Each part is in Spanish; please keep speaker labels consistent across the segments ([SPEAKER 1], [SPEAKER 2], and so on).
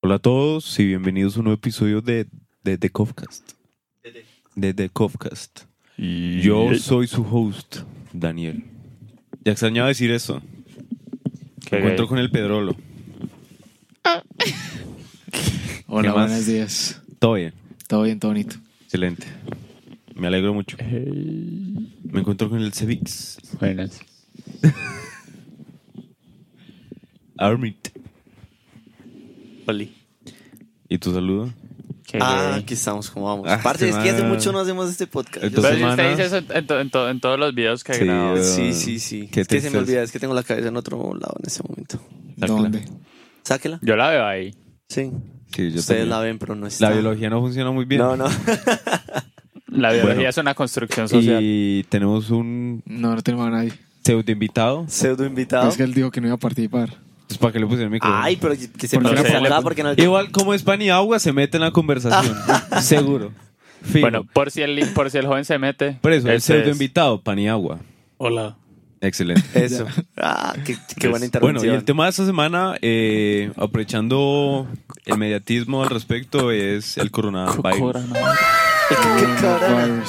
[SPEAKER 1] Hola a todos y bienvenidos a un nuevo episodio de de The Cofcast. De The Cofcast.
[SPEAKER 2] Y
[SPEAKER 1] Yo soy su host, Daniel. Ya extrañaba decir eso. Me
[SPEAKER 2] Qué
[SPEAKER 1] encuentro
[SPEAKER 2] gay.
[SPEAKER 1] con el Pedrolo.
[SPEAKER 3] Hola,
[SPEAKER 1] ¿Qué más?
[SPEAKER 3] buenos días.
[SPEAKER 1] Todo bien.
[SPEAKER 3] Todo bien, todo bonito.
[SPEAKER 1] Excelente. Me alegro mucho. Me encuentro con el Cevix.
[SPEAKER 2] Buenas.
[SPEAKER 1] Armit.
[SPEAKER 4] Oli.
[SPEAKER 1] ¿Y tu saludo?
[SPEAKER 2] Qué
[SPEAKER 4] Ah,
[SPEAKER 2] gay.
[SPEAKER 4] aquí estamos, ¿cómo vamos?
[SPEAKER 1] Ah,
[SPEAKER 4] Parce, es que hace
[SPEAKER 1] semana.
[SPEAKER 4] mucho no hacemos este podcast.
[SPEAKER 1] Entonces,
[SPEAKER 2] Pero
[SPEAKER 4] Yo-
[SPEAKER 2] si
[SPEAKER 1] semana.
[SPEAKER 2] usted dice eso en, to- en to- en todos los videos que
[SPEAKER 1] Sí,
[SPEAKER 2] grabó.
[SPEAKER 1] eh.
[SPEAKER 4] sí, sí, sí.
[SPEAKER 1] Qué
[SPEAKER 4] es que se
[SPEAKER 1] tristeza.
[SPEAKER 4] me olvida, es que tengo la cabeza en otro lado en ese momento.
[SPEAKER 1] Sácala.
[SPEAKER 3] ¿Dónde?
[SPEAKER 4] Sáquela.
[SPEAKER 2] Yo la veo ahí.
[SPEAKER 4] Sí.
[SPEAKER 1] Sí, yo
[SPEAKER 4] Ustedes
[SPEAKER 1] también.
[SPEAKER 4] la ven, pero no está.
[SPEAKER 1] La biología no funciona muy bien.
[SPEAKER 4] No, no.
[SPEAKER 2] La biología
[SPEAKER 1] Bueno.
[SPEAKER 2] es una construcción social.
[SPEAKER 1] Y tenemos un
[SPEAKER 3] No, no tenemos a nadie.
[SPEAKER 1] pseudo invitado.
[SPEAKER 4] Pseudo invitado.
[SPEAKER 3] Es que él dijo que no iba a participar.
[SPEAKER 1] Entonces, ¿para qué le pusieron el micrófono?
[SPEAKER 4] Ay, pero que se
[SPEAKER 3] Por
[SPEAKER 4] ponga
[SPEAKER 2] no sé,
[SPEAKER 4] por
[SPEAKER 2] le
[SPEAKER 4] acá
[SPEAKER 2] pon-
[SPEAKER 4] porque no.
[SPEAKER 1] Igual como es pan y agua, se mete en la conversación. Seguro. Fijo.
[SPEAKER 2] Bueno, por si, el, por si el joven se mete.
[SPEAKER 1] por eso, el
[SPEAKER 2] este
[SPEAKER 1] pseudo
[SPEAKER 2] es-
[SPEAKER 1] invitado, pan y agua.
[SPEAKER 4] Hola.
[SPEAKER 1] Excelente.
[SPEAKER 4] Eso. Ah, qué, qué buena intervención.
[SPEAKER 1] Pues, Bueno, y el tema de esta semana, eh, aprovechando el mediatismo al respecto, es el coronavirus.
[SPEAKER 4] Qué cara.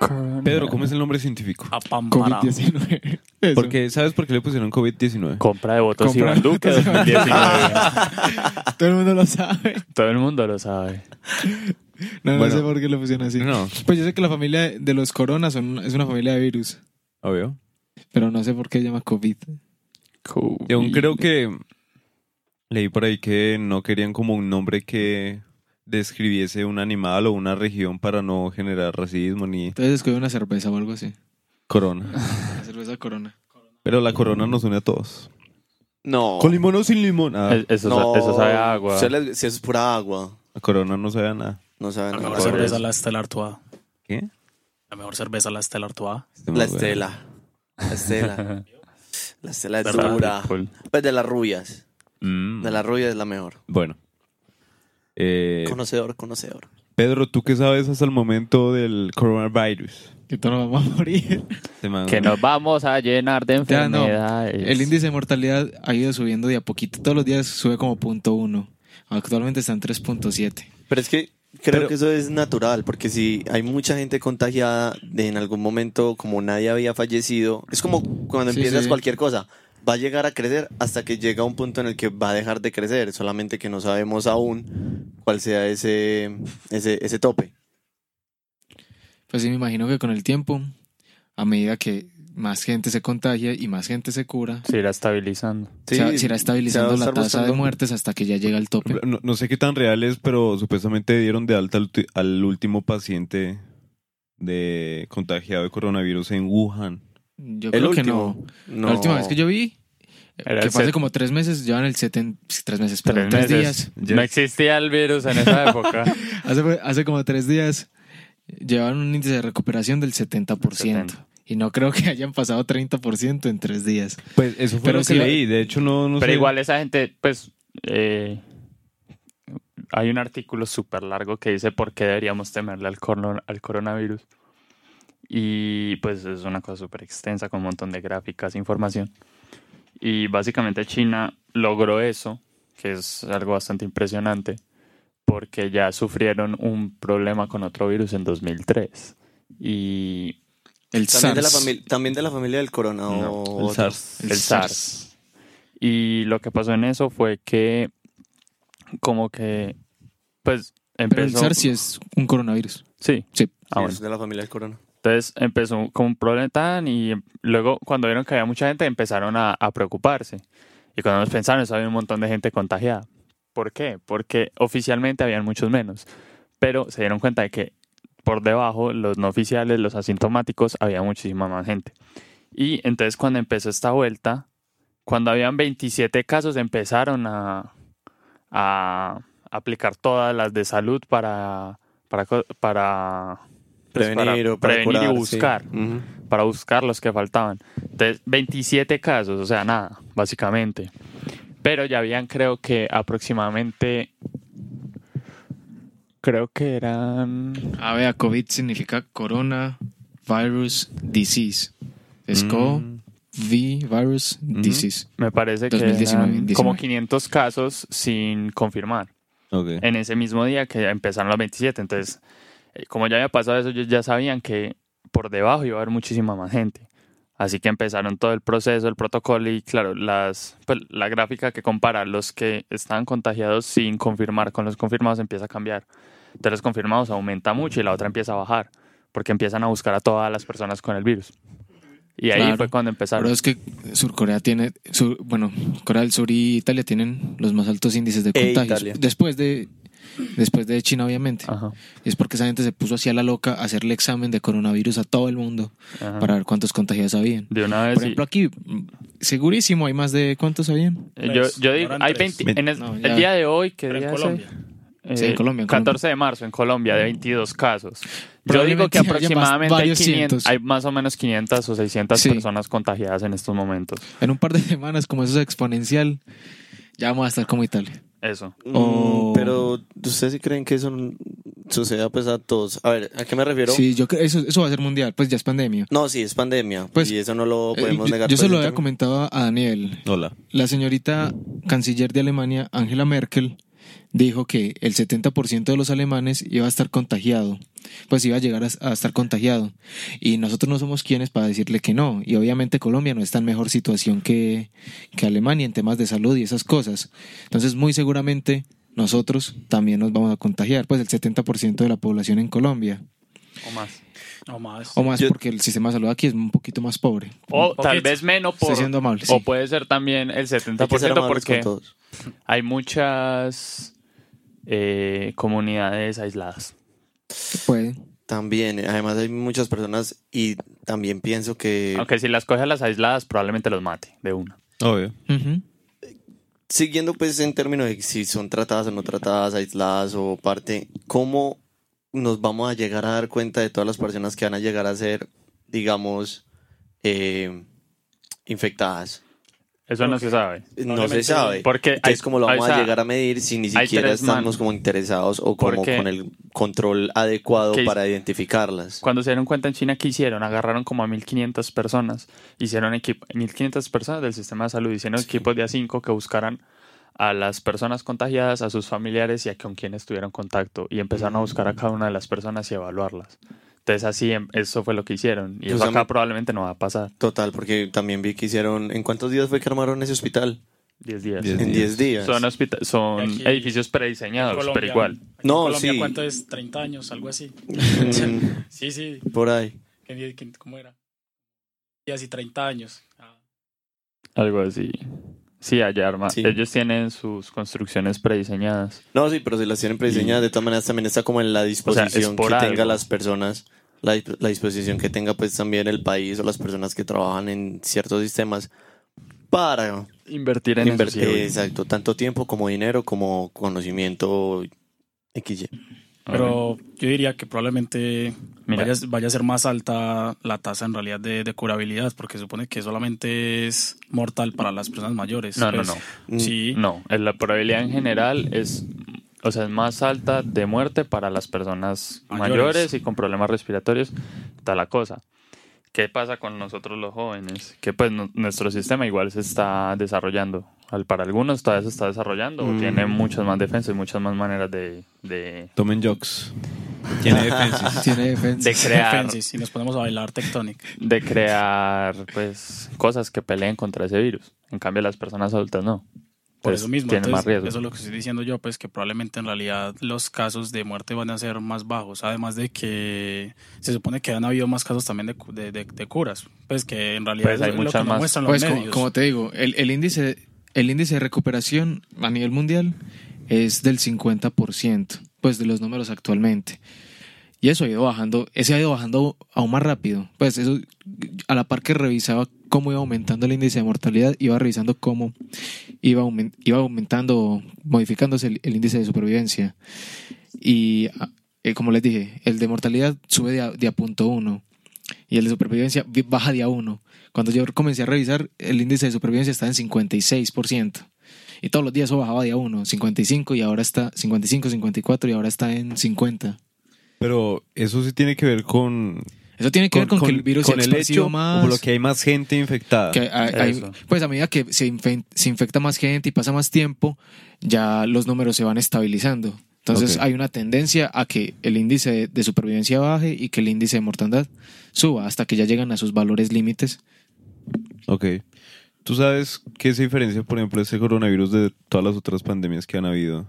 [SPEAKER 3] Coronavirus.
[SPEAKER 1] Pedro, ¿cómo es el nombre científico?
[SPEAKER 2] Ah,
[SPEAKER 3] COVID-19. Eso.
[SPEAKER 1] Porque, ¿sabes por qué le pusieron COVID-19?
[SPEAKER 2] Compra de votos
[SPEAKER 3] Compra
[SPEAKER 2] Iván
[SPEAKER 3] de
[SPEAKER 2] Duque
[SPEAKER 3] votos Iván Duque.
[SPEAKER 2] 2019.
[SPEAKER 3] Todo el mundo lo sabe.
[SPEAKER 2] Todo el mundo lo sabe.
[SPEAKER 3] No,
[SPEAKER 1] Bueno.
[SPEAKER 3] no sé por qué lo pusieron así.
[SPEAKER 1] No,
[SPEAKER 3] Pues yo sé que la familia de los coronas son, es una familia de virus.
[SPEAKER 1] obvio.
[SPEAKER 3] Pero no sé por qué se llama COVID.
[SPEAKER 1] Yo aún creo que leí por ahí que no querían como un nombre que describiese un animal o una región para no generar racismo ni
[SPEAKER 3] Entonces escogí una cerveza o algo así.
[SPEAKER 1] corona.
[SPEAKER 3] La cerveza corona.
[SPEAKER 1] Pero la corona nos une a todos.
[SPEAKER 4] No.
[SPEAKER 1] Con limón o sin limón. Ah,
[SPEAKER 2] Es- Eso,
[SPEAKER 4] no.
[SPEAKER 2] sa- eso sabe a agua.
[SPEAKER 4] Se le- Si es pura agua.
[SPEAKER 1] la corona no sabe a nada.
[SPEAKER 4] No saben.
[SPEAKER 5] La
[SPEAKER 4] nada.
[SPEAKER 5] mejor
[SPEAKER 2] Por
[SPEAKER 5] cerveza
[SPEAKER 2] eso.
[SPEAKER 5] la Estela Artois.
[SPEAKER 1] ¿Qué? Este
[SPEAKER 5] La mejor cerveza la Estela Artois.
[SPEAKER 4] La estela. La estela. La estela es
[SPEAKER 5] ¿Verdad?
[SPEAKER 4] dura.
[SPEAKER 2] Cool.
[SPEAKER 4] Pues de las rubias.
[SPEAKER 1] Mm,
[SPEAKER 4] De las rubias es la mejor.
[SPEAKER 1] Bueno. Eh,
[SPEAKER 4] Conocedor, conocedor.
[SPEAKER 1] Pedro, ¿tú qué sabes hasta el momento del coronavirus? Este
[SPEAKER 3] Que todos nos vamos a morir.
[SPEAKER 1] Se me-
[SPEAKER 2] Que nos vamos a llenar de
[SPEAKER 3] Ya, no.
[SPEAKER 2] enfermedades.
[SPEAKER 3] El índice de mortalidad ha ido subiendo de a poquito. Todos los días sube como punto uno. Actualmente está en 3.7.
[SPEAKER 4] Pero es que creo
[SPEAKER 1] Pero-
[SPEAKER 4] que eso es natural, porque si hay mucha gente contagiada de en algún momento, como nadie había fallecido, es como cuando
[SPEAKER 3] Sí,
[SPEAKER 4] empiezas
[SPEAKER 3] sí.
[SPEAKER 4] cualquier cosa. Va a llegar a crecer hasta que llega un punto en el que va a dejar de crecer, solamente que no sabemos aún cuál sea ese, ese, ese tope.
[SPEAKER 3] Pues sí, me imagino que con el tiempo, a medida que más gente se contagia y más gente se cura,
[SPEAKER 2] Se irá estabilizando.
[SPEAKER 4] Sí,
[SPEAKER 3] se, va- se irá
[SPEAKER 4] se
[SPEAKER 3] estabilizando
[SPEAKER 4] va a
[SPEAKER 3] la
[SPEAKER 4] estar
[SPEAKER 3] tasa de
[SPEAKER 4] buscando-
[SPEAKER 3] muertes hasta que ya llega al tope.
[SPEAKER 1] No, no sé qué tan real es, pero supuestamente dieron de alta al, ulti- al último paciente de contagiado de coronavirus en Wuhan.
[SPEAKER 3] Yo
[SPEAKER 4] El
[SPEAKER 3] creo que
[SPEAKER 4] último.
[SPEAKER 3] no.
[SPEAKER 4] No.
[SPEAKER 3] La última vez que yo vi,
[SPEAKER 2] Era
[SPEAKER 3] que
[SPEAKER 2] el
[SPEAKER 3] fue hace
[SPEAKER 2] set-
[SPEAKER 3] como tres meses, llevan el 70... Tres meses,
[SPEAKER 2] Tres
[SPEAKER 3] perdón, tres,
[SPEAKER 2] meses.
[SPEAKER 3] días.
[SPEAKER 1] Ya-
[SPEAKER 2] No existía el virus en esa época.
[SPEAKER 3] Hace, hace como tres días, llevaban un índice de recuperación del 70%. Y no creo que hayan pasado 30% en tres días.
[SPEAKER 1] Pues eso fue
[SPEAKER 3] Pero
[SPEAKER 1] lo que
[SPEAKER 3] sí-
[SPEAKER 1] leí. De hecho, no, no
[SPEAKER 2] Pero
[SPEAKER 1] sé.
[SPEAKER 2] igual esa gente, pues, eh, hay un artículo súper largo que dice por qué deberíamos temerle al, corno- al coronavirus. Y pues es una cosa súper extensa con un montón de gráficas, información. Y básicamente China logró eso, que es algo bastante impresionante, porque ya sufrieron un problema con otro virus en 2003. Y
[SPEAKER 3] El
[SPEAKER 4] También de, la
[SPEAKER 3] SARS.
[SPEAKER 4] famil- también de la familia del corona.
[SPEAKER 2] No,
[SPEAKER 4] o
[SPEAKER 1] El
[SPEAKER 4] otro.
[SPEAKER 1] SARS.
[SPEAKER 2] el
[SPEAKER 3] El
[SPEAKER 2] SARS. Y lo que pasó en eso fue que como que pues
[SPEAKER 3] Pero el
[SPEAKER 2] empezó
[SPEAKER 3] SARS sí es un coronavirus.
[SPEAKER 2] Sí.
[SPEAKER 3] Sí.
[SPEAKER 2] Ah,
[SPEAKER 4] Sí,
[SPEAKER 2] bueno.
[SPEAKER 4] es de la familia del corona.
[SPEAKER 2] Entonces empezó con un problema tan y luego cuando vieron que había mucha gente empezaron a, a preocuparse. Y cuando nos pensaron, eso había un montón de gente contagiada. ¿Por qué? Porque oficialmente habían muchos menos. Pero se dieron cuenta de que por debajo, los no oficiales, los asintomáticos, había muchísima más gente. Y entonces cuando empezó esta vuelta, cuando habían 27 casos, empezaron a, a aplicar todas las de salud para... para, co- para pues,
[SPEAKER 4] Prevenir
[SPEAKER 2] para
[SPEAKER 4] o para
[SPEAKER 2] prevenir
[SPEAKER 4] curar,
[SPEAKER 2] y
[SPEAKER 4] sí.
[SPEAKER 2] buscar
[SPEAKER 4] Ujú.
[SPEAKER 2] para buscar los que faltaban. Entonces, 27 casos, o sea, nada, básicamente. Pero ya habían, creo que aproximadamente. Creo que eran.
[SPEAKER 3] A ver, COVID significa Corona Virus Disease. Es
[SPEAKER 1] Mm,
[SPEAKER 3] co V virus
[SPEAKER 1] Ujú.
[SPEAKER 3] disease.
[SPEAKER 2] Me parece que
[SPEAKER 3] 2019,
[SPEAKER 2] eran
[SPEAKER 3] 19.
[SPEAKER 2] como 500 casos sin confirmar.
[SPEAKER 1] Ok.
[SPEAKER 2] en ese mismo día que empezaron las 27. Entonces, eh, como ya había pasado eso, ellos ya sabían que por debajo iba a haber muchísima más gente. Así que empezaron todo el proceso, el protocolo y claro, las, pues, la gráfica que compara los que estaban contagiados sin confirmar con los confirmados empieza a cambiar. De los confirmados aumenta mucho y la otra empieza a bajar porque empiezan a buscar a todas las personas con el virus. Y ahí
[SPEAKER 3] Claro.
[SPEAKER 2] fue cuando empezaron.
[SPEAKER 3] Pero es que Sur Corea tiene, Sur- bueno, Corea del Sur y Italia tienen los más altos índices de
[SPEAKER 4] E
[SPEAKER 3] contagios.
[SPEAKER 4] Italia.
[SPEAKER 3] Después de, después de China, obviamente.
[SPEAKER 2] Ajá,
[SPEAKER 3] Es porque esa gente se puso así a la loca a hacerle examen de coronavirus a todo el mundo
[SPEAKER 2] ajá.
[SPEAKER 3] para ver cuántos contagiados habían.
[SPEAKER 2] De una vez.
[SPEAKER 3] Por
[SPEAKER 2] y-
[SPEAKER 3] ejemplo, aquí, mm, segurísimo, hay más de cuántos habían.
[SPEAKER 2] Eh, Yo,
[SPEAKER 5] Tres.
[SPEAKER 2] yo digo,
[SPEAKER 5] Eran
[SPEAKER 2] hay
[SPEAKER 5] tres.
[SPEAKER 2] 20 en el,
[SPEAKER 3] No,
[SPEAKER 2] el
[SPEAKER 3] ya.
[SPEAKER 2] día de hoy, ¿qué
[SPEAKER 5] Pero
[SPEAKER 2] día
[SPEAKER 5] en
[SPEAKER 2] es hoy?
[SPEAKER 5] Colombia.
[SPEAKER 2] Eh,
[SPEAKER 3] Sí, en Colombia, en Colombia.
[SPEAKER 2] 14 de marzo en Colombia, de 22 casos. Yo
[SPEAKER 3] Probablemente
[SPEAKER 2] digo que
[SPEAKER 3] haya más-
[SPEAKER 2] aproximadamente hay,
[SPEAKER 3] varios
[SPEAKER 2] 500,
[SPEAKER 3] cientos.
[SPEAKER 2] hay más o menos 500 o 600
[SPEAKER 3] Sí.
[SPEAKER 2] personas contagiadas en estos momentos.
[SPEAKER 3] En un par de semanas, como eso es exponencial, ya vamos a estar como Italia.
[SPEAKER 2] Eso.
[SPEAKER 4] Mm,
[SPEAKER 3] O-
[SPEAKER 4] Pero, ¿ustedes sí creen que eso n- suceda pues a todos? A ver, ¿a qué me refiero?
[SPEAKER 3] Sí, yo creo eso, eso va a ser mundial, pues ya es pandemia.
[SPEAKER 4] No, sí, es pandemia.
[SPEAKER 3] Pues,
[SPEAKER 4] y eso no lo
[SPEAKER 3] Eh,
[SPEAKER 4] podemos
[SPEAKER 3] yo-
[SPEAKER 4] negar. pues,
[SPEAKER 3] yo se lo había
[SPEAKER 4] presentarme.
[SPEAKER 3] comentado a Daniel,
[SPEAKER 1] Hola.
[SPEAKER 3] La señorita canciller de Alemania, Angela Merkel, dijo que el 70% de los alemanes iba a estar contagiado, pues iba a llegar a, a estar contagiado. Y nosotros no somos quienes para decirle que no. Y obviamente Colombia no está en mejor situación que, que Alemania en temas de salud y esas cosas. Entonces, muy seguramente nosotros también nos vamos a contagiar, pues el 70% de la población en Colombia.
[SPEAKER 2] O más.
[SPEAKER 5] No más.
[SPEAKER 2] Oh,
[SPEAKER 3] O más
[SPEAKER 4] Yo-
[SPEAKER 3] porque el sistema de salud aquí es un poquito más pobre.
[SPEAKER 2] O tal
[SPEAKER 5] poquito.
[SPEAKER 2] vez menos
[SPEAKER 3] Estoy
[SPEAKER 2] por...
[SPEAKER 3] siendo amable.
[SPEAKER 2] O
[SPEAKER 3] sí.
[SPEAKER 2] puede ser también el
[SPEAKER 4] Hay que ser
[SPEAKER 2] 70%
[SPEAKER 4] amables con
[SPEAKER 2] porque
[SPEAKER 4] todos.
[SPEAKER 2] hay muchas eh, comunidades aisladas.
[SPEAKER 3] Puede.
[SPEAKER 4] También, eh, además hay muchas personas y también pienso que...
[SPEAKER 2] Aunque si las coge a las aisladas probablemente los mate de una.
[SPEAKER 1] Obvio.
[SPEAKER 3] Ujú.
[SPEAKER 4] Siguiendo pues en términos de si son tratadas o no tratadas, aisladas o parte, ¿cómo nos vamos a llegar a dar cuenta de todas las personas que van a llegar a ser, digamos, eh, infectadas?
[SPEAKER 2] Eso no se sabe.
[SPEAKER 4] No se
[SPEAKER 5] Probablemente
[SPEAKER 4] sabe.
[SPEAKER 2] Porque hay-
[SPEAKER 4] Entonces, ¿cómo lo
[SPEAKER 2] o
[SPEAKER 4] vamos
[SPEAKER 2] sea,
[SPEAKER 4] a llegar a medir si ni
[SPEAKER 2] hay
[SPEAKER 4] siquiera
[SPEAKER 2] tres
[SPEAKER 4] estamos
[SPEAKER 2] manos.
[SPEAKER 4] como interesados o como
[SPEAKER 2] Porque-
[SPEAKER 4] con el control adecuado
[SPEAKER 2] que-
[SPEAKER 4] para identificarlas?
[SPEAKER 2] Cuando se dieron cuenta en China que hicieron, agarraron como a 1500 personas, hicieron equipo 1500 personas del sistema de salud, hicieron equipos de A5 que buscaran a las personas contagiadas, a sus familiares y a con quienes tuvieron contacto y empezaron a buscar
[SPEAKER 4] Mm.
[SPEAKER 2] a cada una de las personas y evaluarlas. Entonces así em- eso fue lo que hicieron y eso acá
[SPEAKER 4] Justamente-
[SPEAKER 2] probablemente no va a pasar
[SPEAKER 4] Total, porque también vi que hicieron... ¿En cuántos días fue que armaron ese hospital?
[SPEAKER 2] 10 días.
[SPEAKER 1] Diez
[SPEAKER 4] En
[SPEAKER 1] días.
[SPEAKER 4] 10 días.
[SPEAKER 2] Son, hospita- son
[SPEAKER 5] Y aquí-
[SPEAKER 2] edificios prediseñados,
[SPEAKER 5] Colombia-
[SPEAKER 2] pero igual.
[SPEAKER 5] aquí en
[SPEAKER 4] No,
[SPEAKER 5] Colombia,
[SPEAKER 4] sí.
[SPEAKER 5] ¿Cuánto es? ¿30 años? Algo así.
[SPEAKER 4] Mm,
[SPEAKER 5] Sí, sí.
[SPEAKER 4] Por ahí.
[SPEAKER 5] ¿Qué- qué- ¿Cómo era? Y así 30 años. Ah,
[SPEAKER 2] Algo así. Sí, allá arma.
[SPEAKER 4] Sí.
[SPEAKER 2] Ellos tienen sus construcciones prediseñadas.
[SPEAKER 4] No, sí, pero si las tienen prediseñadas, de todas maneras también está como en la disposición
[SPEAKER 2] por
[SPEAKER 4] que
[SPEAKER 2] algo.
[SPEAKER 4] tenga las personas, la, dis- la disposición que tenga pues también el país o las personas que trabajan en ciertos sistemas para
[SPEAKER 2] Invertir en
[SPEAKER 4] invertir,
[SPEAKER 2] eso.
[SPEAKER 4] exacto, tanto tiempo como dinero como conocimiento XY.
[SPEAKER 5] Pero yo diría que probablemente
[SPEAKER 2] Ah, Mira.
[SPEAKER 5] vaya, vaya a ser más alta la tasa en realidad de, de curabilidad, porque supone que solamente es mortal para las personas mayores.
[SPEAKER 2] No, no,
[SPEAKER 5] pues.
[SPEAKER 2] no.
[SPEAKER 5] Sí,
[SPEAKER 2] No, eh, la probabilidad en general es, o sea, es más alta de muerte para las personas mayores,
[SPEAKER 5] Mayores.
[SPEAKER 2] y con problemas respiratorios, tal la cosa. ¿Qué pasa con nosotros los jóvenes? Que pues nu- nuestro sistema igual se está desarrollando. Al- Para algunos todavía se está desarrollando o
[SPEAKER 4] Mm.
[SPEAKER 2] tiene muchas más defensas, y muchas más maneras de, de,
[SPEAKER 1] Tomen jokes. Tiene defensis.
[SPEAKER 3] Tiene defensa.
[SPEAKER 2] de crear,
[SPEAKER 5] Fences, y Pues, nos ponemos a bailar Tectonic.
[SPEAKER 2] de crear pues cosas que peleen contra ese virus. En cambio las personas adultas no.
[SPEAKER 5] Por
[SPEAKER 2] Entonces,
[SPEAKER 5] eso mismo,
[SPEAKER 2] tienen Pues más
[SPEAKER 5] entonces,
[SPEAKER 2] riesgo.
[SPEAKER 5] eso es lo que estoy diciendo yo, pues que probablemente en realidad los casos de muerte van a ser más bajos, además de que se supone que han habido más casos también de, cu- de- de- de curas, pues que en realidad
[SPEAKER 2] Pues, hay
[SPEAKER 5] es lo que
[SPEAKER 2] muchas
[SPEAKER 5] nos
[SPEAKER 2] más.
[SPEAKER 5] muestran los
[SPEAKER 3] Pues como,
[SPEAKER 5] medios.
[SPEAKER 3] como te digo, el, el índice, el índice de recuperación a nivel mundial es del 50%, pues de los números actualmente. Y eso ha ido bajando, ese ha ido bajando aún más rápido. Pues eso, a la par que revisaba cómo iba aumentando el índice de mortalidad, iba revisando cómo iba, aumen- iba aumentando, o modificándose el, el índice de supervivencia. Y ah, eh, como les dije, el de mortalidad sube de a, de a punto uno y el de supervivencia vi- baja de a uno. Cuando yo comencé a revisar, el índice de supervivencia está en 56%. Y todos los días eso bajaba de a 1, 55 y ahora está 55, 54 y ahora está en 50.
[SPEAKER 1] Pero eso sí tiene que ver con
[SPEAKER 3] Eso tiene que ver con, que el virus se ha
[SPEAKER 1] con el
[SPEAKER 3] expandido
[SPEAKER 1] hecho
[SPEAKER 3] más.
[SPEAKER 1] por lo que hay más gente infectada.
[SPEAKER 3] que hay- hay-
[SPEAKER 5] Eso.
[SPEAKER 3] pues a medida que se, infe- se infecta más gente y pasa más tiempo, ya los números se van estabilizando. Entonces
[SPEAKER 1] Ok.
[SPEAKER 3] hay una tendencia a que el índice de, de supervivencia baje y que el índice de mortandad suba hasta que ya llegan a sus valores límites.
[SPEAKER 1] Ok. ¿Tú sabes qué se diferencia, por ejemplo, este coronavirus de todas las otras pandemias que han habido?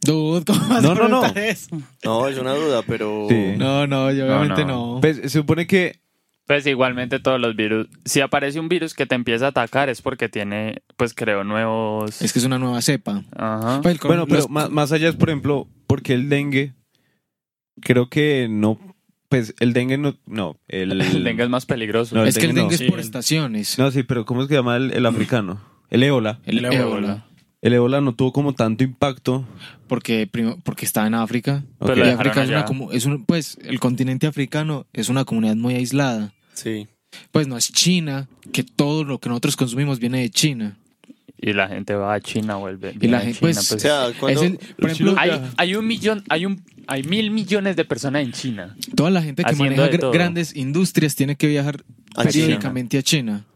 [SPEAKER 3] Dude, ¿cómo vas
[SPEAKER 1] No,
[SPEAKER 3] a
[SPEAKER 1] no, no.
[SPEAKER 3] preguntar eso?
[SPEAKER 4] No, es una duda, pero.
[SPEAKER 1] Sí.
[SPEAKER 3] No, no,
[SPEAKER 2] No,
[SPEAKER 3] yo obviamente
[SPEAKER 2] no.
[SPEAKER 3] no.
[SPEAKER 1] Pues, se supone que
[SPEAKER 2] Pues igualmente todos los virus. Si aparece un virus que te empieza a atacar es porque tiene, pues creo, nuevos...
[SPEAKER 3] Es que es una nueva cepa.
[SPEAKER 2] Ajá.
[SPEAKER 3] Pues el coron-
[SPEAKER 1] Bueno, pero
[SPEAKER 3] los-
[SPEAKER 1] ma- más, allá es, por ejemplo, porque el dengue, creo que no, pues el dengue no, no, el,
[SPEAKER 2] El dengue es más peligroso.
[SPEAKER 1] No,
[SPEAKER 3] es que el dengue
[SPEAKER 1] dengue
[SPEAKER 3] es
[SPEAKER 5] no.
[SPEAKER 3] por
[SPEAKER 5] Sí.
[SPEAKER 3] estaciones.
[SPEAKER 1] no, sí, pero ¿cómo es que se llama el, el africano? El ébola.
[SPEAKER 3] El
[SPEAKER 5] El ébola.
[SPEAKER 3] ébola.
[SPEAKER 1] El ébola no tuvo como tanto impacto.
[SPEAKER 3] Porque, primo- porque está en África.
[SPEAKER 1] Ok.
[SPEAKER 2] Pero
[SPEAKER 3] Y
[SPEAKER 2] la dejaron
[SPEAKER 3] África es una
[SPEAKER 2] allá.
[SPEAKER 3] comu- es un- pues el continente africano es una comunidad muy aislada.
[SPEAKER 4] Sí.
[SPEAKER 3] Pues no es China, que todo lo que nosotros consumimos viene de China.
[SPEAKER 2] Y la gente va a China, vuelve.
[SPEAKER 3] Y
[SPEAKER 2] viene
[SPEAKER 3] la
[SPEAKER 2] a
[SPEAKER 3] gente,
[SPEAKER 2] China,
[SPEAKER 3] pues,
[SPEAKER 4] O sea, cuando.
[SPEAKER 3] Es el- por ejemplo,
[SPEAKER 2] hay, hay un millón, hay un, hay mil millones de personas en China.
[SPEAKER 3] toda la gente que
[SPEAKER 2] haciendo
[SPEAKER 3] maneja
[SPEAKER 2] de
[SPEAKER 3] gr-
[SPEAKER 2] todo.
[SPEAKER 3] grandes industrias tiene que viajar
[SPEAKER 4] A
[SPEAKER 3] periódicamente a China.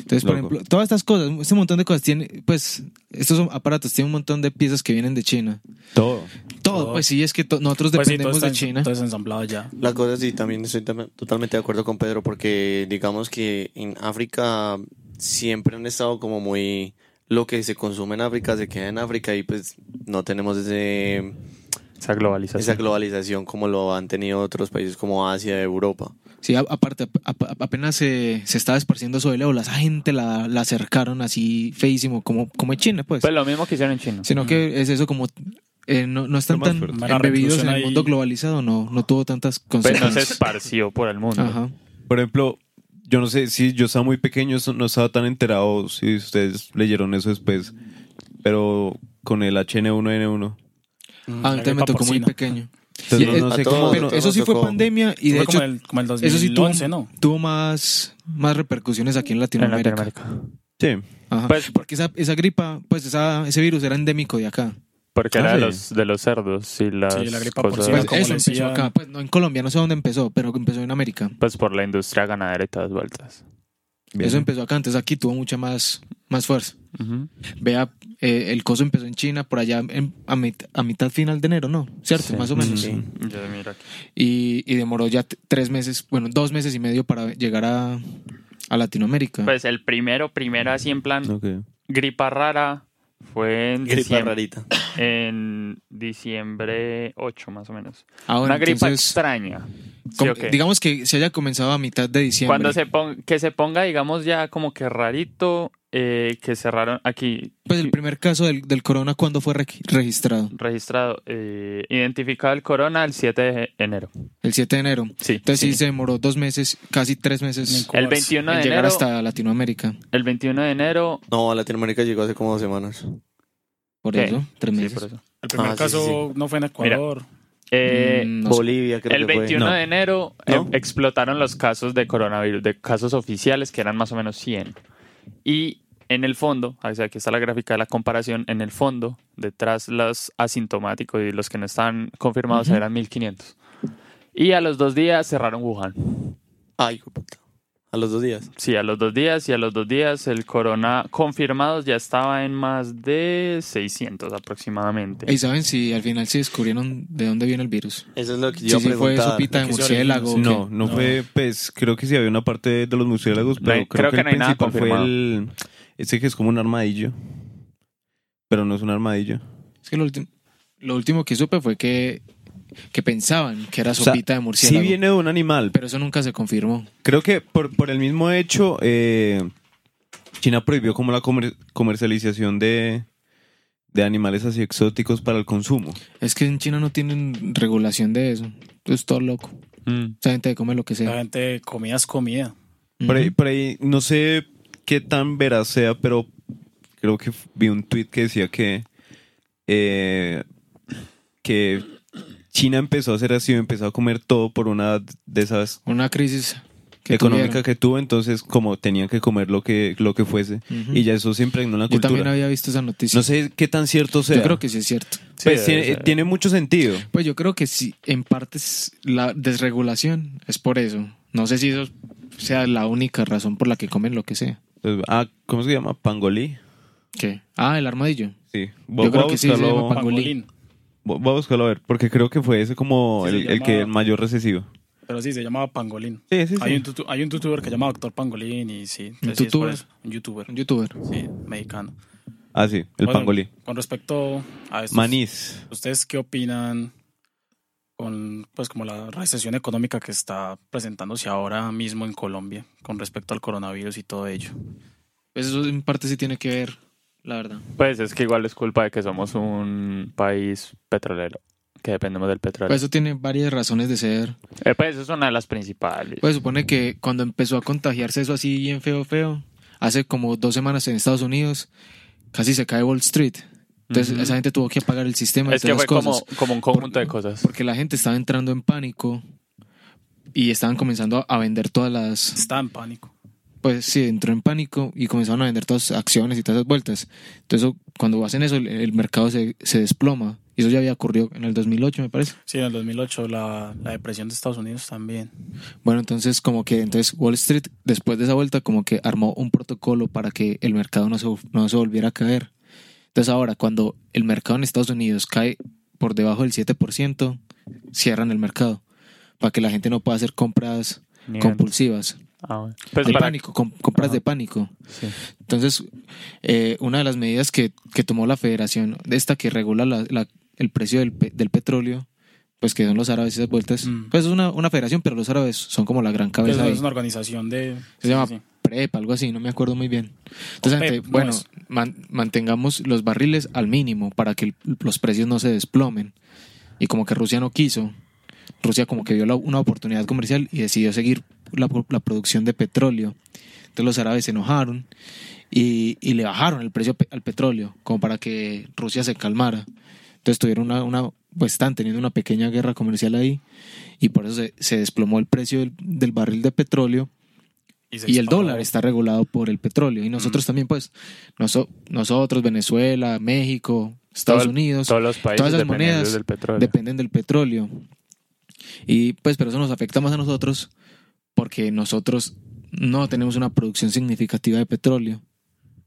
[SPEAKER 3] Entonces, por
[SPEAKER 1] Loco.
[SPEAKER 3] ejemplo, todas estas cosas, este montón de cosas tiene, pues, estos son aparatos tienen un montón de piezas que vienen de China.
[SPEAKER 1] Todo.
[SPEAKER 3] Todo,
[SPEAKER 5] Todo.
[SPEAKER 3] pues sí, es que to- nosotros
[SPEAKER 5] Pues sí, todo
[SPEAKER 3] dependemos
[SPEAKER 5] está
[SPEAKER 3] de
[SPEAKER 5] ens-
[SPEAKER 3] China. Ah,
[SPEAKER 5] Todo está ensamblado ya.
[SPEAKER 4] La cosa sí, también estoy tam- totalmente de acuerdo con Pedro, porque digamos que en África siempre han estado como muy. Lo que se consume en África se queda en África y pues no tenemos ese,
[SPEAKER 2] Esa globalización.
[SPEAKER 4] esa globalización como lo han tenido otros países como Asia, Europa.
[SPEAKER 3] Sí, a- aparte, ap- ap- apenas se, se estaba esparciendo sobre el ébola, esa gente la, la acercaron así feísimo, como, como en China, pues.
[SPEAKER 2] Pues lo mismo que hicieron en China.
[SPEAKER 3] Sino que es eso como... eh, no, no
[SPEAKER 1] Lo
[SPEAKER 3] están
[SPEAKER 1] más
[SPEAKER 3] tan
[SPEAKER 1] fuerte.
[SPEAKER 5] Mera
[SPEAKER 3] embebidos en
[SPEAKER 5] reclusión
[SPEAKER 3] el
[SPEAKER 5] ahí.
[SPEAKER 3] mundo globalizado, no, no tuvo tantas
[SPEAKER 2] Pues no se
[SPEAKER 3] consecuencias.
[SPEAKER 2] esparció por el mundo.
[SPEAKER 3] Ajá.
[SPEAKER 1] Por ejemplo, yo no sé si yo estaba muy pequeño, eso- no estaba tan enterado si ustedes leyeron eso después, pero con el HN1N1.
[SPEAKER 3] Ah,
[SPEAKER 5] La
[SPEAKER 3] entonces me
[SPEAKER 5] gripa
[SPEAKER 3] tocó muy
[SPEAKER 5] porcina.
[SPEAKER 3] pequeño.
[SPEAKER 1] Entonces,
[SPEAKER 3] Y, eh,
[SPEAKER 1] no, no
[SPEAKER 4] a
[SPEAKER 1] sé
[SPEAKER 4] todos,
[SPEAKER 1] cómo...
[SPEAKER 4] a
[SPEAKER 3] Bueno,
[SPEAKER 4] todos
[SPEAKER 3] eso sí
[SPEAKER 4] nos
[SPEAKER 3] fue
[SPEAKER 4] tocó.
[SPEAKER 3] pandemia y de
[SPEAKER 5] Fue como
[SPEAKER 3] hecho,
[SPEAKER 5] el, como el
[SPEAKER 3] eso sí
[SPEAKER 5] 2011,
[SPEAKER 3] tuvo,
[SPEAKER 5] ¿no?
[SPEAKER 3] tuvo más, más repercusiones aquí en
[SPEAKER 2] En
[SPEAKER 3] Latinoamérica.
[SPEAKER 2] Latinoamérica.
[SPEAKER 1] Sí,
[SPEAKER 3] Ajá.
[SPEAKER 2] Pues
[SPEAKER 3] Porque esa, esa gripa, pues esa, ese virus era endémico de acá.
[SPEAKER 2] porque
[SPEAKER 1] Ah,
[SPEAKER 2] era
[SPEAKER 1] sí.
[SPEAKER 2] de los, de los cerdos y las
[SPEAKER 5] Sí, la gripa
[SPEAKER 2] cosas-
[SPEAKER 5] porcina.
[SPEAKER 3] Pues
[SPEAKER 5] Era como
[SPEAKER 3] eso
[SPEAKER 5] le
[SPEAKER 3] empezó
[SPEAKER 5] decían-
[SPEAKER 3] acá. Pues no en Colombia, no sé dónde empezó, pero empezó en América.
[SPEAKER 2] Pues por la industria ganadera y todas vueltas.
[SPEAKER 1] bien.
[SPEAKER 3] Eso empezó acá, entonces aquí tuvo mucha más, más fuerza.
[SPEAKER 2] Ujú.
[SPEAKER 3] Vea, eh, el coso empezó en China por allá en- a, mit- a mitad final de enero, ¿no? ¿Cierto?
[SPEAKER 2] Sí.
[SPEAKER 3] Más o
[SPEAKER 1] Mm,
[SPEAKER 3] menos.
[SPEAKER 4] Sí.
[SPEAKER 2] Yo miro aquí.
[SPEAKER 3] Y, y demoró ya t- tres meses, bueno, dos meses y medio para llegar a, a Latinoamérica.
[SPEAKER 2] Pues el primero, primero así en plan
[SPEAKER 1] Ok.
[SPEAKER 2] gripa rara fue en
[SPEAKER 4] Gripa
[SPEAKER 2] diciembre,
[SPEAKER 4] rarita.
[SPEAKER 2] en diciembre 8 más o menos.
[SPEAKER 3] Ahora,
[SPEAKER 2] Una gripa
[SPEAKER 3] entonces,
[SPEAKER 2] extraña. ¿sí
[SPEAKER 3] com-
[SPEAKER 2] o qué?
[SPEAKER 3] Digamos que se haya comenzado a mitad de diciembre.
[SPEAKER 2] Cuando se ponga, que se ponga, digamos, ya como que rarito, eh, que cerraron aquí
[SPEAKER 3] Pues el primer caso del, del corona, ¿cuándo fue re- registrado?
[SPEAKER 2] registrado, eh, identificado el corona el 7 de enero.
[SPEAKER 3] El 7 de enero.
[SPEAKER 2] Sí.
[SPEAKER 3] Entonces sí,
[SPEAKER 2] sí.
[SPEAKER 3] se demoró dos meses, casi tres
[SPEAKER 5] Ni
[SPEAKER 3] meses
[SPEAKER 5] cu-
[SPEAKER 2] El
[SPEAKER 5] Pues,
[SPEAKER 2] 21 de
[SPEAKER 3] en llegar
[SPEAKER 2] enero,
[SPEAKER 3] hasta Latinoamérica.
[SPEAKER 2] el 21 de enero,
[SPEAKER 4] No, a Latinoamérica llegó hace como dos semanas.
[SPEAKER 3] Por
[SPEAKER 2] ¿Qué?
[SPEAKER 3] eso, tres
[SPEAKER 2] eh, sí,
[SPEAKER 3] meses. Mm,
[SPEAKER 2] por eso.
[SPEAKER 5] El primer
[SPEAKER 4] Ah, sí,
[SPEAKER 5] caso
[SPEAKER 4] sí,
[SPEAKER 5] no fue en Ecuador.
[SPEAKER 2] Eh,
[SPEAKER 3] Mm, no sé.
[SPEAKER 4] Bolivia, creo
[SPEAKER 2] el
[SPEAKER 4] que fue.
[SPEAKER 2] 21
[SPEAKER 1] No.
[SPEAKER 2] de enero eh,
[SPEAKER 4] ¿No?
[SPEAKER 2] explotaron los casos de coronavirus, de casos oficiales que eran más o menos 100. Y en el fondo, o sea, aquí está la gráfica de la comparación, en el fondo, detrás los asintomáticos y los que no estaban confirmados
[SPEAKER 3] Ujú.
[SPEAKER 2] eran 1500. Y a los dos días cerraron Wuhan.
[SPEAKER 4] Ay, hijo de puta. A los dos días.
[SPEAKER 2] Sí, a los dos días y a los dos días el corona confirmados ya estaba en más de 600 aproximadamente.
[SPEAKER 3] ¿Y saben si al final se descubrieron de dónde viene el virus?
[SPEAKER 4] Eso es lo que
[SPEAKER 3] Si
[SPEAKER 4] yo
[SPEAKER 3] sí, fue
[SPEAKER 4] preguntaba.
[SPEAKER 3] sopita de
[SPEAKER 5] ¿De qué se
[SPEAKER 3] murciélago.
[SPEAKER 5] originó?
[SPEAKER 3] o
[SPEAKER 1] No,
[SPEAKER 3] qué?
[SPEAKER 1] no
[SPEAKER 5] No.
[SPEAKER 1] fue, pues creo que sí había una parte de los murciélagos,
[SPEAKER 2] No
[SPEAKER 1] pero
[SPEAKER 2] hay-
[SPEAKER 1] creo,
[SPEAKER 2] creo
[SPEAKER 1] que,
[SPEAKER 2] que
[SPEAKER 1] el
[SPEAKER 2] no hay nada
[SPEAKER 1] principal fue
[SPEAKER 2] confirmado.
[SPEAKER 1] el. Ese que es como un armadillo. Pero no es un armadillo.
[SPEAKER 3] Es que lo, ulti- lo último que supe fue que, que pensaban que era
[SPEAKER 1] sea,
[SPEAKER 3] sopita de
[SPEAKER 1] Sí
[SPEAKER 3] murciélago.
[SPEAKER 1] viene de un animal.
[SPEAKER 3] Pero eso nunca se confirmó.
[SPEAKER 1] Creo que por, por el mismo hecho, eh, China prohibió como la comer- comercialización de, de animales así exóticos para el consumo.
[SPEAKER 3] Es que en China no tienen regulación de eso. Es todo loco.
[SPEAKER 2] Mm.
[SPEAKER 3] Esa gente come lo que
[SPEAKER 5] La
[SPEAKER 3] sea.
[SPEAKER 5] gente comida es comida.
[SPEAKER 1] Ah, Por ahí,
[SPEAKER 3] Ujú.
[SPEAKER 1] por ahí, no sé qué tan veraz sea, pero creo que f- vi un tweet que decía que, eh, que China empezó a hacer así, empezó a comer todo por una de esas
[SPEAKER 3] Una crisis que
[SPEAKER 1] económicas
[SPEAKER 3] tuvieron.
[SPEAKER 1] que tuvo, entonces como tenían que comer lo que, lo que fuese,
[SPEAKER 3] Ujú.
[SPEAKER 1] y ya eso siempre en la
[SPEAKER 3] Yo también
[SPEAKER 1] cultura.
[SPEAKER 3] había visto esa noticia.
[SPEAKER 1] No sé qué tan cierto sea.
[SPEAKER 3] Yo creo que sí es cierto.
[SPEAKER 2] Sí,
[SPEAKER 1] Pues
[SPEAKER 2] debe
[SPEAKER 1] tiene,
[SPEAKER 2] ser.
[SPEAKER 1] tiene mucho sentido.
[SPEAKER 3] Pues yo creo que sí, en parte es- la desregulación es por eso. No sé si eso sea la única razón por la que comen lo que sea.
[SPEAKER 1] Entonces, ah, ¿cómo se llama? Pangolí.
[SPEAKER 3] ¿Qué? Ah, el armadillo.
[SPEAKER 1] Sí.
[SPEAKER 3] Yo creo que sí, se
[SPEAKER 1] buscarlo-
[SPEAKER 3] llama pangolí.
[SPEAKER 1] Vo- Voy a buscarlo a ver, porque creo que fue ese como
[SPEAKER 5] Sí, se
[SPEAKER 1] el, el que
[SPEAKER 5] llama-
[SPEAKER 1] el mayor recesivo.
[SPEAKER 5] Pero sí, se llamaba Pangolín.
[SPEAKER 1] Sí, sí, sí.
[SPEAKER 5] Hay, un tutu- hay un youtuber que se llama Doctor Pangolín y sí. entonces sí es por
[SPEAKER 3] tutuber?
[SPEAKER 5] eso, un youtuber.
[SPEAKER 3] Un youtuber.
[SPEAKER 5] Sí, mexicano.
[SPEAKER 1] Ah, sí, el
[SPEAKER 5] Bueno,
[SPEAKER 1] pangolí.
[SPEAKER 5] Con respecto a esto.
[SPEAKER 1] Manís.
[SPEAKER 5] ¿Ustedes qué opinan con pues como la recesión económica que está presentándose ahora mismo en Colombia con respecto al coronavirus y todo ello?
[SPEAKER 3] Pues eso en parte sí tiene que ver, la verdad.
[SPEAKER 2] Pues es que igual es culpa de que somos un país petrolero, que dependemos del petróleo.
[SPEAKER 3] Pues
[SPEAKER 2] Pues,
[SPEAKER 3] eso tiene varias razones de ser.
[SPEAKER 2] eh, pues eso es una de las principales.
[SPEAKER 3] Pues supone que cuando empezó a contagiarse eso así bien feo, feo, hace como dos semanas en Estados Unidos, casi se cae Wall Street. Entonces
[SPEAKER 2] Ujú.
[SPEAKER 3] esa gente tuvo que apagar el sistema.
[SPEAKER 2] es que fue
[SPEAKER 3] entre otras
[SPEAKER 2] como,
[SPEAKER 3] cosas.
[SPEAKER 2] como un conjunto de cosas.
[SPEAKER 3] Porque la gente estaba entrando en pánico y estaban comenzando a vender todas las...
[SPEAKER 5] Está en pánico.
[SPEAKER 3] pues sí, entró en pánico y comenzaron a vender todas sus acciones y todas esas vueltas. Entonces, cuando hacen eso, el, el mercado se, se desploma. Y eso ya había ocurrido en el 2008, me parece.
[SPEAKER 5] Sí, en el 2008 la, la depresión de Estados Unidos también.
[SPEAKER 3] Bueno, entonces como que entonces Wall Street, después de esa vuelta, como que armó un protocolo para que el mercado no se, no se volviera a caer. Entonces ahora, cuando el mercado en Estados Unidos cae por debajo del 7%, cierran el mercado para que la gente no pueda hacer compras
[SPEAKER 2] Ni
[SPEAKER 3] compulsivas,
[SPEAKER 2] antes. Ah, bueno. Pues
[SPEAKER 3] de
[SPEAKER 2] para-
[SPEAKER 3] pánico, com- compras
[SPEAKER 2] Ajá.
[SPEAKER 3] de pánico.
[SPEAKER 2] sí.
[SPEAKER 3] Entonces, eh, una de las medidas que, que tomó la federación, de esta que regula la- la- el precio del, pe- del petróleo, pues que son los árabes esas vueltas,
[SPEAKER 5] Mm.
[SPEAKER 3] pues es una, una federación, pero los árabes son como la gran
[SPEAKER 5] Es,
[SPEAKER 3] cabeza. ahí.
[SPEAKER 5] es una organización de...
[SPEAKER 3] Se
[SPEAKER 5] sí,
[SPEAKER 3] llama
[SPEAKER 5] sí.
[SPEAKER 3] PREP, algo así, no me acuerdo muy bien. Entonces,
[SPEAKER 5] Opep,
[SPEAKER 3] ante-
[SPEAKER 5] ¿no
[SPEAKER 3] bueno,
[SPEAKER 5] es?
[SPEAKER 3] man- mantengamos los barriles al mínimo para que el- los precios no se desplomen. Y como que Rusia no quiso, Rusia como que vio la- una oportunidad comercial y decidió seguir la, la producción de petróleo. Entonces los árabes se enojaron y, y le bajaron el precio pe- al petróleo, como para que Rusia se calmara. Entonces tuvieron una, una pues están teniendo una pequeña guerra comercial ahí y por eso se, se desplomó el precio del- del barril de petróleo
[SPEAKER 5] se
[SPEAKER 3] y el
[SPEAKER 5] disparó.
[SPEAKER 3] dólar este está regulado por el petróleo. Y nosotros también, pues, noso- nosotros, Venezuela, México, Estados
[SPEAKER 2] Todo el-
[SPEAKER 3] Unidos,
[SPEAKER 2] Todos los países
[SPEAKER 3] todas esas
[SPEAKER 2] dependen
[SPEAKER 3] monedas
[SPEAKER 2] del petróleo.
[SPEAKER 3] dependen del petróleo. Y pues, pero eso nos afecta más a nosotros porque nosotros no tenemos una producción significativa de petróleo,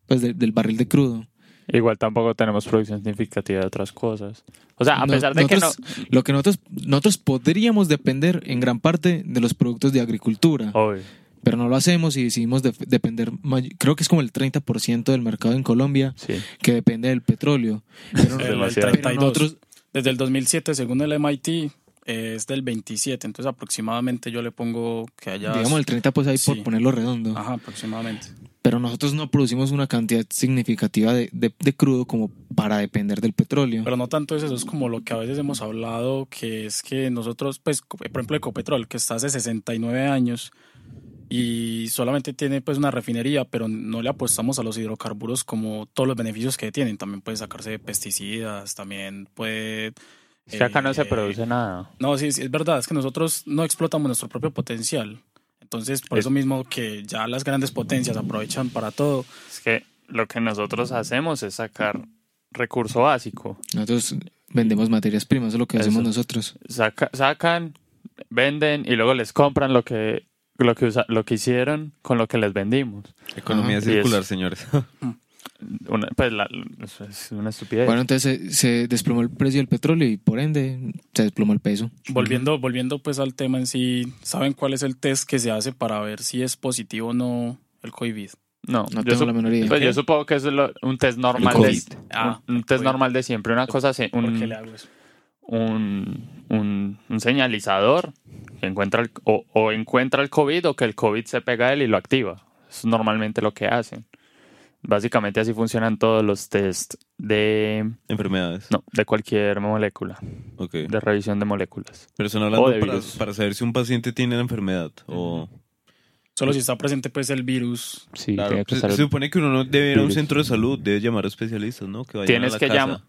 [SPEAKER 3] pues de- del barril de crudo.
[SPEAKER 2] Igual tampoco tenemos producción significativa de otras cosas. O sea, a
[SPEAKER 3] No-
[SPEAKER 2] pesar de que no...
[SPEAKER 3] nosotros- Lo que nosotros, nosotros podríamos depender en gran parte de los productos de agricultura.
[SPEAKER 2] Obvio.
[SPEAKER 3] pero no lo hacemos y decidimos def- depender, may- creo que es como el 30% del mercado en Colombia
[SPEAKER 2] Sí.
[SPEAKER 3] que depende del petróleo. Pero,
[SPEAKER 5] El- el
[SPEAKER 2] Demasiado.
[SPEAKER 3] pero
[SPEAKER 5] 32.
[SPEAKER 3] nosotros,
[SPEAKER 5] Desde el 2007, según el MIT, eh, es del 27. Entonces aproximadamente yo le pongo que haya...
[SPEAKER 3] digamos el 30% pues ahí
[SPEAKER 5] Sí.
[SPEAKER 3] por ponerlo redondo,
[SPEAKER 5] Ajá, aproximadamente.
[SPEAKER 3] pero nosotros no producimos una cantidad significativa de, de- de crudo como para depender del petróleo.
[SPEAKER 5] Pero no tanto es eso, es como lo que a veces hemos hablado, que es que nosotros, pues, co- por ejemplo, Ecopetrol, que está hace 69 años y solamente tiene pues una refinería, pero no le apostamos a los hidrocarburos como todos los beneficios que tienen. También puede sacarse pesticidas, también puede...
[SPEAKER 2] Es que acá no se
[SPEAKER 5] eh,
[SPEAKER 2] produce nada.
[SPEAKER 5] No, sí, sí, es verdad, es que nosotros no explotamos nuestro propio potencial. Entonces, por
[SPEAKER 2] Es-
[SPEAKER 5] eso mismo que ya las grandes potencias aprovechan para todo.
[SPEAKER 2] Es que lo que nosotros hacemos es sacar recurso básico.
[SPEAKER 3] Nosotros vendemos materias primas, eso es lo que
[SPEAKER 2] Eso.
[SPEAKER 3] hacemos nosotros.
[SPEAKER 2] Saca- sacan, venden y luego les compran lo que lo que usa- lo que hicieron con lo que les vendimos.
[SPEAKER 1] Economía
[SPEAKER 2] Ajá.
[SPEAKER 1] circular,
[SPEAKER 2] Yes.
[SPEAKER 1] señores.
[SPEAKER 2] Una, pues la- eso es una
[SPEAKER 5] Eh.
[SPEAKER 2] estupidez.
[SPEAKER 3] Bueno, entonces se, se desplomó el precio del petróleo y por ende se desplomó el peso.
[SPEAKER 5] Volviendo, volviendo pues al tema en sí, ¿saben cuál es el test que se hace para ver si es positivo o no el COVID?
[SPEAKER 2] no,
[SPEAKER 3] No
[SPEAKER 2] yo,
[SPEAKER 3] tengo
[SPEAKER 2] sup-
[SPEAKER 3] la menor idea.
[SPEAKER 2] pues yo supongo que eso es lo- un test normal
[SPEAKER 3] El
[SPEAKER 2] de,
[SPEAKER 3] COVID.
[SPEAKER 5] Ah,
[SPEAKER 2] un, un test
[SPEAKER 5] COVID.
[SPEAKER 2] normal de siempre, una cosa así,
[SPEAKER 5] ¿Por qué le
[SPEAKER 2] un,
[SPEAKER 5] hago eso?
[SPEAKER 2] un, un- un señalizador que encuentra el- o, o encuentra el COVID o que el COVID se pega a él y lo activa. Es normalmente lo que hacen. Básicamente así funcionan todos los test de
[SPEAKER 1] Enfermedades.
[SPEAKER 2] no, de cualquier molécula.
[SPEAKER 1] Ok.
[SPEAKER 2] de revisión de moléculas.
[SPEAKER 1] Pero están hablando
[SPEAKER 2] de
[SPEAKER 1] para,
[SPEAKER 2] virus.
[SPEAKER 1] para saber si un paciente tiene la enfermedad o...
[SPEAKER 5] Solo si está presente pues el virus.
[SPEAKER 2] Sí,
[SPEAKER 1] Claro,
[SPEAKER 2] tiene que
[SPEAKER 1] se,
[SPEAKER 2] estar-
[SPEAKER 1] se supone que uno no debe ir a un
[SPEAKER 2] virus.
[SPEAKER 1] centro de salud, debe llamar a especialistas, ¿no? Que vayan
[SPEAKER 2] Tienes
[SPEAKER 1] a la
[SPEAKER 2] que
[SPEAKER 1] casa.
[SPEAKER 2] llam-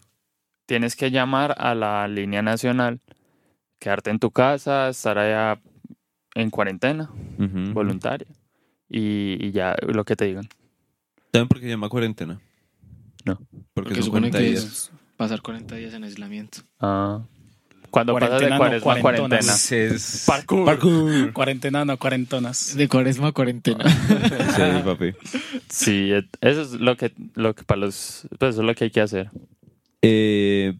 [SPEAKER 2] tienes que llamar a la línea nacional, quedarte en tu casa, estar allá en cuarentena
[SPEAKER 1] Ujú.
[SPEAKER 2] voluntaria y, y ya lo que te digan.
[SPEAKER 1] ¿Saben por qué se llama cuarentena?
[SPEAKER 2] No.
[SPEAKER 1] Porque,
[SPEAKER 3] Porque
[SPEAKER 1] son
[SPEAKER 3] supone
[SPEAKER 1] 40
[SPEAKER 3] que
[SPEAKER 1] días.
[SPEAKER 3] es- Pasar 40 días en aislamiento.
[SPEAKER 2] Ah, Cuando pasas de
[SPEAKER 5] Cuarentena, no,
[SPEAKER 2] cuaresma a cuarentena.
[SPEAKER 5] cuarentonas.
[SPEAKER 1] Es-
[SPEAKER 5] Parkour.
[SPEAKER 1] Parkour.
[SPEAKER 5] Cuarentena, no, cuarentonas.
[SPEAKER 3] De cuaresma a
[SPEAKER 5] Ah.
[SPEAKER 3] cuarentena.
[SPEAKER 1] Sí, papi.
[SPEAKER 2] Sí, et- eso es lo que, lo que para los, pues eso es lo que hay que hacer.
[SPEAKER 1] Eh,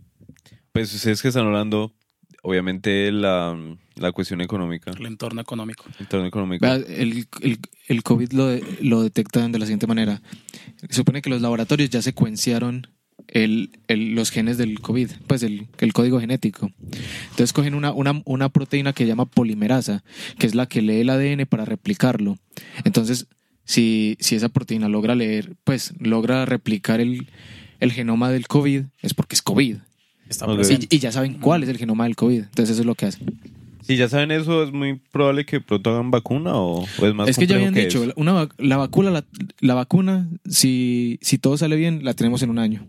[SPEAKER 1] pues ustedes que están hablando, obviamente, la, la cuestión económica,
[SPEAKER 5] El entorno económico.
[SPEAKER 1] el entorno económico.
[SPEAKER 3] Vea, el, el- el COVID lo, de- lo detectan de la siguiente manera. Se supone que los laboratorios ya secuenciaron el- el- los genes del COVID, pues el, el código genético. Entonces cogen una, una, una proteína que se llama polimerasa, que es la que lee el ADN para replicarlo. Entonces, si, si esa proteína logra leer, pues logra replicar el, el genoma del COVID, es porque es COVID.
[SPEAKER 5] Está
[SPEAKER 1] Ok.
[SPEAKER 5] presente.
[SPEAKER 3] Y, y ya saben cuál es el genoma del COVID. Entonces eso es lo que hacen.
[SPEAKER 1] Si ya saben eso, es muy probable que pronto hagan vacuna o, o es más
[SPEAKER 3] es que ya
[SPEAKER 1] complejo
[SPEAKER 3] habían dicho,
[SPEAKER 1] eso?
[SPEAKER 3] la- una, vac- la vacuna, la, la vacuna si, si todo sale bien, la tenemos en un año.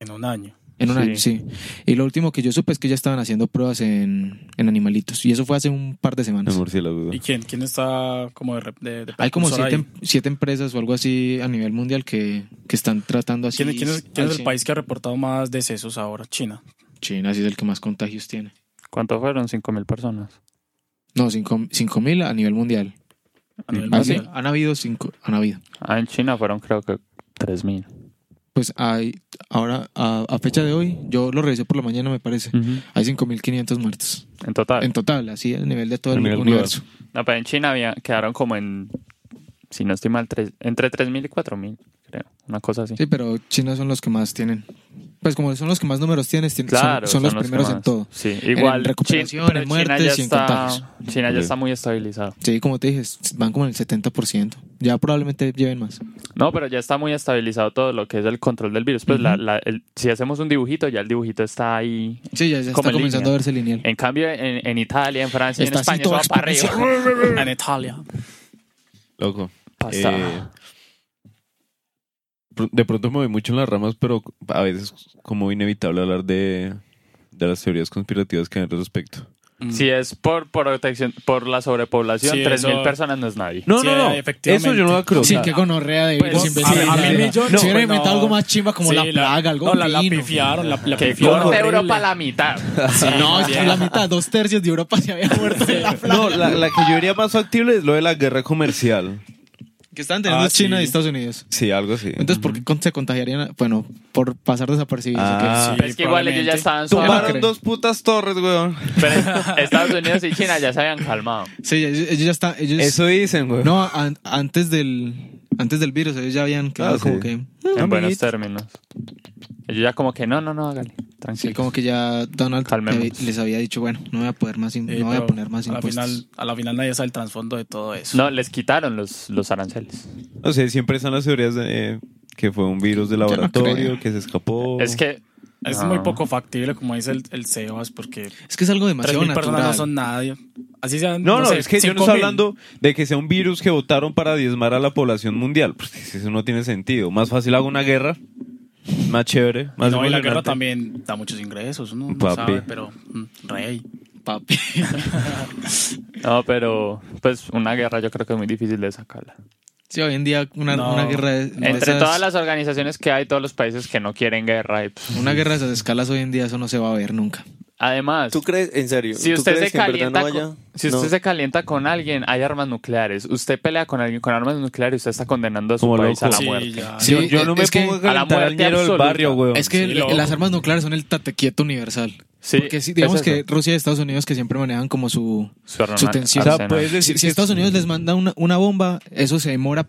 [SPEAKER 5] En un año.
[SPEAKER 3] En un
[SPEAKER 2] Sí.
[SPEAKER 3] año, sí. Y lo último que yo supe es que ya estaban haciendo pruebas en, en animalitos. Y eso fue hace un par de
[SPEAKER 1] El
[SPEAKER 3] semanas.
[SPEAKER 1] murciélago.
[SPEAKER 5] ¿Y quién, quién está como de... rep- de- de
[SPEAKER 3] Hay como
[SPEAKER 5] precursor
[SPEAKER 3] siete,
[SPEAKER 5] ahí?
[SPEAKER 3] siete empresas o algo así a nivel mundial que, que están tratando así.
[SPEAKER 5] ¿Quién, quién es, quién es
[SPEAKER 3] al
[SPEAKER 5] el
[SPEAKER 3] cien.
[SPEAKER 5] país que ha reportado más decesos ahora? China.
[SPEAKER 3] China, sí es el que más contagios tiene.
[SPEAKER 2] ¿Cuántos fueron? Cinco mil personas.
[SPEAKER 3] No, cinco, cinco mil a nivel mundial.
[SPEAKER 5] A nivel
[SPEAKER 3] Ah, sí,
[SPEAKER 5] mundial.
[SPEAKER 3] Han habido cinco, han habido.
[SPEAKER 2] Ah, en China fueron creo que tres mil.
[SPEAKER 3] Pues hay, ahora, a, a fecha de hoy, yo lo revisé por la mañana, me parece.
[SPEAKER 1] Mm.
[SPEAKER 3] Hay 5.500 muertos.
[SPEAKER 2] En total.
[SPEAKER 3] En total, así al nivel de todo
[SPEAKER 1] A
[SPEAKER 3] el
[SPEAKER 1] nivel
[SPEAKER 3] universo.
[SPEAKER 2] No, pero en China había, quedaron como en, si no estoy mal, tres, entre 3.000 y 4.000, creo. Una cosa así.
[SPEAKER 3] Sí, pero China son los que más tienen. Pues como son los que más números tienen, tien- son-
[SPEAKER 2] claro,
[SPEAKER 3] son, los primeros en
[SPEAKER 2] más.
[SPEAKER 3] todo.
[SPEAKER 2] Sí, igual.
[SPEAKER 3] recuperación,
[SPEAKER 2] Chin- pero
[SPEAKER 3] en muertes y en
[SPEAKER 2] está,
[SPEAKER 3] contagios.
[SPEAKER 2] China ya
[SPEAKER 1] Ok.
[SPEAKER 2] está muy estabilizado.
[SPEAKER 3] Sí, como te dije, s- van como en el 70%. Ya probablemente lleven más.
[SPEAKER 2] No, pero ya está muy estabilizado todo lo que es el control del virus. Pues la-
[SPEAKER 3] Ujú.
[SPEAKER 2] la- el- si hacemos un dibujito, ya el dibujito está ahí.
[SPEAKER 3] Sí, ya, ya
[SPEAKER 2] Como
[SPEAKER 3] está
[SPEAKER 2] en línea. Eh,
[SPEAKER 3] comenzando a verse lineal.
[SPEAKER 2] En cambio, en, en Italia, en Francia, y en
[SPEAKER 3] Está así
[SPEAKER 2] España, eso
[SPEAKER 3] todo
[SPEAKER 2] va para arriba.
[SPEAKER 3] exponencial.
[SPEAKER 5] En Italia.
[SPEAKER 1] Loco.
[SPEAKER 2] Pasa.
[SPEAKER 1] Eh, pr- de pronto me voy mucho en las ramas, pero a veces como inevitable hablar de, de las teorías conspirativas que hay al respecto.
[SPEAKER 5] Mm.
[SPEAKER 2] Si es por protección, por la sobrepoblación,
[SPEAKER 5] Sí,
[SPEAKER 2] 3.000
[SPEAKER 5] eso-
[SPEAKER 2] personas no es nadie.
[SPEAKER 1] No,
[SPEAKER 5] Sí,
[SPEAKER 1] no, no.
[SPEAKER 5] efectivamente.
[SPEAKER 1] Eso yo no lo creo.
[SPEAKER 3] Sí,
[SPEAKER 1] O sea,
[SPEAKER 3] qué gonorrea de
[SPEAKER 2] Pues,
[SPEAKER 3] virus
[SPEAKER 2] sí,
[SPEAKER 3] imbécil.
[SPEAKER 2] a mí
[SPEAKER 3] Ya,
[SPEAKER 2] me-
[SPEAKER 3] ya.
[SPEAKER 5] yo-
[SPEAKER 3] Si
[SPEAKER 5] no,
[SPEAKER 3] hubieran
[SPEAKER 5] no.
[SPEAKER 3] inventado algo más chimba como
[SPEAKER 5] Sí,
[SPEAKER 3] la plaga, algo
[SPEAKER 5] No, la, la
[SPEAKER 3] fino.
[SPEAKER 5] pifiaron, la, la
[SPEAKER 2] Que
[SPEAKER 5] pifiaron
[SPEAKER 2] corte
[SPEAKER 5] horrible.
[SPEAKER 2] Europa a la mitad.
[SPEAKER 5] Sí,
[SPEAKER 3] No, es que
[SPEAKER 5] bien.
[SPEAKER 3] la mitad, dos tercios de Europa se había muerto de la plaga.
[SPEAKER 1] no, la, la que yo diría más factible es lo de la guerra comercial.
[SPEAKER 3] Que estaban teniendo
[SPEAKER 5] Ah,
[SPEAKER 3] China
[SPEAKER 5] sí.
[SPEAKER 3] y Estados Unidos.
[SPEAKER 1] Sí, algo así.
[SPEAKER 3] Entonces, ¿por qué con- se contagiarían? a- Bueno, por pasar desapercibidos. ¿o qué?
[SPEAKER 1] Ah.
[SPEAKER 5] Sí,
[SPEAKER 2] Pero es Pues que igual ellos ya
[SPEAKER 5] probablemente.
[SPEAKER 2] estaban suaves.
[SPEAKER 1] Tumbaron
[SPEAKER 3] Macre.
[SPEAKER 1] dos putas torres, weón.
[SPEAKER 2] Pero Estados Unidos y China ya se habían calmado.
[SPEAKER 3] Sí, ellos, ellos ya están... Ellos,
[SPEAKER 1] Eso dicen, weón.
[SPEAKER 3] No, an- antes del antes del virus ellos ya habían quedado
[SPEAKER 1] Ah, sí.
[SPEAKER 3] como que
[SPEAKER 2] En buenos términos. Ellos ya como que no, no, no, hágale.
[SPEAKER 3] sí,
[SPEAKER 2] Tranquilo.
[SPEAKER 3] como que ya Donald
[SPEAKER 2] Calmemos.
[SPEAKER 3] le- les había dicho, bueno, no voy a poder más, in-
[SPEAKER 5] Sí,
[SPEAKER 3] no voy a
[SPEAKER 5] Eh, pero
[SPEAKER 3] poner más
[SPEAKER 5] a la,
[SPEAKER 3] impuestos.
[SPEAKER 5] final, a la final nadie sabe el trasfondo de todo eso.
[SPEAKER 2] No, les quitaron los, los aranceles.
[SPEAKER 1] No sé, siempre están las teorías de eh, que fue un virus de
[SPEAKER 3] no
[SPEAKER 1] laboratorio,
[SPEAKER 3] creo.
[SPEAKER 1] que se escapó.
[SPEAKER 3] Oh.
[SPEAKER 2] Es que.
[SPEAKER 5] Es
[SPEAKER 2] no.
[SPEAKER 5] muy poco factible, como dice el, el Sebas, porque
[SPEAKER 3] Es que es algo demasiado
[SPEAKER 5] 3.000 personas no
[SPEAKER 3] natural.
[SPEAKER 5] son nadie. Así sean.
[SPEAKER 1] No, no,
[SPEAKER 5] sé,
[SPEAKER 1] es que yo no
[SPEAKER 5] 5.000.
[SPEAKER 1] estoy hablando de que sea un virus que votaron para diezmar a la población mundial. Pues eso no tiene sentido. Más fácil hago una guerra, más chévere, más
[SPEAKER 5] No, y la
[SPEAKER 1] emocionante.
[SPEAKER 5] guerra también da muchos ingresos, uno no
[SPEAKER 1] Papi.
[SPEAKER 5] sabe, pero mm, rey.
[SPEAKER 3] Papi.
[SPEAKER 2] No, pero. Pues una guerra yo creo que es muy difícil de sacarla.
[SPEAKER 3] Sí, hoy en día una,
[SPEAKER 5] No.
[SPEAKER 3] una guerra de, de
[SPEAKER 2] Entre
[SPEAKER 3] esas-
[SPEAKER 2] todas las organizaciones que hay, todos los países que no quieren guerra. y, pues, pff.
[SPEAKER 3] una guerra de esas escalas hoy en día eso no se va a ver nunca.
[SPEAKER 2] Además.
[SPEAKER 4] ¿Tú crees, en serio?
[SPEAKER 2] Si
[SPEAKER 4] ¿tú
[SPEAKER 2] usted,
[SPEAKER 4] crees
[SPEAKER 2] se
[SPEAKER 4] que en verdad
[SPEAKER 2] calienta,
[SPEAKER 4] no
[SPEAKER 2] con,
[SPEAKER 4] haya?
[SPEAKER 2] si
[SPEAKER 4] No.
[SPEAKER 2] usted se calienta con alguien, hay armas nucleares. Usted pelea con alguien con armas nucleares, usted está condenando a su
[SPEAKER 1] Como
[SPEAKER 2] país a la
[SPEAKER 1] loco.
[SPEAKER 5] Sí,
[SPEAKER 2] muerte.
[SPEAKER 5] ya.
[SPEAKER 3] Sí, eh,
[SPEAKER 1] yo, yo no me
[SPEAKER 3] es que
[SPEAKER 1] pongo
[SPEAKER 3] a
[SPEAKER 1] a
[SPEAKER 2] la
[SPEAKER 1] calentar al
[SPEAKER 2] muerte
[SPEAKER 1] ñero del
[SPEAKER 2] absoluta.
[SPEAKER 1] barrio, weón.
[SPEAKER 3] Es que
[SPEAKER 5] Sí,
[SPEAKER 3] la-
[SPEAKER 5] loco.
[SPEAKER 3] las armas nucleares son el tatequieto universal.
[SPEAKER 2] Sí,
[SPEAKER 3] Porque si,
[SPEAKER 2] es
[SPEAKER 3] digamos que
[SPEAKER 2] eso.
[SPEAKER 3] Rusia y Estados Unidos que siempre manejan como su
[SPEAKER 2] Su arma-
[SPEAKER 3] su tensión.
[SPEAKER 1] o sea,
[SPEAKER 2] arsenal.
[SPEAKER 1] puedes decir
[SPEAKER 3] si, si
[SPEAKER 1] que
[SPEAKER 3] Estados
[SPEAKER 1] es-
[SPEAKER 3] Unidos les manda una, una bomba, eso se demora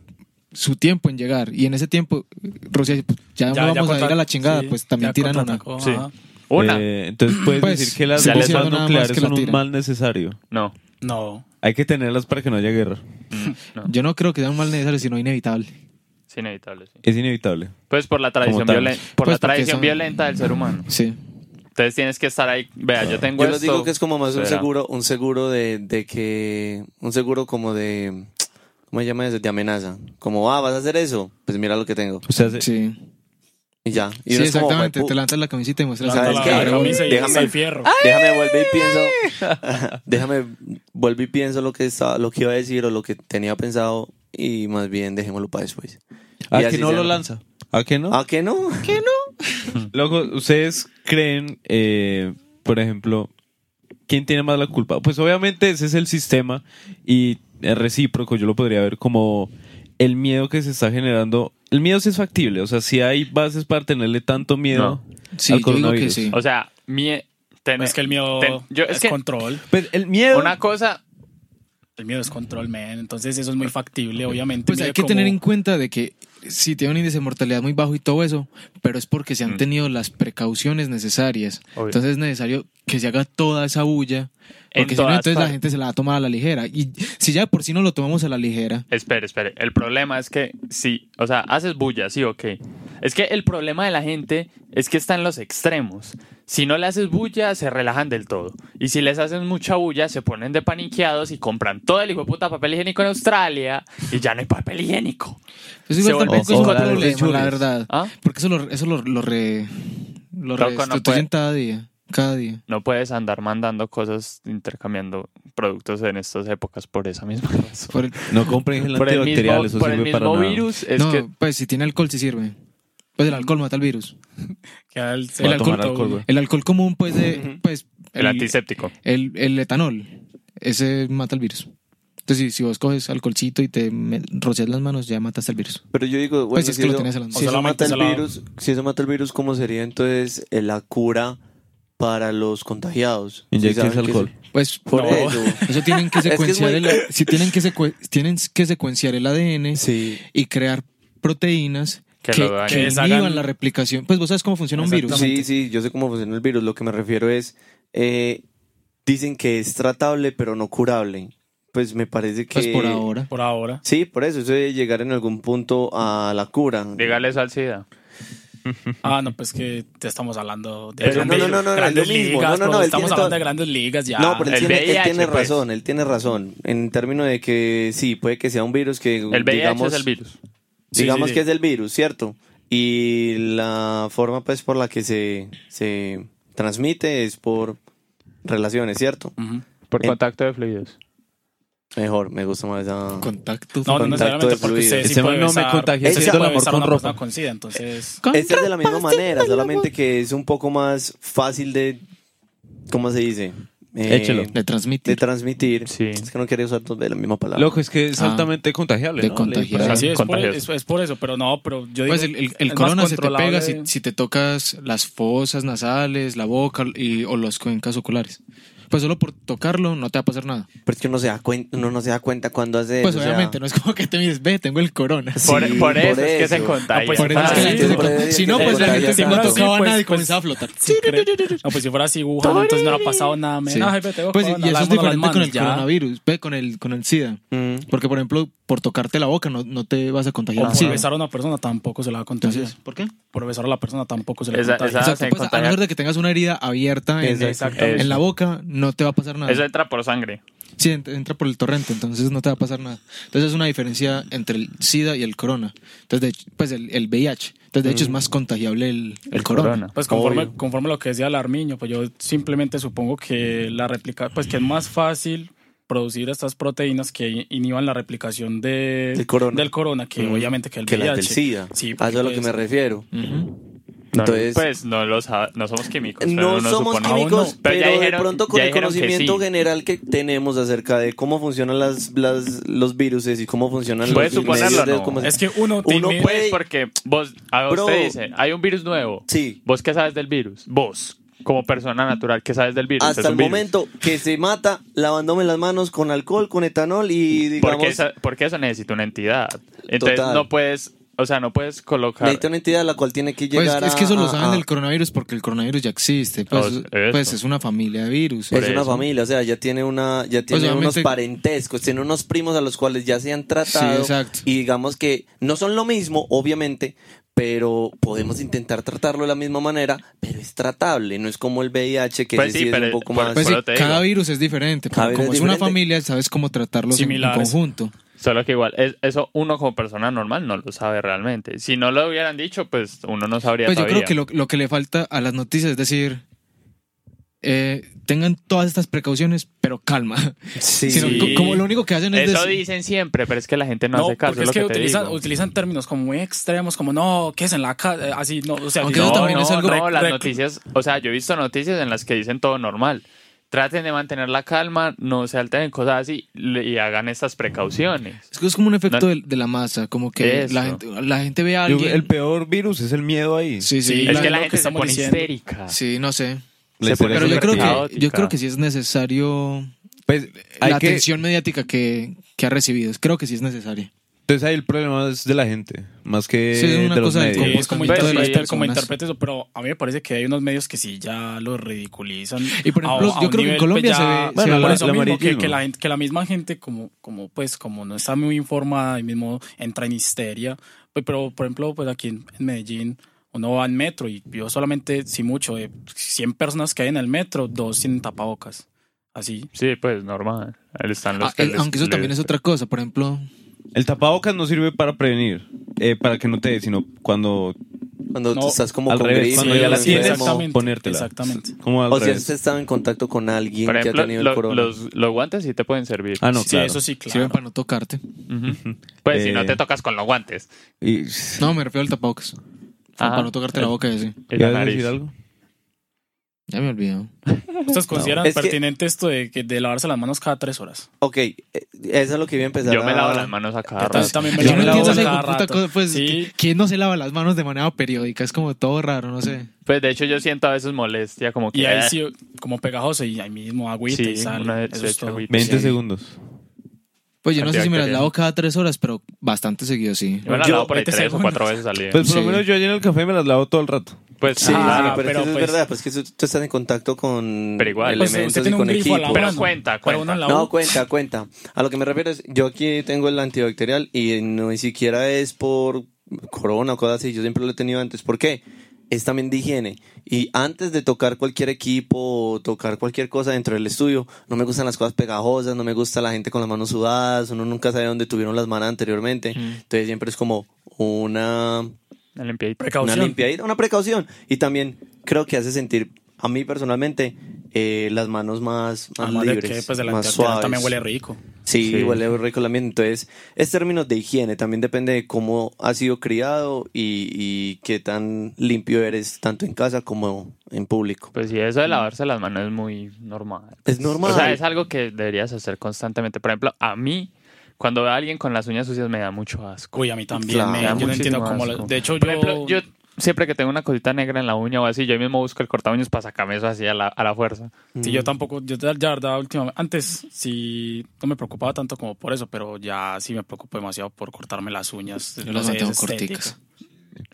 [SPEAKER 3] su tiempo en llegar. Y en ese tiempo, Rusia dice, pues, ya, no vamos a
[SPEAKER 5] contra-
[SPEAKER 3] ir a la chingada,
[SPEAKER 5] sí,
[SPEAKER 3] pues también
[SPEAKER 5] ya
[SPEAKER 3] tiran una.
[SPEAKER 5] contraatacó,
[SPEAKER 2] Sí.
[SPEAKER 5] ajá.
[SPEAKER 2] Una.
[SPEAKER 1] Eh, entonces puedes
[SPEAKER 3] Pues,
[SPEAKER 1] decir que las
[SPEAKER 2] ya
[SPEAKER 1] bombas
[SPEAKER 2] les
[SPEAKER 3] digo nada más
[SPEAKER 1] nucleares
[SPEAKER 3] que la
[SPEAKER 1] son un
[SPEAKER 3] tiran.
[SPEAKER 1] mal necesario.
[SPEAKER 2] No.
[SPEAKER 5] No.
[SPEAKER 1] Hay que tenerlas para que no haya guerra.
[SPEAKER 3] Yo no creo que sea un mal necesario, sino inevitable.
[SPEAKER 2] Es inevitable, sí.
[SPEAKER 1] Es inevitable.
[SPEAKER 2] Pues por la tradición,
[SPEAKER 1] Como tal.
[SPEAKER 2] violen- por
[SPEAKER 3] Pues
[SPEAKER 2] la
[SPEAKER 3] porque
[SPEAKER 2] tradición
[SPEAKER 3] son-
[SPEAKER 2] violenta del ser humano.
[SPEAKER 3] Sí.
[SPEAKER 2] Entonces tienes que estar ahí. Vea, yo tengo
[SPEAKER 4] Yo les
[SPEAKER 2] esto,
[SPEAKER 4] digo que es como más un
[SPEAKER 2] será.
[SPEAKER 4] seguro, un seguro de, de que, un seguro como de, ¿cómo se llama eso? De amenaza. Como, ah, vas a hacer eso, pues mira lo que tengo.
[SPEAKER 1] O sea, se-
[SPEAKER 3] Sí,
[SPEAKER 4] Y ya. Y
[SPEAKER 3] sí
[SPEAKER 4] uno es como, pues,
[SPEAKER 3] exactamente.
[SPEAKER 4] "Juepu-
[SPEAKER 3] Te lanzas la camisita y muestras
[SPEAKER 4] ¿Sabes
[SPEAKER 5] Levanta
[SPEAKER 4] qué?
[SPEAKER 5] la camisa y
[SPEAKER 4] Déjame-
[SPEAKER 5] está el fierro.
[SPEAKER 3] Ah,
[SPEAKER 4] Déjame vuelve y pienso. déjame vuelve y pienso lo que estaba, lo que iba a decir o lo que tenía pensado y más bien dejémoslo para después.
[SPEAKER 1] ¿a
[SPEAKER 3] Ah,
[SPEAKER 4] Y
[SPEAKER 1] que
[SPEAKER 4] así
[SPEAKER 1] no
[SPEAKER 4] se
[SPEAKER 1] lo
[SPEAKER 4] arma.
[SPEAKER 1] lanza? ¿A que no?
[SPEAKER 4] ¿A qué no?
[SPEAKER 1] Loco, ¿ustedes creen, eh, por ejemplo, ¿quién tiene más la culpa? Pues obviamente ese es el sistema y es recíproco, yo lo podría ver como el miedo que se está generando. El miedo sí es factible, o sea, si hay bases para tenerle tanto miedo.
[SPEAKER 3] Sí,
[SPEAKER 1] Al
[SPEAKER 3] yo digo que
[SPEAKER 1] coronavirus.
[SPEAKER 3] sí.
[SPEAKER 2] O sea, mie- ten-
[SPEAKER 5] Es que el miedo
[SPEAKER 2] ten- yo- es
[SPEAKER 5] es,
[SPEAKER 2] que
[SPEAKER 5] control.
[SPEAKER 1] Pues el miedo...
[SPEAKER 2] una cosa,
[SPEAKER 5] El miedo es control, man. Entonces eso es muy factible, obviamente.
[SPEAKER 3] Pues
[SPEAKER 5] Mire
[SPEAKER 3] hay que
[SPEAKER 5] cómo-
[SPEAKER 3] tener en cuenta de que sí tiene un índice de mortalidad muy bajo y todo eso, pero es porque se han tenido las precauciones necesarias.
[SPEAKER 2] Obvio.
[SPEAKER 3] Entonces es necesario que se haga toda esa bulla,
[SPEAKER 2] En
[SPEAKER 3] porque si no,
[SPEAKER 2] todas
[SPEAKER 3] entonces la
[SPEAKER 2] partes.
[SPEAKER 3] gente se la va a tomar a la ligera. Y si ya de por sí no lo tomamos a la ligera,
[SPEAKER 2] espere, espere. El problema es que sí, o sea, haces bulla, sí, ok. Es que el problema de la gente es que está en los extremos. Si no le haces bulla, se relajan del todo. Y si les haces mucha bulla, se ponen de paniqueados y compran todo el hijo de puta papel higiénico en Australia y ya no hay papel higiénico.
[SPEAKER 3] pues
[SPEAKER 2] Se
[SPEAKER 3] igual
[SPEAKER 2] vuelven
[SPEAKER 3] tampoco es un
[SPEAKER 2] contra los
[SPEAKER 3] problema, la
[SPEAKER 1] lechugas.
[SPEAKER 3] verdad.
[SPEAKER 2] ¿Ah?
[SPEAKER 3] Porque eso lo, eso lo, lo re. Lo
[SPEAKER 2] Pero cuando
[SPEAKER 3] restituyen
[SPEAKER 2] puede-
[SPEAKER 3] cada día. Cada día.
[SPEAKER 2] No puedes andar mandando cosas, intercambiando productos en estas épocas por esa misma razón.
[SPEAKER 3] Por el-
[SPEAKER 1] No compren gel
[SPEAKER 2] Por el
[SPEAKER 1] antibacterial,
[SPEAKER 2] mismo,
[SPEAKER 1] eso
[SPEAKER 2] por el
[SPEAKER 1] sirve para
[SPEAKER 2] mismo
[SPEAKER 1] nada.
[SPEAKER 2] virus, es
[SPEAKER 3] no,
[SPEAKER 2] que
[SPEAKER 3] pues si tiene alcohol, sí sirve. Pues el alcohol mata el virus.
[SPEAKER 5] que al-
[SPEAKER 1] Voy a
[SPEAKER 3] el
[SPEAKER 1] tomar
[SPEAKER 5] alcohol-
[SPEAKER 1] alcohol, güey.
[SPEAKER 3] El alcohol común, pues, de, pues
[SPEAKER 2] el, antiséptico.
[SPEAKER 3] el, el etanol, ese mata el virus. Entonces, si, si vos coges alcoholcito y te me- rocias las manos, ya mataste el virus.
[SPEAKER 4] Pero yo digo, bueno,
[SPEAKER 3] Pues es
[SPEAKER 4] si,
[SPEAKER 3] que lo
[SPEAKER 4] eso,
[SPEAKER 3] tenés a la mano.
[SPEAKER 4] si
[SPEAKER 5] O
[SPEAKER 4] eso mata
[SPEAKER 5] solamente
[SPEAKER 4] el
[SPEAKER 5] se la-
[SPEAKER 4] virus, si eso mata el virus, ¿cómo sería entonces eh, la cura para los contagiados? Si
[SPEAKER 1] Inyectarse
[SPEAKER 4] saben que
[SPEAKER 1] alcohol.
[SPEAKER 3] Pues,
[SPEAKER 4] se- Por
[SPEAKER 5] No.
[SPEAKER 4] eso.
[SPEAKER 3] eso tienen que
[SPEAKER 4] Es que es
[SPEAKER 3] secuenciar
[SPEAKER 4] muy-
[SPEAKER 3] el, si tienen que secue- tienen que secuenciar el ADN
[SPEAKER 4] Sí.
[SPEAKER 3] y crear proteínas
[SPEAKER 2] Que
[SPEAKER 3] que,
[SPEAKER 2] lo hagan.
[SPEAKER 3] que
[SPEAKER 5] Que les hagan-
[SPEAKER 3] inhiban la replicación. Pues vos sabes cómo funciona un virus.
[SPEAKER 4] Sí, sí, yo sé cómo funciona el virus. Lo que me refiero es, eh, dicen que es tratable, pero no curable. Pues me parece que...
[SPEAKER 3] Pues por ahora.
[SPEAKER 5] Por ahora.
[SPEAKER 4] Sí, por eso, eso de llegar en algún punto a la cura.
[SPEAKER 2] Dígale eso al SIDA.
[SPEAKER 5] Ah, no, pues que te estamos hablando de
[SPEAKER 2] Pero no,
[SPEAKER 5] grandes,
[SPEAKER 2] no,
[SPEAKER 4] no, no, no,
[SPEAKER 5] grandes
[SPEAKER 4] lo mismo.
[SPEAKER 5] ligas.
[SPEAKER 4] No, no, no,
[SPEAKER 5] profe,
[SPEAKER 4] él
[SPEAKER 5] estamos
[SPEAKER 4] tiene
[SPEAKER 5] hablando
[SPEAKER 4] todo.
[SPEAKER 5] de grandes ligas ya.
[SPEAKER 4] No, pero él
[SPEAKER 2] el
[SPEAKER 4] tiene, él
[SPEAKER 2] VIH,
[SPEAKER 4] tiene
[SPEAKER 2] pues.
[SPEAKER 4] razón, él tiene razón. En términos de que sí, puede que sea un virus que
[SPEAKER 2] El VIH
[SPEAKER 4] digamos,
[SPEAKER 2] es el virus.
[SPEAKER 5] Sí,
[SPEAKER 4] digamos
[SPEAKER 5] sí, sí.
[SPEAKER 4] que es del virus, ¿cierto? Y la forma pues por la que se, se transmite es por relaciones, ¿cierto?
[SPEAKER 5] Ujú.
[SPEAKER 2] Por
[SPEAKER 4] Eh.
[SPEAKER 2] contacto de fluidos.
[SPEAKER 4] Mejor, me gusta más esa...
[SPEAKER 3] Contacto.
[SPEAKER 5] No,
[SPEAKER 4] Contacto
[SPEAKER 5] no necesariamente
[SPEAKER 4] de
[SPEAKER 5] porque usted
[SPEAKER 4] fluidos.
[SPEAKER 5] sí
[SPEAKER 1] Ese man
[SPEAKER 5] puede
[SPEAKER 1] no me
[SPEAKER 5] besar-
[SPEAKER 1] contagia,
[SPEAKER 5] usted sí
[SPEAKER 4] haciendo el
[SPEAKER 5] puede
[SPEAKER 1] amor
[SPEAKER 5] besar
[SPEAKER 1] con
[SPEAKER 5] a una
[SPEAKER 1] ropa.
[SPEAKER 5] persona con SIDA, entonces...
[SPEAKER 4] Este es de la misma manera, solamente que es un poco más fácil de... ¿Cómo se dice? Eh,
[SPEAKER 1] Échelo.
[SPEAKER 3] de transmitir.
[SPEAKER 4] De transmitir.
[SPEAKER 2] Sí.
[SPEAKER 4] Es que no quería usar dos de la misma palabra.
[SPEAKER 1] Loco, es que es
[SPEAKER 3] Ah.
[SPEAKER 1] altamente contagiable.
[SPEAKER 3] De
[SPEAKER 1] ¿no?
[SPEAKER 3] contagiable.
[SPEAKER 2] Claro,
[SPEAKER 5] Así es por,
[SPEAKER 2] contagioso.
[SPEAKER 5] es, es por eso, pero no, pero yo digo...
[SPEAKER 3] Pues el, el- el
[SPEAKER 5] es más
[SPEAKER 3] corona se te
[SPEAKER 5] controlable.
[SPEAKER 3] pega si, si te tocas las fosas nasales, la boca y, o las cuencas oculares. Pues solo por tocarlo no te va a pasar nada.
[SPEAKER 4] Pero es que uno, se da cuenta, uno no se da cuenta cuando hace
[SPEAKER 3] Pues
[SPEAKER 4] eso, o sea,
[SPEAKER 3] obviamente, no es como que te mires, ve, tengo el corona.
[SPEAKER 4] Sí,
[SPEAKER 2] por, por
[SPEAKER 4] por
[SPEAKER 2] eso, es que
[SPEAKER 4] eso.
[SPEAKER 2] se contagia.
[SPEAKER 5] No, pues,
[SPEAKER 3] Por eso es que
[SPEAKER 5] ah,
[SPEAKER 3] la
[SPEAKER 5] sí,
[SPEAKER 3] gente se
[SPEAKER 5] por
[SPEAKER 3] con-
[SPEAKER 4] eso
[SPEAKER 3] Si no,
[SPEAKER 4] es
[SPEAKER 3] pues
[SPEAKER 4] que
[SPEAKER 3] la
[SPEAKER 4] por
[SPEAKER 3] gente
[SPEAKER 4] ahí
[SPEAKER 3] se
[SPEAKER 4] está.
[SPEAKER 3] no
[SPEAKER 5] Sí,
[SPEAKER 3] tocaba
[SPEAKER 5] pues,
[SPEAKER 3] nada y
[SPEAKER 5] pues,
[SPEAKER 3] comenzaba a flotar.
[SPEAKER 5] Sí, creo. No, pues si fuera así, Wuhan, entonces no hubiera pasado nada. men.
[SPEAKER 3] Sí.
[SPEAKER 5] No, jefe, tengo
[SPEAKER 3] Pues, y
[SPEAKER 5] corona,
[SPEAKER 3] eso es
[SPEAKER 5] lavémonos las
[SPEAKER 3] diferente con el
[SPEAKER 5] manos, ya.
[SPEAKER 3] coronavirus, ve, con el, con el SIDA.
[SPEAKER 4] Mm.
[SPEAKER 3] Porque, por ejemplo, por tocarte la boca no, no te vas a
[SPEAKER 5] O
[SPEAKER 3] contagiar.
[SPEAKER 5] por
[SPEAKER 3] del SIDA.
[SPEAKER 5] besar a una persona tampoco se la va a contagiar.
[SPEAKER 3] Entonces, ¿por qué?
[SPEAKER 5] Por besar a la persona tampoco se la
[SPEAKER 2] Esa-
[SPEAKER 5] contagia.
[SPEAKER 2] Ah,
[SPEAKER 3] Exacto,
[SPEAKER 2] se
[SPEAKER 3] pues, a
[SPEAKER 2] contagia.
[SPEAKER 3] no ser de que tengas una herida abierta en,
[SPEAKER 5] Exacto.
[SPEAKER 2] Eso.
[SPEAKER 3] en la boca, no te va a pasar nada.
[SPEAKER 2] Eso entra por sangre.
[SPEAKER 3] Sí, ent- entra por el torrente, entonces no te va a pasar nada. Entonces es una diferencia entre el SIDA y el corona. Entonces, de hecho, pues el, el VIH. Entonces, de hecho,
[SPEAKER 2] Mm.
[SPEAKER 3] es más contagiable el, el corona.
[SPEAKER 5] Pues conforme, conforme a lo que decía Larmiño, pues yo simplemente supongo que la replica, pues que es más fácil producir estas proteínas que inhiban la replicación de,
[SPEAKER 4] Del corona.
[SPEAKER 5] del corona, que
[SPEAKER 4] Mm.
[SPEAKER 5] obviamente que el
[SPEAKER 4] que las
[SPEAKER 5] VIH.
[SPEAKER 4] del SIDA.
[SPEAKER 5] Sí,
[SPEAKER 4] a eso es a lo que
[SPEAKER 5] pues,
[SPEAKER 4] me refiero.
[SPEAKER 3] Ujú.
[SPEAKER 2] No,
[SPEAKER 4] Entonces-
[SPEAKER 2] pues no, lo sab- no somos químicos. pero
[SPEAKER 4] No
[SPEAKER 2] uno
[SPEAKER 4] somos
[SPEAKER 2] supone-
[SPEAKER 4] químicos,
[SPEAKER 2] Aún no.
[SPEAKER 4] pero,
[SPEAKER 2] ya dijeron-
[SPEAKER 4] de pronto con
[SPEAKER 2] ya
[SPEAKER 4] el
[SPEAKER 2] dijeron que
[SPEAKER 4] conocimiento
[SPEAKER 2] sí.
[SPEAKER 4] general que tenemos acerca de cómo funcionan las, las- los virus y cómo funcionan
[SPEAKER 2] ¿Puedes
[SPEAKER 4] los
[SPEAKER 2] suponerlo
[SPEAKER 4] medios
[SPEAKER 2] o
[SPEAKER 4] de
[SPEAKER 2] no?
[SPEAKER 4] comunicación.
[SPEAKER 5] Es que uno,
[SPEAKER 4] Uno
[SPEAKER 5] tiene-
[SPEAKER 4] puede-
[SPEAKER 2] Pues porque vos, a
[SPEAKER 4] Bro.
[SPEAKER 2] usted dice, hay un virus nuevo.
[SPEAKER 4] Sí.
[SPEAKER 2] ¿Vos qué sabes del virus? Vos, como persona natural, ¿qué sabes del virus? Es
[SPEAKER 4] Hasta el
[SPEAKER 2] un virus.
[SPEAKER 4] momento que se mata lavándome las manos con alcohol, con etanol y digamos...
[SPEAKER 2] Porque, esa- porque eso necesita una entidad. Entonces
[SPEAKER 4] Total.
[SPEAKER 2] no puedes, o sea, no puedes colocar.
[SPEAKER 4] Necesita una entidad a la cual tiene que
[SPEAKER 3] Pues
[SPEAKER 4] llegar
[SPEAKER 3] es que eso
[SPEAKER 4] a-
[SPEAKER 3] lo
[SPEAKER 4] a-
[SPEAKER 3] saben
[SPEAKER 4] a-
[SPEAKER 3] del coronavirus porque el coronavirus ya existe. Pues,
[SPEAKER 2] Oh, eso.
[SPEAKER 3] pues es una familia de virus.
[SPEAKER 4] Es
[SPEAKER 2] Por
[SPEAKER 4] pues, una
[SPEAKER 2] eso.
[SPEAKER 4] familia, o sea, ya tiene una, ya tiene
[SPEAKER 3] Pues, obviamente-
[SPEAKER 4] unos parentescos, tiene unos primos a los cuales ya se han
[SPEAKER 3] Sí,
[SPEAKER 4] tratado.
[SPEAKER 3] exacto.
[SPEAKER 4] Y digamos que no son lo mismo, obviamente, pero podemos intentar tratarlo de la misma manera, pero es tratable, no es como el VIH, que
[SPEAKER 2] Pues
[SPEAKER 4] ese
[SPEAKER 2] sí,
[SPEAKER 4] sí, es
[SPEAKER 2] pero-
[SPEAKER 4] un poco
[SPEAKER 2] por-
[SPEAKER 4] más.
[SPEAKER 3] Pues
[SPEAKER 2] por
[SPEAKER 3] sí,
[SPEAKER 2] eso te
[SPEAKER 3] cada
[SPEAKER 2] digo.
[SPEAKER 3] virus es diferente.
[SPEAKER 4] Cada
[SPEAKER 3] Pero
[SPEAKER 4] virus
[SPEAKER 3] como es
[SPEAKER 4] es
[SPEAKER 3] una
[SPEAKER 4] diferente.
[SPEAKER 3] familia, sabes cómo tratarlos en- en,
[SPEAKER 5] Similares.
[SPEAKER 3] conjunto.
[SPEAKER 2] Solo que igual, es- eso uno como persona normal no lo sabe realmente. Si no lo hubieran dicho, pues uno no sabría
[SPEAKER 3] Pues yo
[SPEAKER 2] todavía.
[SPEAKER 3] creo que lo, lo que le falta a las noticias es decir, eh, tengan todas estas precauciones, pero calma.
[SPEAKER 1] pues,
[SPEAKER 4] Sí,
[SPEAKER 3] Sino
[SPEAKER 2] sí.
[SPEAKER 3] co- como lo único que hacen es
[SPEAKER 2] Eso
[SPEAKER 3] decir-
[SPEAKER 2] dicen siempre, pero es que la gente no,
[SPEAKER 5] No,
[SPEAKER 2] hace caso.
[SPEAKER 5] porque
[SPEAKER 2] Es
[SPEAKER 5] es
[SPEAKER 2] lo
[SPEAKER 5] que,
[SPEAKER 2] que, te
[SPEAKER 5] utilizan,
[SPEAKER 2] digo.
[SPEAKER 5] utilizan términos como muy extremos, como no, que es en la casa, así, no, o sea,
[SPEAKER 3] Aunque eso
[SPEAKER 5] no,
[SPEAKER 3] también
[SPEAKER 5] no,
[SPEAKER 3] es algo-
[SPEAKER 2] No,
[SPEAKER 5] rec-
[SPEAKER 2] las
[SPEAKER 5] rec-
[SPEAKER 2] noticias, o sea, yo he visto noticias en las que dicen todo normal. Traten de mantener la calma, no se alteren cosas así le- y hagan estas precauciones.
[SPEAKER 3] Es que es como un efecto
[SPEAKER 2] No-
[SPEAKER 3] de, de la masa, como que
[SPEAKER 2] Eso.
[SPEAKER 3] la gente, la gente ve a
[SPEAKER 1] Yo-
[SPEAKER 3] alguien.
[SPEAKER 1] el peor virus es el miedo ahí.
[SPEAKER 3] sí, sí,
[SPEAKER 5] Sí,
[SPEAKER 2] es
[SPEAKER 5] la-
[SPEAKER 2] que la
[SPEAKER 5] lo que
[SPEAKER 2] gente se
[SPEAKER 5] estamos
[SPEAKER 2] pone
[SPEAKER 5] diciendo.
[SPEAKER 2] histérica.
[SPEAKER 3] sí, no sé.
[SPEAKER 1] La
[SPEAKER 2] Se
[SPEAKER 1] histeria
[SPEAKER 2] pone súper
[SPEAKER 3] Pero yo
[SPEAKER 1] colectiva.
[SPEAKER 3] creo, que,
[SPEAKER 2] caótica.
[SPEAKER 3] yo creo que sí es necesario
[SPEAKER 1] Pues, hay
[SPEAKER 3] la
[SPEAKER 1] que-
[SPEAKER 3] atención mediática que, que ha recibido. Creo que sí es necesaria.
[SPEAKER 1] Entonces ahí el problema es de la gente, más que
[SPEAKER 3] Sí, es una
[SPEAKER 1] de los
[SPEAKER 3] cosa de
[SPEAKER 1] medios.
[SPEAKER 5] Sí, es como,
[SPEAKER 2] Pues,
[SPEAKER 5] inter-
[SPEAKER 2] sí, hay
[SPEAKER 5] inter- como
[SPEAKER 3] personas.
[SPEAKER 5] interprete eso, pero a mí me parece que hay unos medios que sí ya lo ridiculizan.
[SPEAKER 3] Y, por ejemplo, yo creo
[SPEAKER 5] un
[SPEAKER 3] que en
[SPEAKER 5] nivel,
[SPEAKER 3] Colombia se ve- se
[SPEAKER 5] Bueno,
[SPEAKER 1] ve
[SPEAKER 5] por
[SPEAKER 1] la-
[SPEAKER 5] eso
[SPEAKER 1] el
[SPEAKER 5] mismo, que,
[SPEAKER 1] amarillismo.
[SPEAKER 5] que la, gente- que la misma gente, como, como, pues, como no está muy informada y mismo entra en histeria. Pues, pero, por ejemplo, pues aquí en, en Medellín uno va en metro y yo solamente, si mucho, de 100 personas que hay en el metro, dos sin tapabocas. Así.
[SPEAKER 2] Sí, pues normal. Ahí están los
[SPEAKER 3] Ah,
[SPEAKER 2] que
[SPEAKER 3] el-
[SPEAKER 2] les-
[SPEAKER 3] aunque eso
[SPEAKER 2] les-
[SPEAKER 3] también es otra cosa. Por ejemplo,
[SPEAKER 1] El tapabocas no sirve para prevenir, eh, para que no te dé, sino cuando
[SPEAKER 4] Cuando
[SPEAKER 5] No,
[SPEAKER 4] tú estás como
[SPEAKER 1] al
[SPEAKER 4] con
[SPEAKER 1] revés,
[SPEAKER 4] gripe,
[SPEAKER 1] cuando ya la
[SPEAKER 4] enfermo.
[SPEAKER 1] tienes, ponértela.
[SPEAKER 5] Exactamente.
[SPEAKER 1] como al
[SPEAKER 4] O si
[SPEAKER 1] revés.
[SPEAKER 4] has estado en contacto con alguien
[SPEAKER 2] Por
[SPEAKER 4] que ha
[SPEAKER 2] ejemplo,
[SPEAKER 4] tenido
[SPEAKER 2] lo-
[SPEAKER 4] el corona.
[SPEAKER 2] los, los guantes sí te pueden servir.
[SPEAKER 1] Ah, no,
[SPEAKER 5] sí,
[SPEAKER 1] claro.
[SPEAKER 5] eso sí, claro.
[SPEAKER 3] sirven para no tocarte.
[SPEAKER 2] Ujú. Pues si
[SPEAKER 1] Eh,
[SPEAKER 2] no te tocas con los guantes.
[SPEAKER 1] Y-
[SPEAKER 3] No, me refiero al tapabocas.
[SPEAKER 2] Ajá.
[SPEAKER 3] Para no tocarte la boca y así.
[SPEAKER 2] en
[SPEAKER 1] ¿Ibas
[SPEAKER 2] la
[SPEAKER 1] a
[SPEAKER 2] Ah, nariz.
[SPEAKER 1] decir algo?
[SPEAKER 3] Ya me olvidó.
[SPEAKER 5] ¿Ustedes consideran
[SPEAKER 4] Es que-
[SPEAKER 5] pertinente esto de, que- de lavarse las manos cada tres horas?
[SPEAKER 4] Ok, eh, eso es lo que iba a empezar
[SPEAKER 2] Yo me
[SPEAKER 4] a-
[SPEAKER 2] lavo las manos a cada
[SPEAKER 5] Yo también-
[SPEAKER 2] rato.
[SPEAKER 5] también me
[SPEAKER 3] Yo no
[SPEAKER 5] lavo
[SPEAKER 3] entiendo
[SPEAKER 5] las
[SPEAKER 3] esa
[SPEAKER 5] manos cada
[SPEAKER 3] hijueputa
[SPEAKER 5] rato.
[SPEAKER 3] cosa, pues,
[SPEAKER 5] Sí.
[SPEAKER 3] ¿quién no se lava las manos de manera periódica? Es como todo raro, no sé.
[SPEAKER 2] Pues de hecho yo siento a veces molestia, como que...
[SPEAKER 5] Y
[SPEAKER 2] "Ah".
[SPEAKER 5] ahí sí, como pegajoso, y ahí mismo agüita
[SPEAKER 2] Sí,
[SPEAKER 5] y sal.
[SPEAKER 2] una vez
[SPEAKER 5] eso
[SPEAKER 2] se
[SPEAKER 5] es
[SPEAKER 2] echa
[SPEAKER 5] todo.
[SPEAKER 2] agüita.
[SPEAKER 1] 20
[SPEAKER 2] Sí.
[SPEAKER 1] segundos.
[SPEAKER 3] Pues yo no sé si me las
[SPEAKER 2] Antibacteriano.
[SPEAKER 3] lavo cada tres horas, pero bastante seguido, sí.
[SPEAKER 2] Yo me la
[SPEAKER 5] Yo,
[SPEAKER 2] lavo por ahí
[SPEAKER 5] 20
[SPEAKER 2] tres o cuatro veces
[SPEAKER 5] segundos.
[SPEAKER 2] al día.
[SPEAKER 1] Pues por
[SPEAKER 3] Sí.
[SPEAKER 1] lo menos yo allí en el café me las lavo todo el rato.
[SPEAKER 2] Pues
[SPEAKER 4] Sí, sí,
[SPEAKER 5] Ah,
[SPEAKER 4] pero, es que
[SPEAKER 5] pero
[SPEAKER 4] eso
[SPEAKER 5] pues-
[SPEAKER 4] es verdad, pues que eso- tú estás en contacto con
[SPEAKER 2] Pero igual.
[SPEAKER 5] Pues,
[SPEAKER 4] elementos
[SPEAKER 5] usted tiene
[SPEAKER 4] y con
[SPEAKER 5] un grifo a la
[SPEAKER 4] equipos.
[SPEAKER 2] Pero
[SPEAKER 5] mano,
[SPEAKER 2] cuenta,
[SPEAKER 5] pero uno
[SPEAKER 2] cuenta.
[SPEAKER 5] en la
[SPEAKER 4] No,
[SPEAKER 5] U.
[SPEAKER 4] cuenta, cuenta. A lo que me refiero es, yo aquí tengo el antibacterial y no ni siquiera es por corona o cosas así, yo siempre lo he tenido antes. ¿Por qué? Es también de higiene. Y antes de tocar cualquier equipo o tocar cualquier cosa dentro del estudio, no me gustan las cosas pegajosas, no me gusta la gente con las manos sudadas, uno nunca sabe dónde tuvieron las manos anteriormente. Entonces siempre es como una
[SPEAKER 2] La limpiadita.
[SPEAKER 5] Precaución.
[SPEAKER 4] una limpiadita, una precaución. Y también creo que hace sentir, a mí personalmente, eh, las manos más, más
[SPEAKER 5] Además de
[SPEAKER 4] libres,
[SPEAKER 5] que pues, de la
[SPEAKER 4] más
[SPEAKER 5] antioxidante
[SPEAKER 4] suaves.
[SPEAKER 5] también huele rico.
[SPEAKER 4] Sí,
[SPEAKER 2] Sí.
[SPEAKER 4] huele rico el ambiente. Entonces, es términos de higiene. También depende de cómo has sido criado y, y qué tan limpio eres, tanto en casa como en público.
[SPEAKER 2] Pues sí, eso de lavarse las manos es muy normal.
[SPEAKER 4] Es normal.
[SPEAKER 2] O sea, es algo que deberías hacer constantemente. Por ejemplo, a mí, cuando veo a alguien con las uñas sucias me da mucho asco.
[SPEAKER 5] Uy, a mí también.
[SPEAKER 4] Claro.
[SPEAKER 5] me-
[SPEAKER 2] Me da
[SPEAKER 5] yo no
[SPEAKER 2] muchísimo
[SPEAKER 5] entiendo cómo.
[SPEAKER 2] asco.
[SPEAKER 5] lo- de hecho,
[SPEAKER 2] Por
[SPEAKER 5] yo,
[SPEAKER 2] ejemplo, yo siempre que tengo una cosita negra en la uña o así, yo mismo busco el corta uñas para sacarme eso así a la, a la fuerza.
[SPEAKER 5] sí, yo tampoco. Yo, ya, la verdad, últimamente. Antes sí no me preocupaba tanto como por eso, pero ya sí me preocupo demasiado por cortarme las uñas.
[SPEAKER 3] Yo
[SPEAKER 5] no
[SPEAKER 3] las
[SPEAKER 5] sé,
[SPEAKER 3] mantengo
[SPEAKER 5] es estética.
[SPEAKER 3] corticas.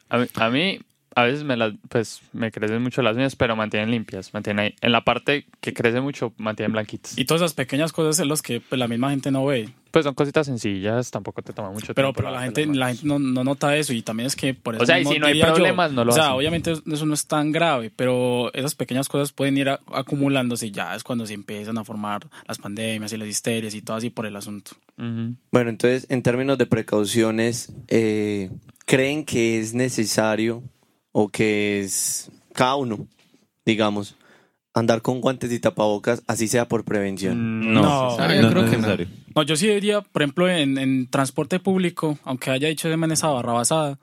[SPEAKER 2] A mí, a mí, a veces me las, pues, me crecen mucho las uñas, pero mantienen limpias. Mantienen ahí. En la parte que crece mucho, mantienen blanquitas.
[SPEAKER 5] Y todas esas pequeñas cosas es las que pues, la misma gente no ve.
[SPEAKER 2] Pues son cositas sencillas, tampoco te toma mucho
[SPEAKER 5] Pero,
[SPEAKER 2] tiempo.
[SPEAKER 5] pero la
[SPEAKER 2] lavarte
[SPEAKER 5] gente,
[SPEAKER 2] las
[SPEAKER 5] la
[SPEAKER 2] manos.
[SPEAKER 5] gente no, no nota eso y también es que por
[SPEAKER 2] O
[SPEAKER 5] eso
[SPEAKER 2] sea, y
[SPEAKER 5] mismo
[SPEAKER 2] si no hay
[SPEAKER 5] diría yo,
[SPEAKER 2] problemas, no lo
[SPEAKER 5] O sea,
[SPEAKER 2] hacen.
[SPEAKER 5] obviamente eso no es tan grave, pero esas pequeñas cosas pueden ir a- acumulándose y ya es cuando se empiezan a formar las pandemias y las histerias y todo así por el asunto.
[SPEAKER 2] Ujú.
[SPEAKER 4] Bueno, entonces, en términos de precauciones, eh, ¿creen que es necesario o que es cada uno, digamos, andar con guantes y tapabocas, así sea por prevención?
[SPEAKER 2] No.
[SPEAKER 5] No.
[SPEAKER 3] Ah, yo
[SPEAKER 1] no
[SPEAKER 3] creo
[SPEAKER 1] es
[SPEAKER 3] que no.
[SPEAKER 1] necesario.
[SPEAKER 5] No, yo sí diría, por ejemplo, en, en transporte público, aunque haya dicho de man esa barrabasada,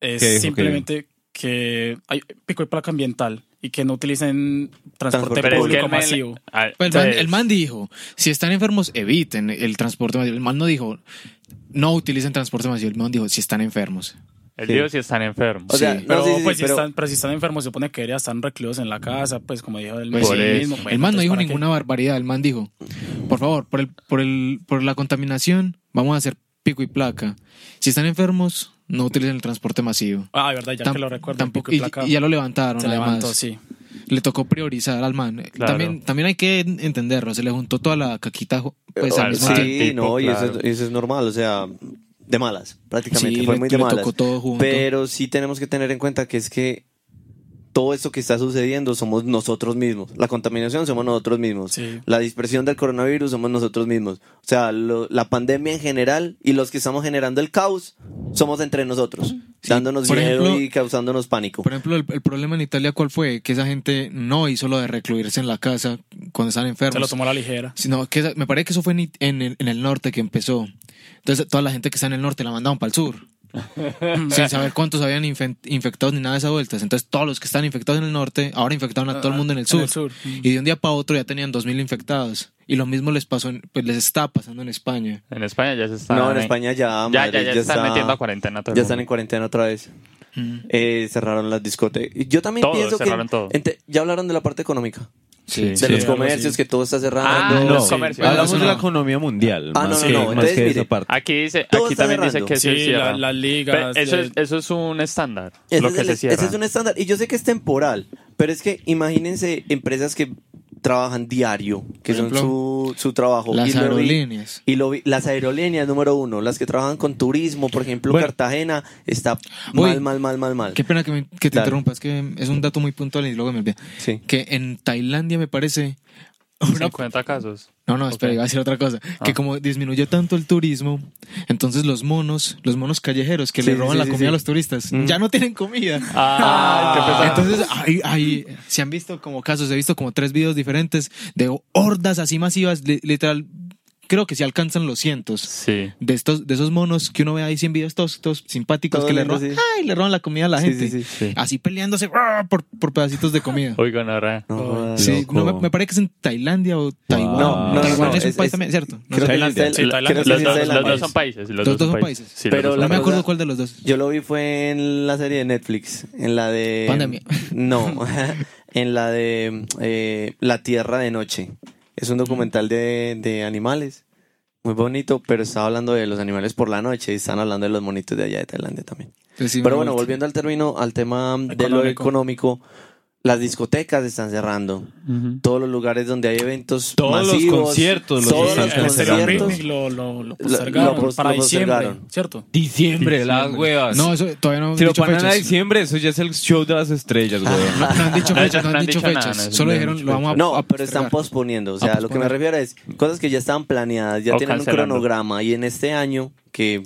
[SPEAKER 5] es
[SPEAKER 1] ¿Qué dijo,
[SPEAKER 5] simplemente que hay pico y placa ambiental y que no utilicen transporte,
[SPEAKER 4] Transporte Pero es
[SPEAKER 5] público
[SPEAKER 2] el man-
[SPEAKER 5] masivo.
[SPEAKER 2] Ah,
[SPEAKER 3] Pues el, man,
[SPEAKER 2] pues,
[SPEAKER 3] el man dijo, si están enfermos, eviten el transporte masivo. El man no dijo, no utilicen transporte masivo. El man dijo, si están enfermos.
[SPEAKER 2] El
[SPEAKER 4] Sí.
[SPEAKER 2] dios si están enfermos.
[SPEAKER 4] O sea,
[SPEAKER 3] Sí.
[SPEAKER 4] no,
[SPEAKER 5] Pero,
[SPEAKER 4] sí, sí, sí,
[SPEAKER 5] pues, si
[SPEAKER 4] pero-
[SPEAKER 5] están, pero si están enfermos, se supone que deberían estar recluidos en la casa, pues como dijo el,
[SPEAKER 3] Pues
[SPEAKER 2] sí.
[SPEAKER 5] mismo. Bueno,
[SPEAKER 3] el man no
[SPEAKER 5] entonces,
[SPEAKER 3] dijo
[SPEAKER 5] ¿para qué?
[SPEAKER 3] ninguna barbaridad. El man dijo, por favor, por, el, por, el, por la contaminación, vamos a hacer pico y placa. Si están enfermos, no utilicen el transporte masivo.
[SPEAKER 5] Ah, de verdad, ya
[SPEAKER 3] Tam-
[SPEAKER 5] que lo recuerdo.
[SPEAKER 3] tampoco-
[SPEAKER 5] Pico y
[SPEAKER 3] y,
[SPEAKER 5] placa
[SPEAKER 3] y ya lo levantaron,
[SPEAKER 5] se
[SPEAKER 3] además.
[SPEAKER 5] levantó, sí.
[SPEAKER 3] Le tocó priorizar al man.
[SPEAKER 2] Claro.
[SPEAKER 3] También, también hay que entenderlo. Se le juntó toda la caquita pues,
[SPEAKER 2] Pero,
[SPEAKER 3] al mismo
[SPEAKER 4] sí,
[SPEAKER 3] tiempo.
[SPEAKER 2] tiempo,
[SPEAKER 4] no, y eso,
[SPEAKER 2] claro.
[SPEAKER 4] es- eso es normal, o sea, de malas, prácticamente,
[SPEAKER 3] Sí,
[SPEAKER 4] fue
[SPEAKER 3] le-
[SPEAKER 4] muy de
[SPEAKER 3] le
[SPEAKER 4] malas.
[SPEAKER 3] tocó todo junto.
[SPEAKER 4] Pero sí tenemos que tener en cuenta que es que todo esto que está sucediendo somos nosotros mismos. La contaminación somos nosotros mismos.
[SPEAKER 5] Sí.
[SPEAKER 4] La dispersión del coronavirus somos nosotros mismos. O sea, lo- la pandemia en general y los que estamos generando el caos somos entre nosotros. dándonos
[SPEAKER 3] por
[SPEAKER 4] miedo
[SPEAKER 3] ejemplo-
[SPEAKER 4] y causándonos pánico.
[SPEAKER 3] Por ejemplo, el, el problema en Italia, ¿cuál fue? Que esa gente no hizo lo de recluirse en la casa cuando estaban
[SPEAKER 5] Se lo
[SPEAKER 3] enfermos.
[SPEAKER 5] tomó a la ligera.
[SPEAKER 3] Sino que esa- me parece que eso fue en, It- en el, en el norte que empezó. Entonces, toda la gente que está en el norte la mandaban para el sur. sin saber cuántos habían infen- infectados ni nada de esas vueltas. Entonces, todos los que están infectados en el norte, ahora infectaron a todo el mundo Ah, en el sur. mm. Y de un día para otro ya tenían 2.000 infectados. Y lo mismo les pasó, en- pues les está pasando en España.
[SPEAKER 2] En España ya se está.
[SPEAKER 4] No, en España ya,
[SPEAKER 2] Ya,
[SPEAKER 4] Madrid
[SPEAKER 2] ya, ya, se están
[SPEAKER 4] está-
[SPEAKER 2] metiendo a cuarentena. todo el
[SPEAKER 4] Ya están en
[SPEAKER 2] mundo.
[SPEAKER 4] cuarentena otra vez.
[SPEAKER 3] Mm.
[SPEAKER 4] Eh, cerraron las discotecas. Y Yo también
[SPEAKER 2] Todo,
[SPEAKER 4] pienso
[SPEAKER 2] cerraron
[SPEAKER 4] que.
[SPEAKER 2] todo.
[SPEAKER 4] ente- ya hablaron de la parte económica.
[SPEAKER 2] Sí,
[SPEAKER 4] de
[SPEAKER 5] sí,
[SPEAKER 4] los
[SPEAKER 5] algo
[SPEAKER 4] comercios,
[SPEAKER 5] así.
[SPEAKER 4] que todo está cerrado.
[SPEAKER 2] Ah, no,
[SPEAKER 1] no,
[SPEAKER 2] los comercios.
[SPEAKER 1] hablamos
[SPEAKER 3] Eso
[SPEAKER 1] de la
[SPEAKER 3] no.
[SPEAKER 1] economía mundial.
[SPEAKER 4] Ah, no,
[SPEAKER 1] más
[SPEAKER 4] no,
[SPEAKER 1] que,
[SPEAKER 4] no,
[SPEAKER 1] más
[SPEAKER 4] entonces,
[SPEAKER 1] que de esa
[SPEAKER 4] mire,
[SPEAKER 1] parte.
[SPEAKER 2] Aquí dice,
[SPEAKER 4] Todo
[SPEAKER 2] aquí
[SPEAKER 4] está
[SPEAKER 2] también dice
[SPEAKER 4] cerrando.
[SPEAKER 2] que se
[SPEAKER 5] Sí, la-
[SPEAKER 2] cierra.
[SPEAKER 5] las ligas.
[SPEAKER 2] Pe- eso,
[SPEAKER 5] el-
[SPEAKER 2] es, eso es un estándar.
[SPEAKER 4] Ese
[SPEAKER 2] lo
[SPEAKER 4] es
[SPEAKER 2] que
[SPEAKER 4] el-
[SPEAKER 2] se cierra.
[SPEAKER 4] Ese es un estándar. Y yo sé que es temporal, pero es que imagínense empresas que trabajan diario, que
[SPEAKER 3] Por
[SPEAKER 4] son
[SPEAKER 3] ejemplo,
[SPEAKER 4] su, su trabajo. y
[SPEAKER 3] Las
[SPEAKER 4] lo vi-
[SPEAKER 3] aerolíneas.
[SPEAKER 4] y lo vi- las aerolíneas, número uno, las que trabajan con turismo, por ejemplo,
[SPEAKER 1] Bueno.
[SPEAKER 4] Cartagena, está
[SPEAKER 3] Uy,
[SPEAKER 4] mal, mal, mal, mal, mal.
[SPEAKER 3] Qué pena que, me- que te
[SPEAKER 4] Dale.
[SPEAKER 3] interrumpa, es que es un dato muy puntual y luego me olvidé.
[SPEAKER 4] Sí.
[SPEAKER 3] Que en Tailandia me parece... una-
[SPEAKER 2] 50 casos.
[SPEAKER 3] No, no, espera,
[SPEAKER 2] Ok.
[SPEAKER 3] iba a decir otra cosa. Que
[SPEAKER 2] Ah.
[SPEAKER 3] como disminuyó tanto el turismo, entonces los monos, los monos callejeros que
[SPEAKER 4] Sí,
[SPEAKER 3] le
[SPEAKER 4] sí,
[SPEAKER 3] roban
[SPEAKER 4] sí,
[SPEAKER 3] la
[SPEAKER 4] sí,
[SPEAKER 3] comida
[SPEAKER 4] sí.
[SPEAKER 3] a los turistas,
[SPEAKER 4] Mm.
[SPEAKER 3] ya no tienen comida.
[SPEAKER 2] Ah, qué pesar.
[SPEAKER 3] Entonces, ahí, ahí se han visto como casos, he visto como tres videos diferentes de hordas así masivas, li- literal, creo que se alcanzan los cientos.
[SPEAKER 2] Sí.
[SPEAKER 3] De estos, de esos monos que uno ve ahí 100 videos todos, todos simpáticos
[SPEAKER 4] Todo
[SPEAKER 3] que le
[SPEAKER 4] lindo,
[SPEAKER 3] roban,
[SPEAKER 4] sí.
[SPEAKER 3] ay, le roban la comida a la
[SPEAKER 4] Sí,
[SPEAKER 3] gente.
[SPEAKER 4] sí, sí.
[SPEAKER 3] Así peleándose ¡ah! por, por pedacitos de comida.
[SPEAKER 2] Oigan, ahora.
[SPEAKER 4] No, jodas.
[SPEAKER 3] Sí,
[SPEAKER 1] Loco.
[SPEAKER 3] no, me, me parece que es en Tailandia o Taiwán.
[SPEAKER 1] no, no,
[SPEAKER 3] Taiwán
[SPEAKER 1] no,
[SPEAKER 3] es un
[SPEAKER 4] es-
[SPEAKER 3] país
[SPEAKER 4] es-
[SPEAKER 3] también, ¿cierto? No
[SPEAKER 4] Creo
[SPEAKER 3] sé.
[SPEAKER 4] que
[SPEAKER 1] Tailandia.
[SPEAKER 4] sí está-
[SPEAKER 5] Sí, Tailandia.
[SPEAKER 4] creo que
[SPEAKER 2] Los,
[SPEAKER 4] sí
[SPEAKER 2] dos,
[SPEAKER 4] está en la
[SPEAKER 2] los dos
[SPEAKER 4] país.
[SPEAKER 2] son países. Los,
[SPEAKER 3] Los
[SPEAKER 2] dos son
[SPEAKER 3] dos
[SPEAKER 2] países.
[SPEAKER 3] países.
[SPEAKER 2] Sí, los
[SPEAKER 4] Pero
[SPEAKER 2] dos
[SPEAKER 4] la
[SPEAKER 3] No me
[SPEAKER 2] países.
[SPEAKER 3] acuerdo
[SPEAKER 4] verdad-
[SPEAKER 3] cuál de los dos.
[SPEAKER 4] Yo lo vi fue en la serie de Netflix, en la de...
[SPEAKER 3] Pandemia.
[SPEAKER 4] No, en la de eh, La Tierra de Noche. Es un documental de, de animales, muy bonito, pero estaba hablando de los animales por la noche y están hablando de los monitos de allá de Tailandia también.
[SPEAKER 3] Entonces, sí, me
[SPEAKER 4] Pero bueno,
[SPEAKER 3] gusta.
[SPEAKER 4] volviendo al término, al tema de lo económico, las discotecas están cerrando.
[SPEAKER 2] Ujú.
[SPEAKER 4] Todos los lugares donde hay eventos
[SPEAKER 1] Todos los
[SPEAKER 4] masivos,
[SPEAKER 1] conciertos los
[SPEAKER 4] todos
[SPEAKER 1] están
[SPEAKER 4] los
[SPEAKER 5] el
[SPEAKER 1] cancelando.
[SPEAKER 5] Stereo
[SPEAKER 4] conciertos.
[SPEAKER 5] Picnic lo, lo, lo
[SPEAKER 4] Lo-
[SPEAKER 5] postergaron
[SPEAKER 4] lo pos-
[SPEAKER 5] para
[SPEAKER 4] lo
[SPEAKER 5] diciembre,
[SPEAKER 4] postergaron.
[SPEAKER 5] ¿cierto?
[SPEAKER 1] Diciembre, las huevas.
[SPEAKER 3] No, eso todavía no han
[SPEAKER 1] si lo
[SPEAKER 3] dicho
[SPEAKER 1] ponen a
[SPEAKER 3] fechas. Ah.
[SPEAKER 1] diciembre, eso ya es el show de las estrellas, weón.
[SPEAKER 3] No han dicho
[SPEAKER 2] No, no
[SPEAKER 3] fechas, no han
[SPEAKER 2] han
[SPEAKER 3] dicho
[SPEAKER 2] dicho nada,
[SPEAKER 3] fechas.
[SPEAKER 2] no, eso no
[SPEAKER 3] Solo
[SPEAKER 2] han
[SPEAKER 3] dijeron,
[SPEAKER 2] dicho
[SPEAKER 3] lo vamos a.
[SPEAKER 4] No,
[SPEAKER 3] a
[SPEAKER 4] pero están
[SPEAKER 3] postergar.
[SPEAKER 4] posponiendo. O
[SPEAKER 3] A
[SPEAKER 4] sea, lo que me
[SPEAKER 3] posponer.
[SPEAKER 4] refiero es cosas que ya estaban planeadas, ya
[SPEAKER 2] O
[SPEAKER 4] tienen
[SPEAKER 2] cancelando.
[SPEAKER 4] un cronograma. Y en este año, que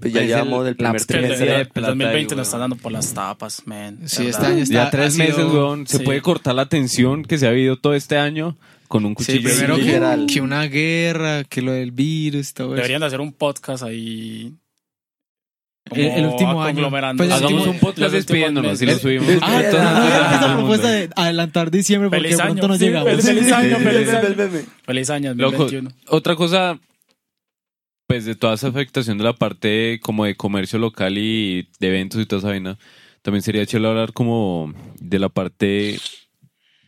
[SPEAKER 4] pues, ya
[SPEAKER 1] Es el-
[SPEAKER 4] llevamos del primer
[SPEAKER 5] Es que el,
[SPEAKER 4] trimestre.
[SPEAKER 5] el- el
[SPEAKER 1] plata ahí,
[SPEAKER 5] 2020
[SPEAKER 1] weón.
[SPEAKER 5] nos están dando por las tapas, man.
[SPEAKER 3] Sí,
[SPEAKER 5] ¿verdad?
[SPEAKER 3] este año está.
[SPEAKER 1] ya tres
[SPEAKER 3] ha
[SPEAKER 1] meses,
[SPEAKER 3] sido-
[SPEAKER 1] weón. Se
[SPEAKER 5] sí.
[SPEAKER 1] puede cortar la tensión que se ha vivido todo este año con un
[SPEAKER 3] Sí,
[SPEAKER 1] cuchillo.
[SPEAKER 3] primero que,
[SPEAKER 4] literal.
[SPEAKER 3] que una guerra, que lo del virus, todo eso.
[SPEAKER 5] Deberían de hacer un podcast ahí. como
[SPEAKER 3] El- el último año.
[SPEAKER 5] conglomerando.
[SPEAKER 3] Pues,
[SPEAKER 1] Hagamos
[SPEAKER 3] último-
[SPEAKER 1] un podcast
[SPEAKER 5] los últimos
[SPEAKER 1] despidiéndonos y lo
[SPEAKER 5] meses.
[SPEAKER 1] subimos.
[SPEAKER 4] el-
[SPEAKER 3] Ah,
[SPEAKER 1] Entonces,
[SPEAKER 3] no, no,
[SPEAKER 1] entonces,
[SPEAKER 3] no,
[SPEAKER 1] todo el
[SPEAKER 3] la
[SPEAKER 1] mundo.
[SPEAKER 3] propuesta de adelantar diciembre porque
[SPEAKER 5] Feliz
[SPEAKER 3] pronto
[SPEAKER 5] año.
[SPEAKER 3] nos
[SPEAKER 5] sí,
[SPEAKER 3] llegamos.
[SPEAKER 5] feliz, feliz año, feliz año. Feliz año
[SPEAKER 1] Loco,
[SPEAKER 5] 2021.
[SPEAKER 1] otra cosa, pues de toda esa afectación de la parte como de comercio local y de eventos y toda esa vaina, también sería chévere hablar como de la parte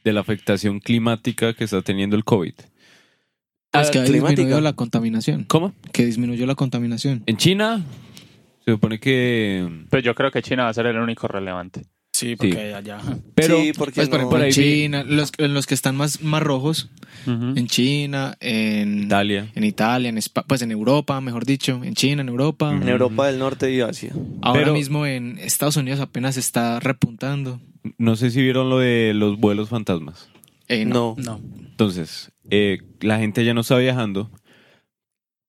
[SPEAKER 1] de la afectación climática que está teniendo el COVID.
[SPEAKER 3] Ah, es que ha
[SPEAKER 4] Climática.
[SPEAKER 3] disminuido la contaminación.
[SPEAKER 1] ¿Cómo?
[SPEAKER 3] Que disminuyó la contaminación.
[SPEAKER 1] En China se supone que...
[SPEAKER 2] Pero yo creo que China va a ser el único relevante.
[SPEAKER 5] Sí, porque allá.
[SPEAKER 1] Pero
[SPEAKER 4] sí, porque
[SPEAKER 3] Pues, por
[SPEAKER 4] no-
[SPEAKER 3] ejemplo,
[SPEAKER 1] Por ahí
[SPEAKER 3] en
[SPEAKER 1] vi-
[SPEAKER 3] China, los, en los que están más, más rojos, en China, en
[SPEAKER 1] Italia.
[SPEAKER 3] en Italia, en Espa- pues en Europa, mejor dicho, en China, en Europa.
[SPEAKER 4] en Europa del Norte y Asia.
[SPEAKER 3] Ahora
[SPEAKER 1] Pero-
[SPEAKER 3] mismo en Estados Unidos apenas está repuntando.
[SPEAKER 1] No sé si vieron lo de los vuelos fantasmas.
[SPEAKER 3] Eh, no.
[SPEAKER 4] No.
[SPEAKER 5] No.
[SPEAKER 1] Entonces, eh, la gente ya no está viajando,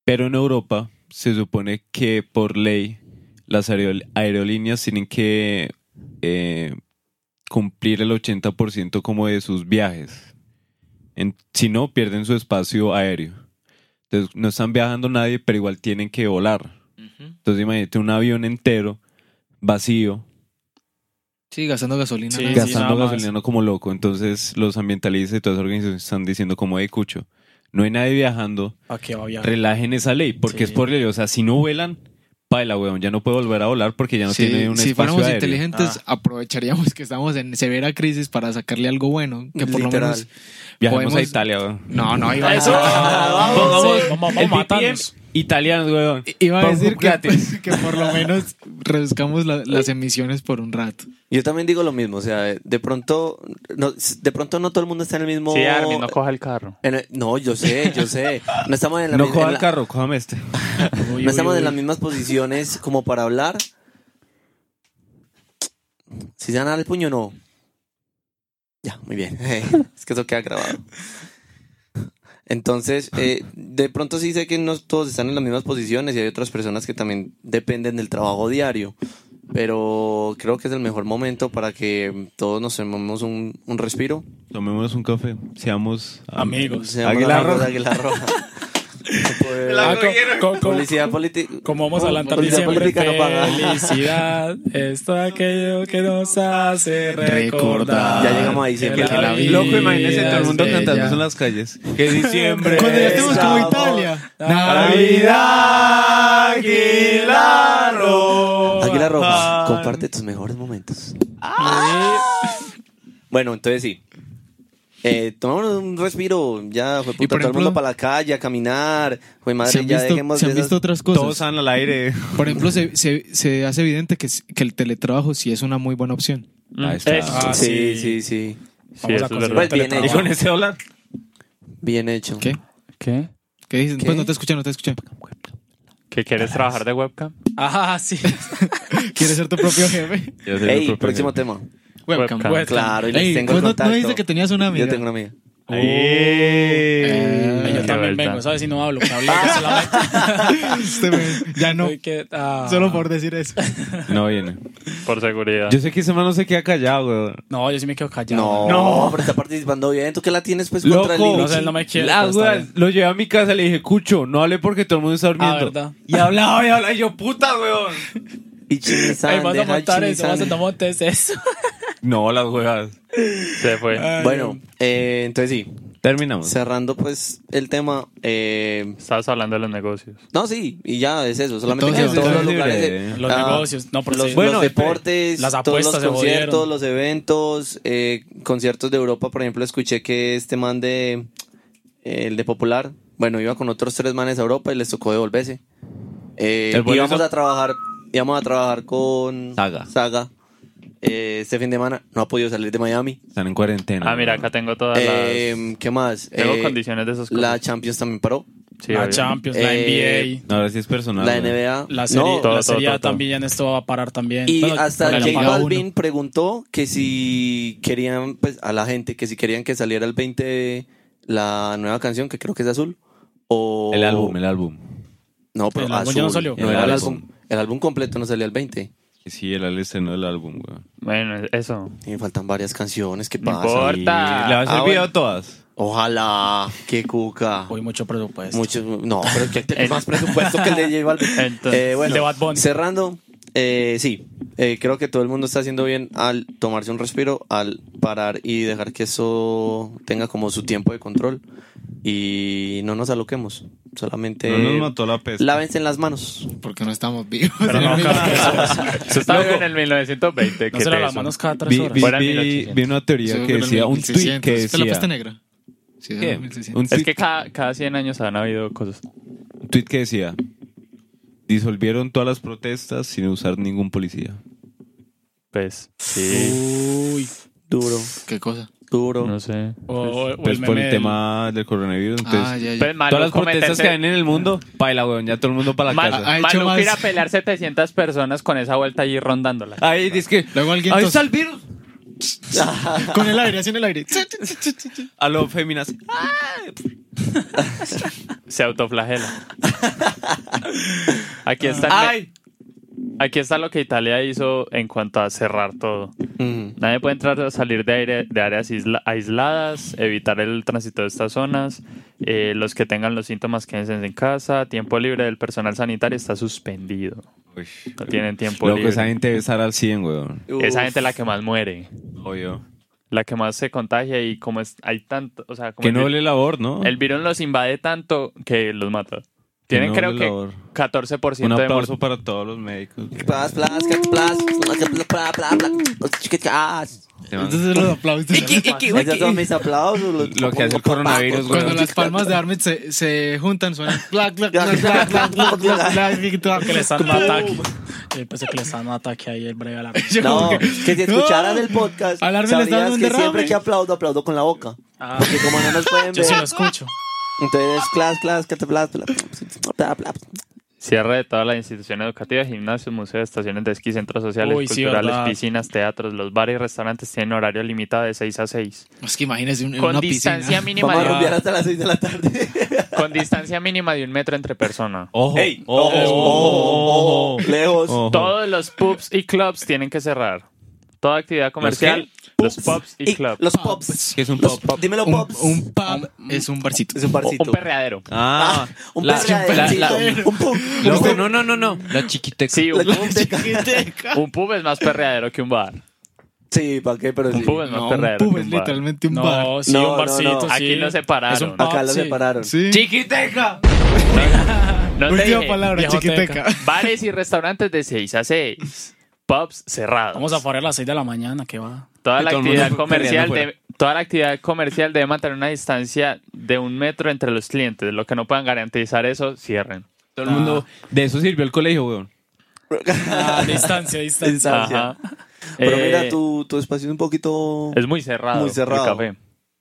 [SPEAKER 1] pero en Europa se supone que por ley las aerol- aerolíneas tienen que eh, cumplir el 80% como de sus viajes. En- si no, pierden su espacio aéreo. Entonces, no están viajando nadie, pero igual tienen que volar. Entonces, imagínate un avión entero, vacío,
[SPEAKER 3] Sí, gastando gasolina.
[SPEAKER 5] Sí,
[SPEAKER 3] nada más.
[SPEAKER 5] sí, nada
[SPEAKER 1] gastando
[SPEAKER 5] más.
[SPEAKER 1] gasolina no como loco. Entonces los ambientalistas y todas esas organizaciones están diciendo como de cucho. No hay nadie viajando,
[SPEAKER 5] ¿A qué va a viajar?
[SPEAKER 1] relajen esa ley, porque
[SPEAKER 5] Sí.
[SPEAKER 1] es por ley. O sea, si no vuelan, paila, weón, ya no puede volver a volar porque ya no
[SPEAKER 3] Sí,
[SPEAKER 1] tiene un
[SPEAKER 3] si
[SPEAKER 1] espacio
[SPEAKER 3] fuéramos
[SPEAKER 1] aéreo.
[SPEAKER 3] inteligentes, aprovecharíamos que estamos en severa crisis para sacarle algo bueno. Que por lo
[SPEAKER 4] Literal.
[SPEAKER 3] menos.
[SPEAKER 1] Viajemos a
[SPEAKER 3] podemos-
[SPEAKER 1] Italia, weón.
[SPEAKER 3] No, no, iba a
[SPEAKER 5] Eso.
[SPEAKER 1] Pongamos
[SPEAKER 5] Ah, Sí, vamos,
[SPEAKER 1] el
[SPEAKER 5] vamos a
[SPEAKER 1] BPM
[SPEAKER 5] matarnos.
[SPEAKER 1] italianos, weón.
[SPEAKER 3] Iba a
[SPEAKER 1] Pum,
[SPEAKER 3] decir
[SPEAKER 1] pum,
[SPEAKER 3] que, pues,
[SPEAKER 1] gratis.
[SPEAKER 3] que por lo menos reduzcamos la- las emisiones por un rato.
[SPEAKER 4] Yo también digo lo mismo, o sea, de pronto, no, de pronto no todo el mundo está en el mismo.
[SPEAKER 2] Sí, Armin, no coja el carro.
[SPEAKER 4] en el- no, yo sé, yo sé. No estamos en la
[SPEAKER 1] No
[SPEAKER 4] mi-
[SPEAKER 1] coja
[SPEAKER 4] en
[SPEAKER 1] el
[SPEAKER 4] la-
[SPEAKER 1] carro, cójame este.
[SPEAKER 5] Uy,
[SPEAKER 4] no
[SPEAKER 5] uy,
[SPEAKER 4] estamos en
[SPEAKER 5] uy.
[SPEAKER 4] las mismas posiciones como para hablar. Si se van a dar el puño, no. Ya, muy bien. es que eso queda grabado. Entonces, eh, de pronto sí sé que no todos están en las mismas posiciones y hay otras personas que también dependen del trabajo diario. Pero creo que es el mejor momento para que todos nos tomemos un, un respiro.
[SPEAKER 1] Tomémonos un café, seamos
[SPEAKER 5] Amigos.
[SPEAKER 4] Se llama
[SPEAKER 1] Águila
[SPEAKER 4] Amigos
[SPEAKER 1] Roja.
[SPEAKER 4] Águila Roja. Pues,
[SPEAKER 5] Ah, co- co- co-
[SPEAKER 4] Publicidad política.
[SPEAKER 5] como vamos a adelantar
[SPEAKER 4] Publicidad
[SPEAKER 5] diciembre,
[SPEAKER 4] política no paga.
[SPEAKER 5] felicidad es todo aquello que nos hace recordar.
[SPEAKER 4] Ya llegamos a diciembre.
[SPEAKER 5] que la
[SPEAKER 3] Loco,
[SPEAKER 1] Loco,
[SPEAKER 5] vida
[SPEAKER 1] imagínense todo el mundo
[SPEAKER 5] es
[SPEAKER 1] cantando
[SPEAKER 5] bella.
[SPEAKER 1] en las calles. Que diciembre.
[SPEAKER 3] Cuando ya estemos como
[SPEAKER 4] Estamos-
[SPEAKER 3] Italia.
[SPEAKER 1] Navidad,
[SPEAKER 5] Águila Roja.
[SPEAKER 4] Águila Roja, comparte tus mejores momentos. Bueno, entonces sí. Eh, tomémonos un respiro, ya fue
[SPEAKER 3] Y
[SPEAKER 4] puta,
[SPEAKER 3] por
[SPEAKER 4] todo el mundo
[SPEAKER 3] ejemplo,
[SPEAKER 4] para la calle a caminar. Fue madre,
[SPEAKER 3] se han
[SPEAKER 4] ya
[SPEAKER 3] visto,
[SPEAKER 4] dejemos
[SPEAKER 3] se han
[SPEAKER 4] de
[SPEAKER 3] visto
[SPEAKER 4] esas-
[SPEAKER 3] otras
[SPEAKER 1] Todos
[SPEAKER 3] cosas.
[SPEAKER 1] están al aire.
[SPEAKER 3] Por ejemplo, se, se- se hace evidente que, s- que el teletrabajo sí es una muy buena opción.
[SPEAKER 1] Ahí está.
[SPEAKER 2] Eso.
[SPEAKER 5] Ah,
[SPEAKER 4] sí, sí,
[SPEAKER 5] sí.
[SPEAKER 4] sí.
[SPEAKER 2] Sí, eso
[SPEAKER 5] Vamos a
[SPEAKER 2] es
[SPEAKER 5] conseguir
[SPEAKER 2] verdad.
[SPEAKER 4] Pues bien
[SPEAKER 5] teletrabajo.
[SPEAKER 4] hecho.
[SPEAKER 1] ese dólar?
[SPEAKER 4] Bien hecho.
[SPEAKER 3] ¿Qué?
[SPEAKER 2] ¿Qué?
[SPEAKER 3] ¿Qué dices?
[SPEAKER 4] ¿Qué?
[SPEAKER 3] Pues no te escuché, no te escuché.
[SPEAKER 2] ¿Que quieres trabajar de webcam?
[SPEAKER 5] Ah, sí.
[SPEAKER 3] ¿Quieres ser tu propio jefe?
[SPEAKER 4] Ey, próximo tema.
[SPEAKER 2] Webcam.
[SPEAKER 3] Webcam.
[SPEAKER 4] Claro, y les
[SPEAKER 3] Ey,
[SPEAKER 4] tengo
[SPEAKER 3] ¿vos
[SPEAKER 4] el
[SPEAKER 3] no,
[SPEAKER 4] contacto.
[SPEAKER 3] no dijiste que tenías una amiga?
[SPEAKER 4] Yo tengo una amiga.
[SPEAKER 5] Ay,
[SPEAKER 3] Qué
[SPEAKER 5] yo también
[SPEAKER 2] vuelta.
[SPEAKER 5] vengo, ¿sabes? Si no hablo, que hablé yo solamente.
[SPEAKER 3] Este me- ya no.
[SPEAKER 5] Soy que- ah.
[SPEAKER 3] Solo por decir eso.
[SPEAKER 1] No viene.
[SPEAKER 2] Uh, Por seguridad.
[SPEAKER 1] Yo sé que ese man no se queda callado, weón.
[SPEAKER 5] No, yo sí me quedo callado.
[SPEAKER 4] No, no, pero está participando bien. ¿Tú qué la tienes pues contra el
[SPEAKER 5] no
[SPEAKER 4] Linux?
[SPEAKER 5] sé, no me quiere.
[SPEAKER 1] La
[SPEAKER 5] pero está
[SPEAKER 1] wea,
[SPEAKER 5] bien.
[SPEAKER 1] lo llevé a mi casa, le dije, Cucho, no hable porque todo el mundo está durmiendo.
[SPEAKER 5] Ah, ¿verdad?
[SPEAKER 1] Y hablaba y hablaba, y yo, puta, weón.
[SPEAKER 4] Y Chimizan,
[SPEAKER 5] Ay, vas a
[SPEAKER 4] deja el
[SPEAKER 5] montar eso,
[SPEAKER 4] Chimizan.
[SPEAKER 5] vas a no montes eso.
[SPEAKER 1] No, las weas.
[SPEAKER 2] Se fue.
[SPEAKER 4] Bueno, eh, entonces sí,
[SPEAKER 1] Terminamos.
[SPEAKER 4] cerrando pues el tema. Eh,
[SPEAKER 2] Estabas hablando de los negocios.
[SPEAKER 4] no, sí, y ya es eso. Solamente que en
[SPEAKER 1] Entonces,
[SPEAKER 4] todos los
[SPEAKER 1] entonces,
[SPEAKER 4] lugares.
[SPEAKER 1] libre.
[SPEAKER 4] eh,
[SPEAKER 5] Los
[SPEAKER 4] ah,
[SPEAKER 5] negocios, no, pero
[SPEAKER 4] los,
[SPEAKER 5] sí.
[SPEAKER 1] Bueno,
[SPEAKER 4] los
[SPEAKER 1] espere.
[SPEAKER 4] deportes,
[SPEAKER 5] Las
[SPEAKER 4] todos los
[SPEAKER 5] apuestas se
[SPEAKER 4] conciertos,
[SPEAKER 5] jodieron.
[SPEAKER 4] los eventos, eh, conciertos de Europa, por ejemplo, escuché que este man de eh, el de Popular, bueno, iba con otros tres manes a Europa y les tocó devolverse. Eh,
[SPEAKER 1] ¿El bolizo?
[SPEAKER 4] íbamos a trabajar, íbamos a trabajar con
[SPEAKER 1] Saga.
[SPEAKER 4] Saga. Eh, este fin de semana no ha podido salir de Miami.
[SPEAKER 1] Están en cuarentena.
[SPEAKER 2] Ah, mira, acá tengo todas em,
[SPEAKER 4] Eh, ¿Qué
[SPEAKER 2] las...
[SPEAKER 4] más?
[SPEAKER 2] Tengo
[SPEAKER 4] Eh,
[SPEAKER 2] condiciones de esos
[SPEAKER 4] la Champions también paró.
[SPEAKER 2] Sí,
[SPEAKER 5] La
[SPEAKER 2] obvio.
[SPEAKER 5] Champions, la
[SPEAKER 4] Eh,
[SPEAKER 5] NBA,
[SPEAKER 1] No, ahora sí es personal.
[SPEAKER 4] la
[SPEAKER 1] weón.
[SPEAKER 4] NBA.
[SPEAKER 5] la
[SPEAKER 4] no,
[SPEAKER 5] serie,
[SPEAKER 2] todo,
[SPEAKER 5] la serie
[SPEAKER 2] todo,
[SPEAKER 5] A
[SPEAKER 2] todo.
[SPEAKER 5] también esto va a parar también.
[SPEAKER 4] Y
[SPEAKER 5] Bueno,
[SPEAKER 4] hasta
[SPEAKER 5] bueno,
[SPEAKER 4] J
[SPEAKER 5] la-
[SPEAKER 4] Balvin preguntó que si querían, pues a la gente, que si querían que saliera el 20 la nueva canción, que creo que es Azul. O...
[SPEAKER 1] El álbum, el álbum.
[SPEAKER 4] No, pero
[SPEAKER 5] El álbum
[SPEAKER 4] Azul.
[SPEAKER 5] ya no salió.
[SPEAKER 4] No
[SPEAKER 1] El
[SPEAKER 4] era el
[SPEAKER 1] álbum.
[SPEAKER 4] álbum. El álbum completo no salía el 20.
[SPEAKER 1] Sí, el, el estreno del álbum, weón.
[SPEAKER 2] Bueno, eso.
[SPEAKER 4] Y me faltan varias canciones, ¿qué
[SPEAKER 2] No
[SPEAKER 4] pasa?
[SPEAKER 2] importa.
[SPEAKER 1] Y le va a hacer video
[SPEAKER 4] Ah, bueno.
[SPEAKER 1] a todas.
[SPEAKER 4] Ojalá, qué cuca.
[SPEAKER 5] Hoy mucho presupuesto.
[SPEAKER 4] Muchos, no, pero que hay
[SPEAKER 2] El-
[SPEAKER 4] más presupuesto que el de J Balvin.
[SPEAKER 2] Entonces,
[SPEAKER 4] Eh, bueno,
[SPEAKER 5] el de Bad Bunny.
[SPEAKER 4] cerrando, eh, sí, eh, creo que todo el mundo está haciendo bien al tomarse un respiro, al parar y dejar que eso tenga como su tiempo de control y no nos aloquemos, solamente
[SPEAKER 1] No nos mató la pesca.
[SPEAKER 4] lávense en las manos.
[SPEAKER 3] Porque no estamos vivos.
[SPEAKER 5] Pero no, cada-
[SPEAKER 2] Eso estaba en el 1920.
[SPEAKER 5] no
[SPEAKER 2] que
[SPEAKER 5] se lavan
[SPEAKER 2] te
[SPEAKER 5] las
[SPEAKER 2] eso.
[SPEAKER 5] manos cada tres
[SPEAKER 1] Vi,
[SPEAKER 5] horas.
[SPEAKER 1] vi-
[SPEAKER 2] Fuera en
[SPEAKER 1] vi-
[SPEAKER 2] 1800.
[SPEAKER 1] vi una teoría
[SPEAKER 3] Eso
[SPEAKER 1] que
[SPEAKER 3] fue en
[SPEAKER 1] decía,
[SPEAKER 3] el
[SPEAKER 1] un tweet que
[SPEAKER 3] 1600. Fue la
[SPEAKER 1] decía...
[SPEAKER 3] peste negra. Sí,
[SPEAKER 1] ¿Qué?
[SPEAKER 3] era el 1600.
[SPEAKER 1] Un
[SPEAKER 2] Es
[SPEAKER 1] tweet
[SPEAKER 2] que cada, cada 100 años han habido cosas.
[SPEAKER 1] un tweet que decía, disolvieron todas las protestas sin usar ningún policía.
[SPEAKER 2] Pues, sí.
[SPEAKER 5] Uy.
[SPEAKER 4] Duro,
[SPEAKER 3] ¿Qué cosa?
[SPEAKER 4] duro.
[SPEAKER 2] No sé.
[SPEAKER 5] O, o el
[SPEAKER 1] Pues por
[SPEAKER 5] meme
[SPEAKER 1] el
[SPEAKER 5] del-
[SPEAKER 1] tema del coronavirus, entonces...
[SPEAKER 3] ah, ya, ya.
[SPEAKER 2] Pues, Malú,
[SPEAKER 1] Todas las
[SPEAKER 2] cometerse-
[SPEAKER 1] protestas que hay en el mundo, paila, weón, ya todo el mundo para la
[SPEAKER 2] Mal-
[SPEAKER 1] casa.
[SPEAKER 3] ha hecho
[SPEAKER 2] Malú
[SPEAKER 3] más.
[SPEAKER 2] ir a pelear 700 personas con esa vuelta allí rondándola.
[SPEAKER 1] Ahí dice que.
[SPEAKER 3] Luego alguien
[SPEAKER 1] Ahí
[SPEAKER 3] tos-
[SPEAKER 1] está el virus.
[SPEAKER 3] Con el aire, así en el aire.
[SPEAKER 1] A los feminas.
[SPEAKER 2] Se autoflagela. Aquí está, el me-
[SPEAKER 1] ¡Ay!
[SPEAKER 2] aquí está lo que Italia hizo en cuanto a cerrar todo.
[SPEAKER 4] Mm.
[SPEAKER 2] Nadie puede entrar o salir de, aire- de áreas isla- aisladas, evitar el tránsito de estas zonas. eh, los que tengan los síntomas quédense en casa. Tiempo libre del personal sanitario está suspendido. No tienen tiempo
[SPEAKER 1] Loco,
[SPEAKER 2] libre.
[SPEAKER 1] esa gente debe estar al 100, weón.
[SPEAKER 2] Esa
[SPEAKER 4] Uf.
[SPEAKER 2] gente es la que más muere,
[SPEAKER 1] Obvio.
[SPEAKER 2] la que más se contagia y como es, hay tanto, o sea, como
[SPEAKER 1] Que
[SPEAKER 2] el, vi-
[SPEAKER 1] noble labor, ¿no?
[SPEAKER 2] el virus los invade tanto que los mata. Tienen
[SPEAKER 1] noble
[SPEAKER 2] creo que
[SPEAKER 1] labor.
[SPEAKER 2] 14%
[SPEAKER 1] Un
[SPEAKER 2] de
[SPEAKER 1] aplauso
[SPEAKER 2] muertes.
[SPEAKER 1] para todos los médicos. weón.
[SPEAKER 4] Plas, plas, plas, plas, plas, plas, plas, plas.
[SPEAKER 1] Se van-
[SPEAKER 3] Entonces los aplausos.
[SPEAKER 4] Esos son mis aplausos. los-
[SPEAKER 1] Lo que hace el coronavirus, güey.
[SPEAKER 3] Cuando las palmas de Armin se, se juntan, suenan. Plac, plac, plac, plac, plac, plac, plac, plac, y todo.
[SPEAKER 5] Que le están un ataque. Yo pensé que le están un ataque ahí el breve a la
[SPEAKER 3] Yo
[SPEAKER 4] No,
[SPEAKER 3] como
[SPEAKER 4] que si escucharan el podcast,
[SPEAKER 3] Al Armin le está
[SPEAKER 4] sabrías
[SPEAKER 3] dando un
[SPEAKER 4] que siempre
[SPEAKER 3] derrame.
[SPEAKER 4] que aplaudo, aplaudo con la boca.
[SPEAKER 5] Ah.
[SPEAKER 4] Porque como no nos pueden
[SPEAKER 5] Yo
[SPEAKER 4] ver,
[SPEAKER 5] sí lo escucho.
[SPEAKER 4] entonces, clas, clas, que te plas, plas, plas, plas,
[SPEAKER 2] Cierre de todas las instituciones educativas, gimnasios, museos, estaciones de esquí, centros sociales,
[SPEAKER 5] Uy, sí,
[SPEAKER 2] culturales,
[SPEAKER 5] ¿verdad?
[SPEAKER 2] piscinas, teatros, los bares y restaurantes tienen horario limitado de 6 a 6.
[SPEAKER 3] Es que imagínense un- en
[SPEAKER 2] Con
[SPEAKER 3] una
[SPEAKER 2] distancia,
[SPEAKER 3] piscina.
[SPEAKER 2] mínima
[SPEAKER 4] Vamos a
[SPEAKER 5] manera.
[SPEAKER 4] rumbear hasta las 6 de la tarde.
[SPEAKER 2] de, con distancia mínima de un metro entre personas.
[SPEAKER 1] Ojo,
[SPEAKER 4] Ey,
[SPEAKER 3] Oh,
[SPEAKER 1] ojo,
[SPEAKER 4] ojo, ojo,
[SPEAKER 1] ojo,
[SPEAKER 4] ojo, lejos.
[SPEAKER 1] ojo.
[SPEAKER 2] Todos los pubs y clubs tienen que cerrar. Toda actividad comercial, los, pubs y,
[SPEAKER 4] Y
[SPEAKER 2] clubs.
[SPEAKER 4] Los pops.
[SPEAKER 1] ¿Qué es un
[SPEAKER 4] Los
[SPEAKER 1] pop?
[SPEAKER 4] Dímelo,
[SPEAKER 3] Un,
[SPEAKER 4] pops.
[SPEAKER 3] un pub es un barcito.
[SPEAKER 4] es un
[SPEAKER 2] O-
[SPEAKER 4] barcito.
[SPEAKER 2] un perreadero.
[SPEAKER 1] Ah,
[SPEAKER 4] Ah, un
[SPEAKER 1] la-
[SPEAKER 4] perreadercito,
[SPEAKER 1] la- la-
[SPEAKER 4] un pub.
[SPEAKER 1] Loco,
[SPEAKER 4] Un pub.
[SPEAKER 1] no, no, no, no. La chiquiteca.
[SPEAKER 2] Sí, un,
[SPEAKER 4] La
[SPEAKER 2] pub-
[SPEAKER 4] chiquiteca.
[SPEAKER 2] un pub es más perreadero que un bar.
[SPEAKER 4] Sí, ¿para qué? Pero
[SPEAKER 2] Un
[SPEAKER 4] sí.
[SPEAKER 2] pub es más
[SPEAKER 3] No, un
[SPEAKER 2] perreadero
[SPEAKER 3] pub
[SPEAKER 2] que
[SPEAKER 3] es
[SPEAKER 2] un bar.
[SPEAKER 3] literalmente un bar.
[SPEAKER 5] No, sí,
[SPEAKER 4] No, no,
[SPEAKER 5] un barcito.
[SPEAKER 4] no.
[SPEAKER 5] sí.
[SPEAKER 2] Aquí lo
[SPEAKER 5] Es
[SPEAKER 2] separaron.
[SPEAKER 5] un pub.
[SPEAKER 4] Acá lo
[SPEAKER 5] Ah, sí.
[SPEAKER 4] separaron.
[SPEAKER 3] Sí.
[SPEAKER 1] ¡Chiquiteca!
[SPEAKER 2] No te
[SPEAKER 3] Última
[SPEAKER 2] dije.
[SPEAKER 3] palabra,
[SPEAKER 5] viejoteca.
[SPEAKER 3] chiquiteca.
[SPEAKER 2] Bares y restaurantes de 6 a 6. Pubs cerrados.
[SPEAKER 5] Vamos a parar a las 6 de la mañana, que va.
[SPEAKER 2] Toda
[SPEAKER 1] Y
[SPEAKER 2] la
[SPEAKER 1] todo el
[SPEAKER 2] actividad
[SPEAKER 1] mundo
[SPEAKER 2] comercial
[SPEAKER 1] peleando
[SPEAKER 2] de, toda la actividad comercial debe mantener una distancia de un metro entre los clientes. Lo que no puedan garantizar eso, cierren.
[SPEAKER 1] Todo el mundo. De eso sirvió el colegio, weón.
[SPEAKER 5] Ah, distancia, distancia.
[SPEAKER 4] Distancia.
[SPEAKER 2] Ajá.
[SPEAKER 4] Pero
[SPEAKER 2] Eh,
[SPEAKER 4] mira, tu, tu espacio es un poquito...
[SPEAKER 2] es muy cerrado.
[SPEAKER 4] muy cerrado.
[SPEAKER 2] El café,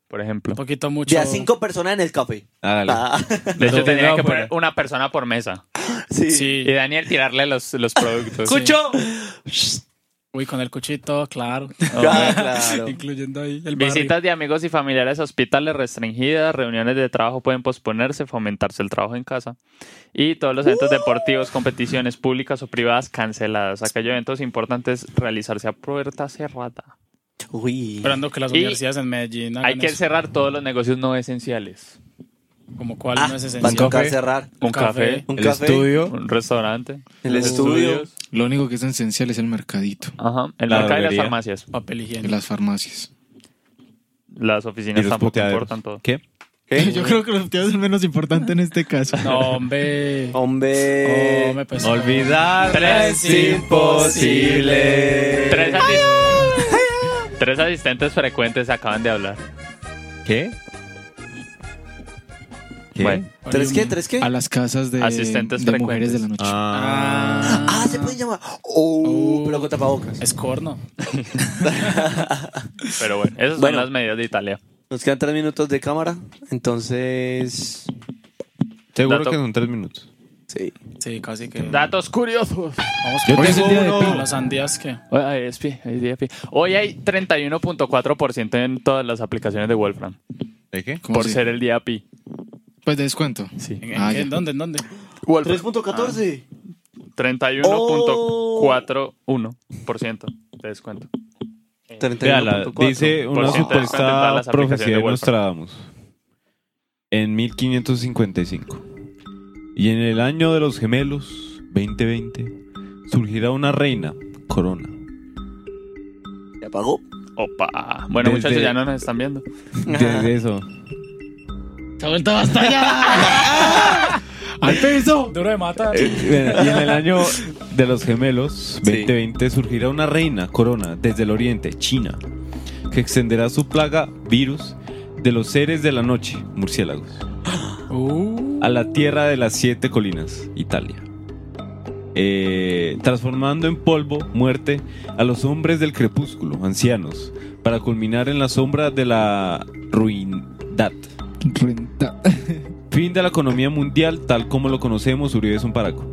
[SPEAKER 2] por ejemplo.
[SPEAKER 5] Un poquito mucho.
[SPEAKER 4] De a cinco personas en el café.
[SPEAKER 1] Hágale.
[SPEAKER 4] Ah,
[SPEAKER 2] De hecho, tenía
[SPEAKER 5] Lo tenía
[SPEAKER 2] que poner
[SPEAKER 5] afuera.
[SPEAKER 2] una persona por mesa.
[SPEAKER 4] sí.
[SPEAKER 5] Sí.
[SPEAKER 2] Y Daniel tirarle los, los productos.
[SPEAKER 5] ¡Cucho! Uy, con el cuchito, claro.
[SPEAKER 4] Ah, claro.
[SPEAKER 5] Incluyendo ahí el barrio.
[SPEAKER 2] Visitas de amigos y familiares a hospitales restringidas, reuniones de trabajo pueden posponerse, fomentarse el trabajo en casa. Y todos los eventos deportivos, competiciones públicas o privadas canceladas. Aquellos eventos importantes realizarse a puerta cerrada.
[SPEAKER 4] Uy.
[SPEAKER 5] Esperando que las
[SPEAKER 2] Y
[SPEAKER 5] universidades en Medellín
[SPEAKER 1] Ah,
[SPEAKER 5] hagan
[SPEAKER 2] Hay que
[SPEAKER 5] eso.
[SPEAKER 2] cerrar todos los negocios no esenciales.
[SPEAKER 5] Como cuál
[SPEAKER 4] Ah,
[SPEAKER 5] no es
[SPEAKER 4] va a
[SPEAKER 5] esencial.
[SPEAKER 4] tocar
[SPEAKER 1] café.
[SPEAKER 4] cerrar.
[SPEAKER 2] Un café,
[SPEAKER 4] Un
[SPEAKER 1] el
[SPEAKER 4] café.
[SPEAKER 1] estudio.
[SPEAKER 2] un restaurante.
[SPEAKER 4] El
[SPEAKER 5] Los
[SPEAKER 4] estudio.
[SPEAKER 2] estudios.
[SPEAKER 3] Lo único que es esencial es el mercadito
[SPEAKER 2] Ajá. El
[SPEAKER 1] La
[SPEAKER 2] mercado y las
[SPEAKER 1] droguería.
[SPEAKER 2] farmacias.
[SPEAKER 5] Papel
[SPEAKER 3] y
[SPEAKER 5] higiénico.
[SPEAKER 3] las farmacias.
[SPEAKER 2] Las oficinas tampoco
[SPEAKER 1] puteaderos.
[SPEAKER 2] importan todo.
[SPEAKER 1] ¿Qué?
[SPEAKER 3] Yo creo que los puteados es el menos importante en este caso.
[SPEAKER 5] No, hombre.
[SPEAKER 4] Hombre.
[SPEAKER 5] Hombre, pues.
[SPEAKER 1] Olvidar
[SPEAKER 2] Tres
[SPEAKER 5] imposible.
[SPEAKER 2] Tres, asis- Tres asistentes frecuentes acaban de hablar.
[SPEAKER 1] ¿Qué? ¿Qué?
[SPEAKER 2] Bueno.
[SPEAKER 4] ¿Tres qué? ¿Tres qué?
[SPEAKER 3] A las casas de,
[SPEAKER 2] Asistentes
[SPEAKER 3] de
[SPEAKER 2] frecuentes.
[SPEAKER 3] mujeres de la noche.
[SPEAKER 1] Ah.
[SPEAKER 5] Ah,
[SPEAKER 4] Ah, se pueden llamar. Oh,
[SPEAKER 5] Oh.
[SPEAKER 4] pero con tapabocas.
[SPEAKER 5] Es corno. Oh.
[SPEAKER 2] Pero bueno, esas
[SPEAKER 4] Bueno.
[SPEAKER 2] son las medidas de Italia.
[SPEAKER 4] Nos quedan tres minutos de cámara. Entonces.
[SPEAKER 1] Seguro
[SPEAKER 2] Dato.
[SPEAKER 1] que son tres minutos.
[SPEAKER 4] Sí.
[SPEAKER 5] Sí, casi que.
[SPEAKER 2] Datos curiosos.
[SPEAKER 5] Vamos
[SPEAKER 1] Yo
[SPEAKER 5] con
[SPEAKER 1] tengo
[SPEAKER 5] eso,
[SPEAKER 1] uno.
[SPEAKER 5] con las sandías que.
[SPEAKER 2] Hoy hay, ESP, hay ESP. Hoy hay 31.4% en todas las aplicaciones de Wolfram.
[SPEAKER 1] ¿De qué?
[SPEAKER 3] ¿Cómo
[SPEAKER 2] Por
[SPEAKER 3] así?
[SPEAKER 2] ser el día pi.
[SPEAKER 3] Pues de descuento.
[SPEAKER 2] Sí.
[SPEAKER 5] ¿En, en
[SPEAKER 3] Ah,
[SPEAKER 5] qué?
[SPEAKER 3] ya.
[SPEAKER 5] ¿En dónde? ¿En dónde?
[SPEAKER 4] 3.14.
[SPEAKER 2] Ah. 31.41% de descuento.
[SPEAKER 1] Véala,
[SPEAKER 4] 31.4.
[SPEAKER 1] dice una
[SPEAKER 2] Por ciento de descuento en todas
[SPEAKER 1] supuesta
[SPEAKER 2] las aplicaciones
[SPEAKER 1] profecía
[SPEAKER 2] de
[SPEAKER 1] de
[SPEAKER 2] Wolfram.
[SPEAKER 1] Nostradamus en 1555. Y en el año de los gemelos, 2020, surgirá una reina, corona.
[SPEAKER 4] ¿Se apagó?
[SPEAKER 2] Opa. Bueno,
[SPEAKER 1] Desde-
[SPEAKER 2] muchachos, ya no nos están viendo.
[SPEAKER 1] Desde eso.
[SPEAKER 3] ¡Se ha vuelto basta ya! ¡Al peso!
[SPEAKER 5] Duro de matar.
[SPEAKER 1] Bueno, Y en el año de los gemelos, 2020, surgirá una reina, corona, desde el oriente, China, que extenderá su plaga, virus, de los seres de la noche, murciélagos,
[SPEAKER 5] Uh,
[SPEAKER 1] a la tierra de las siete colinas, Italia. Eh, transformando en polvo, muerte, a los hombres del crepúsculo, ancianos, para culminar en la sombra de la ruindad.
[SPEAKER 3] Renta.
[SPEAKER 1] Fin de la economía mundial tal como lo conocemos, Uribe es un paraco.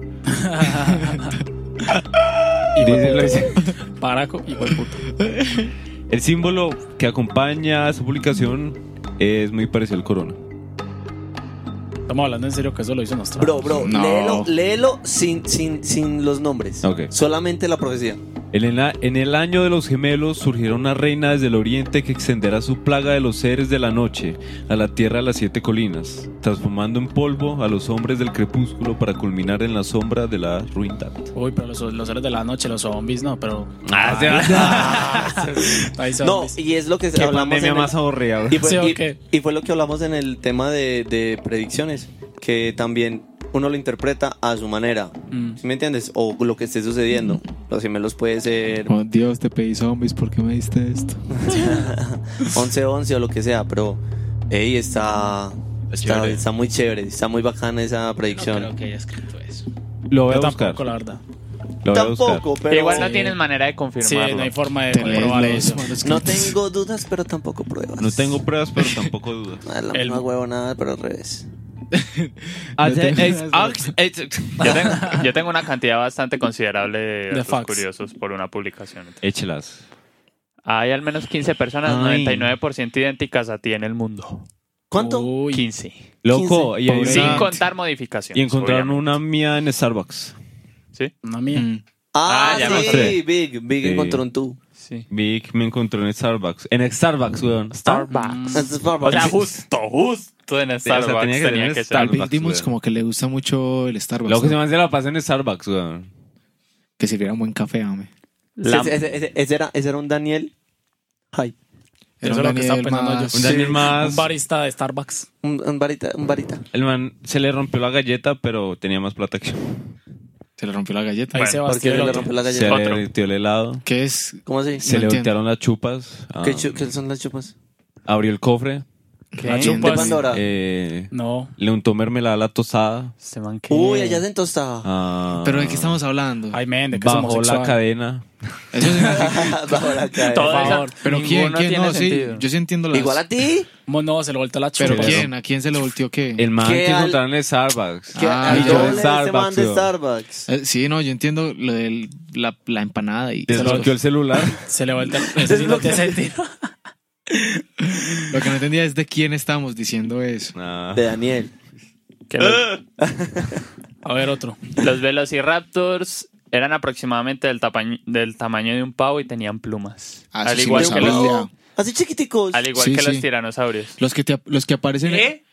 [SPEAKER 1] Dice la-
[SPEAKER 5] paraco, hijo de puta.
[SPEAKER 1] El símbolo que acompaña a su publicación es muy parecido al corona.
[SPEAKER 5] Estamos hablando en serio que eso lo hizo nuestro.
[SPEAKER 4] Bro, bro,
[SPEAKER 3] No.
[SPEAKER 4] léelo, léelo sin, sin, sin los nombres.
[SPEAKER 1] Ok.
[SPEAKER 4] Solamente la profecía.
[SPEAKER 1] En el, a- en el año de los gemelos surgirá una reina desde el oriente que extenderá su plaga de los seres de la noche a la tierra de las siete colinas, transformando en polvo a los hombres del crepúsculo para culminar en la sombra de la ruindad.
[SPEAKER 5] Uy, pero los, los seres de la noche, los zombies, no, pero. Ahí
[SPEAKER 4] No,
[SPEAKER 5] zombies.
[SPEAKER 4] y es lo que hablamos. en el-
[SPEAKER 1] aborreada.
[SPEAKER 4] y, fue,
[SPEAKER 5] Sí,
[SPEAKER 4] y-
[SPEAKER 5] ok.
[SPEAKER 4] y fue lo que hablamos en el tema de, de predicciones. Que también uno lo interpreta a su manera.
[SPEAKER 5] Mm.
[SPEAKER 4] ¿Sí me entiendes? O lo que esté sucediendo. Los gemelos puede ser
[SPEAKER 3] Oh, Dios, te pedí zombies, ¿por qué me diste esto?
[SPEAKER 4] 11-11 o lo que sea, pero. Ey, está. Está,
[SPEAKER 1] chévere.
[SPEAKER 4] está muy chévere, está muy bacana esa predicción.
[SPEAKER 3] que haya escrito eso.
[SPEAKER 1] Lo voy a
[SPEAKER 5] Yo
[SPEAKER 1] buscar.
[SPEAKER 5] tampoco, la verdad.
[SPEAKER 1] Lo voy a buscar.
[SPEAKER 4] Tampoco, pero.
[SPEAKER 2] Igual no
[SPEAKER 5] Sí.
[SPEAKER 2] tienen manera de
[SPEAKER 5] Sí,
[SPEAKER 2] confirmarlo.
[SPEAKER 5] no hay forma de
[SPEAKER 3] Te lees
[SPEAKER 5] comprobar
[SPEAKER 3] los
[SPEAKER 5] eso.
[SPEAKER 4] No
[SPEAKER 3] manuscritos.
[SPEAKER 4] tengo dudas, pero tampoco pruebas.
[SPEAKER 1] No tengo pruebas, pero tampoco dudas.
[SPEAKER 4] Ah, La
[SPEAKER 5] El-
[SPEAKER 4] misma huevonada, pero al revés.
[SPEAKER 3] Hace- es-
[SPEAKER 2] Yo tengo, yo tengo una cantidad bastante considerable de, datos
[SPEAKER 5] facts.
[SPEAKER 2] curiosos por una publicación.
[SPEAKER 1] Échelas.
[SPEAKER 2] Hay al menos 15 personas,
[SPEAKER 1] Ay.
[SPEAKER 2] 99% idénticas a ti en el mundo.
[SPEAKER 4] ¿Cuánto?
[SPEAKER 5] Uy,
[SPEAKER 2] 15.
[SPEAKER 1] Loco, y, hay
[SPEAKER 5] Pobre.
[SPEAKER 1] una-
[SPEAKER 5] Sí,
[SPEAKER 2] Sin
[SPEAKER 5] Obviamente.
[SPEAKER 2] contar modificaciones.
[SPEAKER 1] y encontraron
[SPEAKER 2] obviamente.
[SPEAKER 1] una mía en Starbucks.
[SPEAKER 2] ¿Sí?
[SPEAKER 5] una mía.
[SPEAKER 3] Mm.
[SPEAKER 4] Ah,
[SPEAKER 2] Ah, ya me
[SPEAKER 4] sí,
[SPEAKER 1] acordé.
[SPEAKER 4] Big, Big
[SPEAKER 1] Sí.
[SPEAKER 4] encontró un tú.
[SPEAKER 2] Sí.
[SPEAKER 1] Vi que me encontró en Starbucks. En Starbucks, weón.
[SPEAKER 5] Mm.
[SPEAKER 2] Starbucks.
[SPEAKER 4] Es Starbucks.
[SPEAKER 2] O sea, justo, justo en
[SPEAKER 1] sea,
[SPEAKER 2] Starbucks
[SPEAKER 1] tenía que
[SPEAKER 2] tenía
[SPEAKER 1] tener
[SPEAKER 2] que ser.
[SPEAKER 3] Al Big
[SPEAKER 1] Starbucks,
[SPEAKER 3] Dimos
[SPEAKER 1] weón.
[SPEAKER 3] como que le gusta mucho el Starbucks.
[SPEAKER 1] ¿Ah? Lo que
[SPEAKER 3] ¿no?
[SPEAKER 1] se me hace la pasa en Starbucks, weón.
[SPEAKER 3] Que sirviera un buen café, hombre.
[SPEAKER 4] Sí,
[SPEAKER 2] La-
[SPEAKER 4] ese, ese- ese- ese era, ese era un Daniel. Ay,
[SPEAKER 5] Eso es
[SPEAKER 3] un
[SPEAKER 5] lo que estaba
[SPEAKER 3] Daniel
[SPEAKER 5] pensando
[SPEAKER 3] más-
[SPEAKER 5] yo.
[SPEAKER 1] Un Daniel más.
[SPEAKER 5] Un barista de Starbucks.
[SPEAKER 4] un, un varita, un varita.
[SPEAKER 1] El man se le rompió la galleta, pero tenía más plata que yo.
[SPEAKER 3] Se le rompió la galleta.
[SPEAKER 5] Ahí
[SPEAKER 2] Bueno,
[SPEAKER 5] Ah, se va
[SPEAKER 4] ¿Por qué se le rompió la
[SPEAKER 1] Se
[SPEAKER 4] galleta?
[SPEAKER 1] le
[SPEAKER 2] Otro.
[SPEAKER 1] vertió el helado.
[SPEAKER 3] ¿Qué es?
[SPEAKER 4] ¿Cómo así?
[SPEAKER 1] Se le
[SPEAKER 3] entiendo.
[SPEAKER 1] voltearon las chupas. ah,
[SPEAKER 4] ¿Qué, chu- qué son las chupas?
[SPEAKER 1] abrió el cofre.
[SPEAKER 3] La
[SPEAKER 5] chupa.
[SPEAKER 4] De
[SPEAKER 5] Pues-
[SPEAKER 4] Pandora.
[SPEAKER 1] eh,
[SPEAKER 5] No.
[SPEAKER 1] le untó mermelada a la tostada.
[SPEAKER 2] Este man que-
[SPEAKER 4] Uy, allá se entostaba.
[SPEAKER 1] ah,
[SPEAKER 3] Pero ¿de qué estamos hablando?
[SPEAKER 5] Ay, men, de que es
[SPEAKER 1] Bajó la
[SPEAKER 5] homosexual.
[SPEAKER 1] cadena.
[SPEAKER 3] Eso es-
[SPEAKER 4] Bajo la cadena.
[SPEAKER 2] Todo
[SPEAKER 5] Por
[SPEAKER 2] eso-
[SPEAKER 5] favor.
[SPEAKER 3] Pero ¿quién?
[SPEAKER 2] Ninguno
[SPEAKER 3] ¿Quién?
[SPEAKER 2] tiene
[SPEAKER 3] No, sí,
[SPEAKER 2] sentido.
[SPEAKER 3] yo sí entiendo las...
[SPEAKER 4] Igual a ti.
[SPEAKER 5] Mo- No, se le volteó la chupa.
[SPEAKER 3] ¿Pero
[SPEAKER 1] Sí,
[SPEAKER 3] quién? ¿A quién se le volteó qué?
[SPEAKER 1] El man
[SPEAKER 4] ¿Qué
[SPEAKER 1] que
[SPEAKER 4] al-
[SPEAKER 1] encontraron en Starbucks.
[SPEAKER 4] Que
[SPEAKER 3] Ah,
[SPEAKER 4] al
[SPEAKER 3] yo
[SPEAKER 4] doble
[SPEAKER 1] de
[SPEAKER 4] de ese man
[SPEAKER 1] Starbucks,
[SPEAKER 4] de
[SPEAKER 1] weón.
[SPEAKER 4] Starbucks.
[SPEAKER 3] Eh, sí, no, yo entiendo lo del- la, la empanada y...
[SPEAKER 1] Desbloqueó el celular.
[SPEAKER 5] Se le volteó. Eso sí no tiene sentido.
[SPEAKER 3] Lo que no entendía es de quién estamos diciendo eso.
[SPEAKER 1] Ah,
[SPEAKER 4] De Daniel.
[SPEAKER 2] que los,
[SPEAKER 5] A ver, otro.
[SPEAKER 2] los velociraptors eran aproximadamente del, tapa- del tamaño de un pavo y tenían plumas.
[SPEAKER 3] Ah, eso
[SPEAKER 2] al,
[SPEAKER 3] sí
[SPEAKER 2] igual
[SPEAKER 3] lo
[SPEAKER 2] que
[SPEAKER 3] sabía.
[SPEAKER 2] los,
[SPEAKER 4] No, Así chiquiticos.
[SPEAKER 2] al igual
[SPEAKER 3] Sí,
[SPEAKER 2] que los
[SPEAKER 3] sí.
[SPEAKER 2] tiranosaurios. ¿Eh?
[SPEAKER 3] Los que, te- los que aparecen...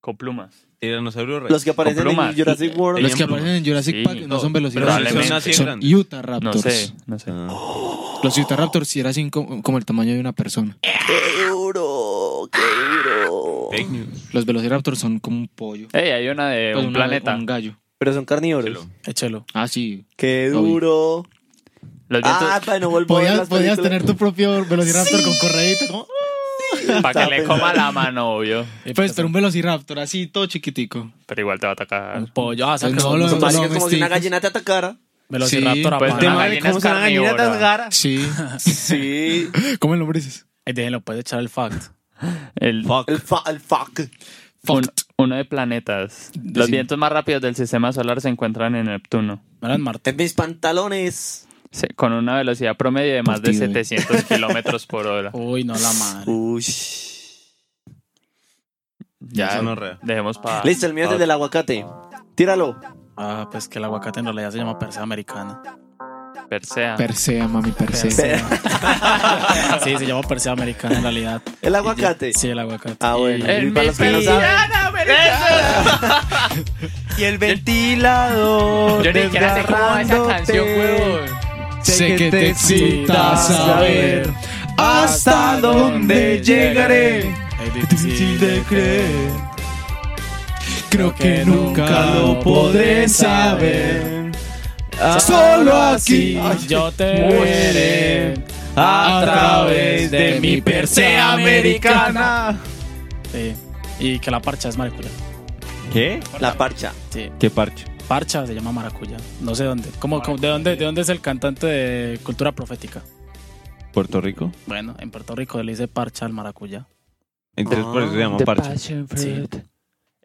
[SPEAKER 2] Con plumas.
[SPEAKER 1] Tiranosaurio Rex.
[SPEAKER 4] Los que aparecen
[SPEAKER 2] Con plumas.
[SPEAKER 4] en Jurassic World.
[SPEAKER 3] Los que
[SPEAKER 1] plumas.
[SPEAKER 3] aparecen en Jurassic
[SPEAKER 2] Sí.
[SPEAKER 3] Park no son
[SPEAKER 2] probablemente.
[SPEAKER 3] velociraptors,
[SPEAKER 1] Son así
[SPEAKER 3] son,
[SPEAKER 1] de
[SPEAKER 3] son
[SPEAKER 1] grandes.
[SPEAKER 3] Utah Raptors.
[SPEAKER 2] No sé, no sé.
[SPEAKER 1] Ah.
[SPEAKER 3] Los Utah Raptors sí eran así como, como el tamaño de una persona.
[SPEAKER 4] ¡Qué duro! ¡Qué duro!
[SPEAKER 1] Fake news.
[SPEAKER 3] Los velociraptors son como un pollo.
[SPEAKER 2] Ey, hay una de
[SPEAKER 3] Pues
[SPEAKER 2] Eh, un
[SPEAKER 3] una-
[SPEAKER 2] planeta.
[SPEAKER 3] Un gallo.
[SPEAKER 4] Pero son carnívoros.
[SPEAKER 5] Échelo.
[SPEAKER 3] Ah, sí.
[SPEAKER 4] ¡Qué
[SPEAKER 3] Obvio.
[SPEAKER 4] duro!
[SPEAKER 2] Los
[SPEAKER 4] Ah,
[SPEAKER 2] vientos-
[SPEAKER 4] para no volver a ver
[SPEAKER 3] Podías,
[SPEAKER 4] las
[SPEAKER 3] podías
[SPEAKER 4] películas.
[SPEAKER 3] tener tu propio velociraptor con correíta. como-
[SPEAKER 2] para que
[SPEAKER 4] estaba
[SPEAKER 2] le coma la mano, obvio.
[SPEAKER 3] Pues, pero un velociraptor así, todo chiquitico.
[SPEAKER 2] Pero igual te va a atacar.
[SPEAKER 5] Un pollo. Ah, o sea,
[SPEAKER 3] Pues
[SPEAKER 5] que
[SPEAKER 3] no,
[SPEAKER 5] son-
[SPEAKER 3] lo-
[SPEAKER 5] son
[SPEAKER 3] lo-
[SPEAKER 4] Marica, como si una
[SPEAKER 3] domésticos.
[SPEAKER 4] gallina te atacara.
[SPEAKER 3] Sí,
[SPEAKER 5] Velociraptor
[SPEAKER 2] Pues
[SPEAKER 5] aparte.
[SPEAKER 2] una
[SPEAKER 1] madre,
[SPEAKER 2] gallina
[SPEAKER 1] ¿cómo
[SPEAKER 2] es
[SPEAKER 1] son las gallinas
[SPEAKER 2] carnívora.
[SPEAKER 1] tasgaras?
[SPEAKER 3] Sí.
[SPEAKER 4] Sí.
[SPEAKER 3] ¿Cómo el nombre dices?
[SPEAKER 5] Ay, Déjenlo, puede echar el fact.
[SPEAKER 3] Pues
[SPEAKER 2] El-
[SPEAKER 4] el, fa- el fuck.
[SPEAKER 2] un- uno de planetas. Los
[SPEAKER 3] Sí.
[SPEAKER 2] vientos más rápidos del sistema solar se encuentran en Neptuno.
[SPEAKER 5] No eran Marte.
[SPEAKER 4] En mis pantalones.
[SPEAKER 2] se- Con una velocidad promedio de más de
[SPEAKER 3] Partido.
[SPEAKER 2] 700 kilómetros por hora.
[SPEAKER 5] Uy, no, la madre.
[SPEAKER 4] Uy.
[SPEAKER 2] Ya,
[SPEAKER 1] Eso no es real.
[SPEAKER 2] dejemos para.
[SPEAKER 4] Listo, el mío es el del aguacate. Tíralo.
[SPEAKER 5] Ah, pues que el aguacate en realidad se llama persea americana.
[SPEAKER 2] Persea.
[SPEAKER 3] Persea, mami, Persea.
[SPEAKER 4] El
[SPEAKER 5] Sí, se llama persea americana en realidad.
[SPEAKER 4] aguacate.
[SPEAKER 5] Sí, el aguacate. Eh,
[SPEAKER 4] Ah, bueno.
[SPEAKER 5] Y-
[SPEAKER 4] Para los que no saben.
[SPEAKER 1] Y el ventilador.
[SPEAKER 2] Yo ni siquiera sé cómo va esa canción, huevón.
[SPEAKER 3] Sé que te excita saber
[SPEAKER 2] Ah,
[SPEAKER 1] hasta dónde llegaré.
[SPEAKER 5] Es difícil de creer.
[SPEAKER 3] Creo que nunca lo podré saber.
[SPEAKER 1] Solo
[SPEAKER 5] así Ah, yo te veré
[SPEAKER 1] a
[SPEAKER 5] través de mi persea
[SPEAKER 1] americana.
[SPEAKER 5] Sí. Y que la parcha es maracuya.
[SPEAKER 1] ¿Qué?
[SPEAKER 4] La parcha.
[SPEAKER 5] Sí.
[SPEAKER 1] ¿Qué parche?
[SPEAKER 5] Parcha se llama maracuya. No sé dónde. ¿Cómo, cómo- de, dónde ¿De dónde es el cantante de cultura profética?
[SPEAKER 1] ¿Puerto Rico?
[SPEAKER 5] Bueno, en Puerto Rico le dice parcha al maracuya.
[SPEAKER 1] Entonces por eso se llama
[SPEAKER 2] The
[SPEAKER 1] parche.
[SPEAKER 2] passion
[SPEAKER 5] fruit.
[SPEAKER 2] fruit.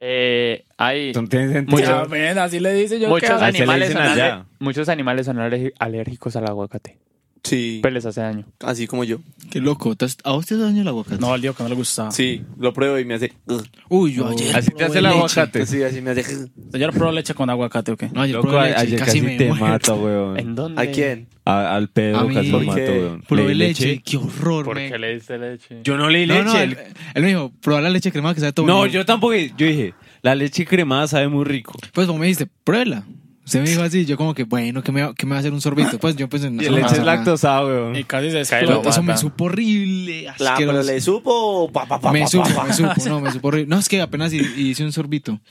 [SPEAKER 2] Eh, hay
[SPEAKER 1] Entonces, tiene sentido.
[SPEAKER 2] Mucho-
[SPEAKER 5] Ya ven, así le dice yo.
[SPEAKER 2] muchos
[SPEAKER 5] que-
[SPEAKER 1] Ahí se le
[SPEAKER 2] animales,
[SPEAKER 1] dicen
[SPEAKER 2] son ale-
[SPEAKER 1] allá.
[SPEAKER 2] muchos animales son alergi- alérgicos al aguacate.
[SPEAKER 4] Sí.
[SPEAKER 2] Pues les hace daño.
[SPEAKER 4] Así como yo.
[SPEAKER 3] Qué loco. ¿te has- ¿A vos te daño el aguacate?
[SPEAKER 5] No, al lío que no le gustaba.
[SPEAKER 4] Sí, lo pruebo y me hace. "Ugh".
[SPEAKER 3] Uy, yo
[SPEAKER 5] No.
[SPEAKER 3] ayer.
[SPEAKER 1] Así te
[SPEAKER 3] probé
[SPEAKER 1] hace el
[SPEAKER 3] leche.
[SPEAKER 1] aguacate.
[SPEAKER 4] Sí, así me hace. uh, "Ugh".
[SPEAKER 5] Señor, probó leche con aguacate o qué?
[SPEAKER 3] No, ayer
[SPEAKER 1] Loco,
[SPEAKER 3] probé leche.
[SPEAKER 1] ayer
[SPEAKER 3] casi,
[SPEAKER 1] casi,
[SPEAKER 3] me
[SPEAKER 1] te
[SPEAKER 3] muero.
[SPEAKER 1] mata, weón.
[SPEAKER 2] ¿En dónde?
[SPEAKER 4] ¿A quién?
[SPEAKER 1] A- Al
[SPEAKER 3] A
[SPEAKER 1] Pedro
[SPEAKER 3] mí-
[SPEAKER 1] casi lo
[SPEAKER 3] ¿Por
[SPEAKER 1] mato,
[SPEAKER 4] qué?
[SPEAKER 1] weón.
[SPEAKER 3] Probé
[SPEAKER 1] ¿Leí
[SPEAKER 3] leche. Qué horror,
[SPEAKER 2] ¿Por
[SPEAKER 3] me-
[SPEAKER 2] qué le diste leche?
[SPEAKER 1] Yo no leí
[SPEAKER 3] No,
[SPEAKER 1] leche.
[SPEAKER 3] no, él, él me dijo, prueba la leche cremada que sabe todo.
[SPEAKER 1] No,
[SPEAKER 3] bien".
[SPEAKER 1] yo tampoco. Yo dije, la leche cremada sabe muy rico.
[SPEAKER 3] Pues vos me dijiste, pruébela. Usted me dijo así, yo como que, bueno, ¿qué me, va- qué me va a hacer un sorbito? Pues yo pensé, no,
[SPEAKER 1] Y
[SPEAKER 3] eso
[SPEAKER 1] la
[SPEAKER 3] no
[SPEAKER 1] leche
[SPEAKER 3] pasa
[SPEAKER 1] es
[SPEAKER 3] nada.
[SPEAKER 1] lactosada, weón.
[SPEAKER 5] Y casi se
[SPEAKER 2] Cae
[SPEAKER 5] explota.
[SPEAKER 2] loco.
[SPEAKER 3] Eso me
[SPEAKER 2] Guata.
[SPEAKER 3] supo horrible.
[SPEAKER 4] La, pero
[SPEAKER 3] asqueroso.
[SPEAKER 4] le supo. Pa, pa, pa,
[SPEAKER 3] me
[SPEAKER 4] pa,
[SPEAKER 3] supo,
[SPEAKER 4] pa.
[SPEAKER 3] me supo, no, me supo horrible. No, es que apenas hi- hice un sorbito.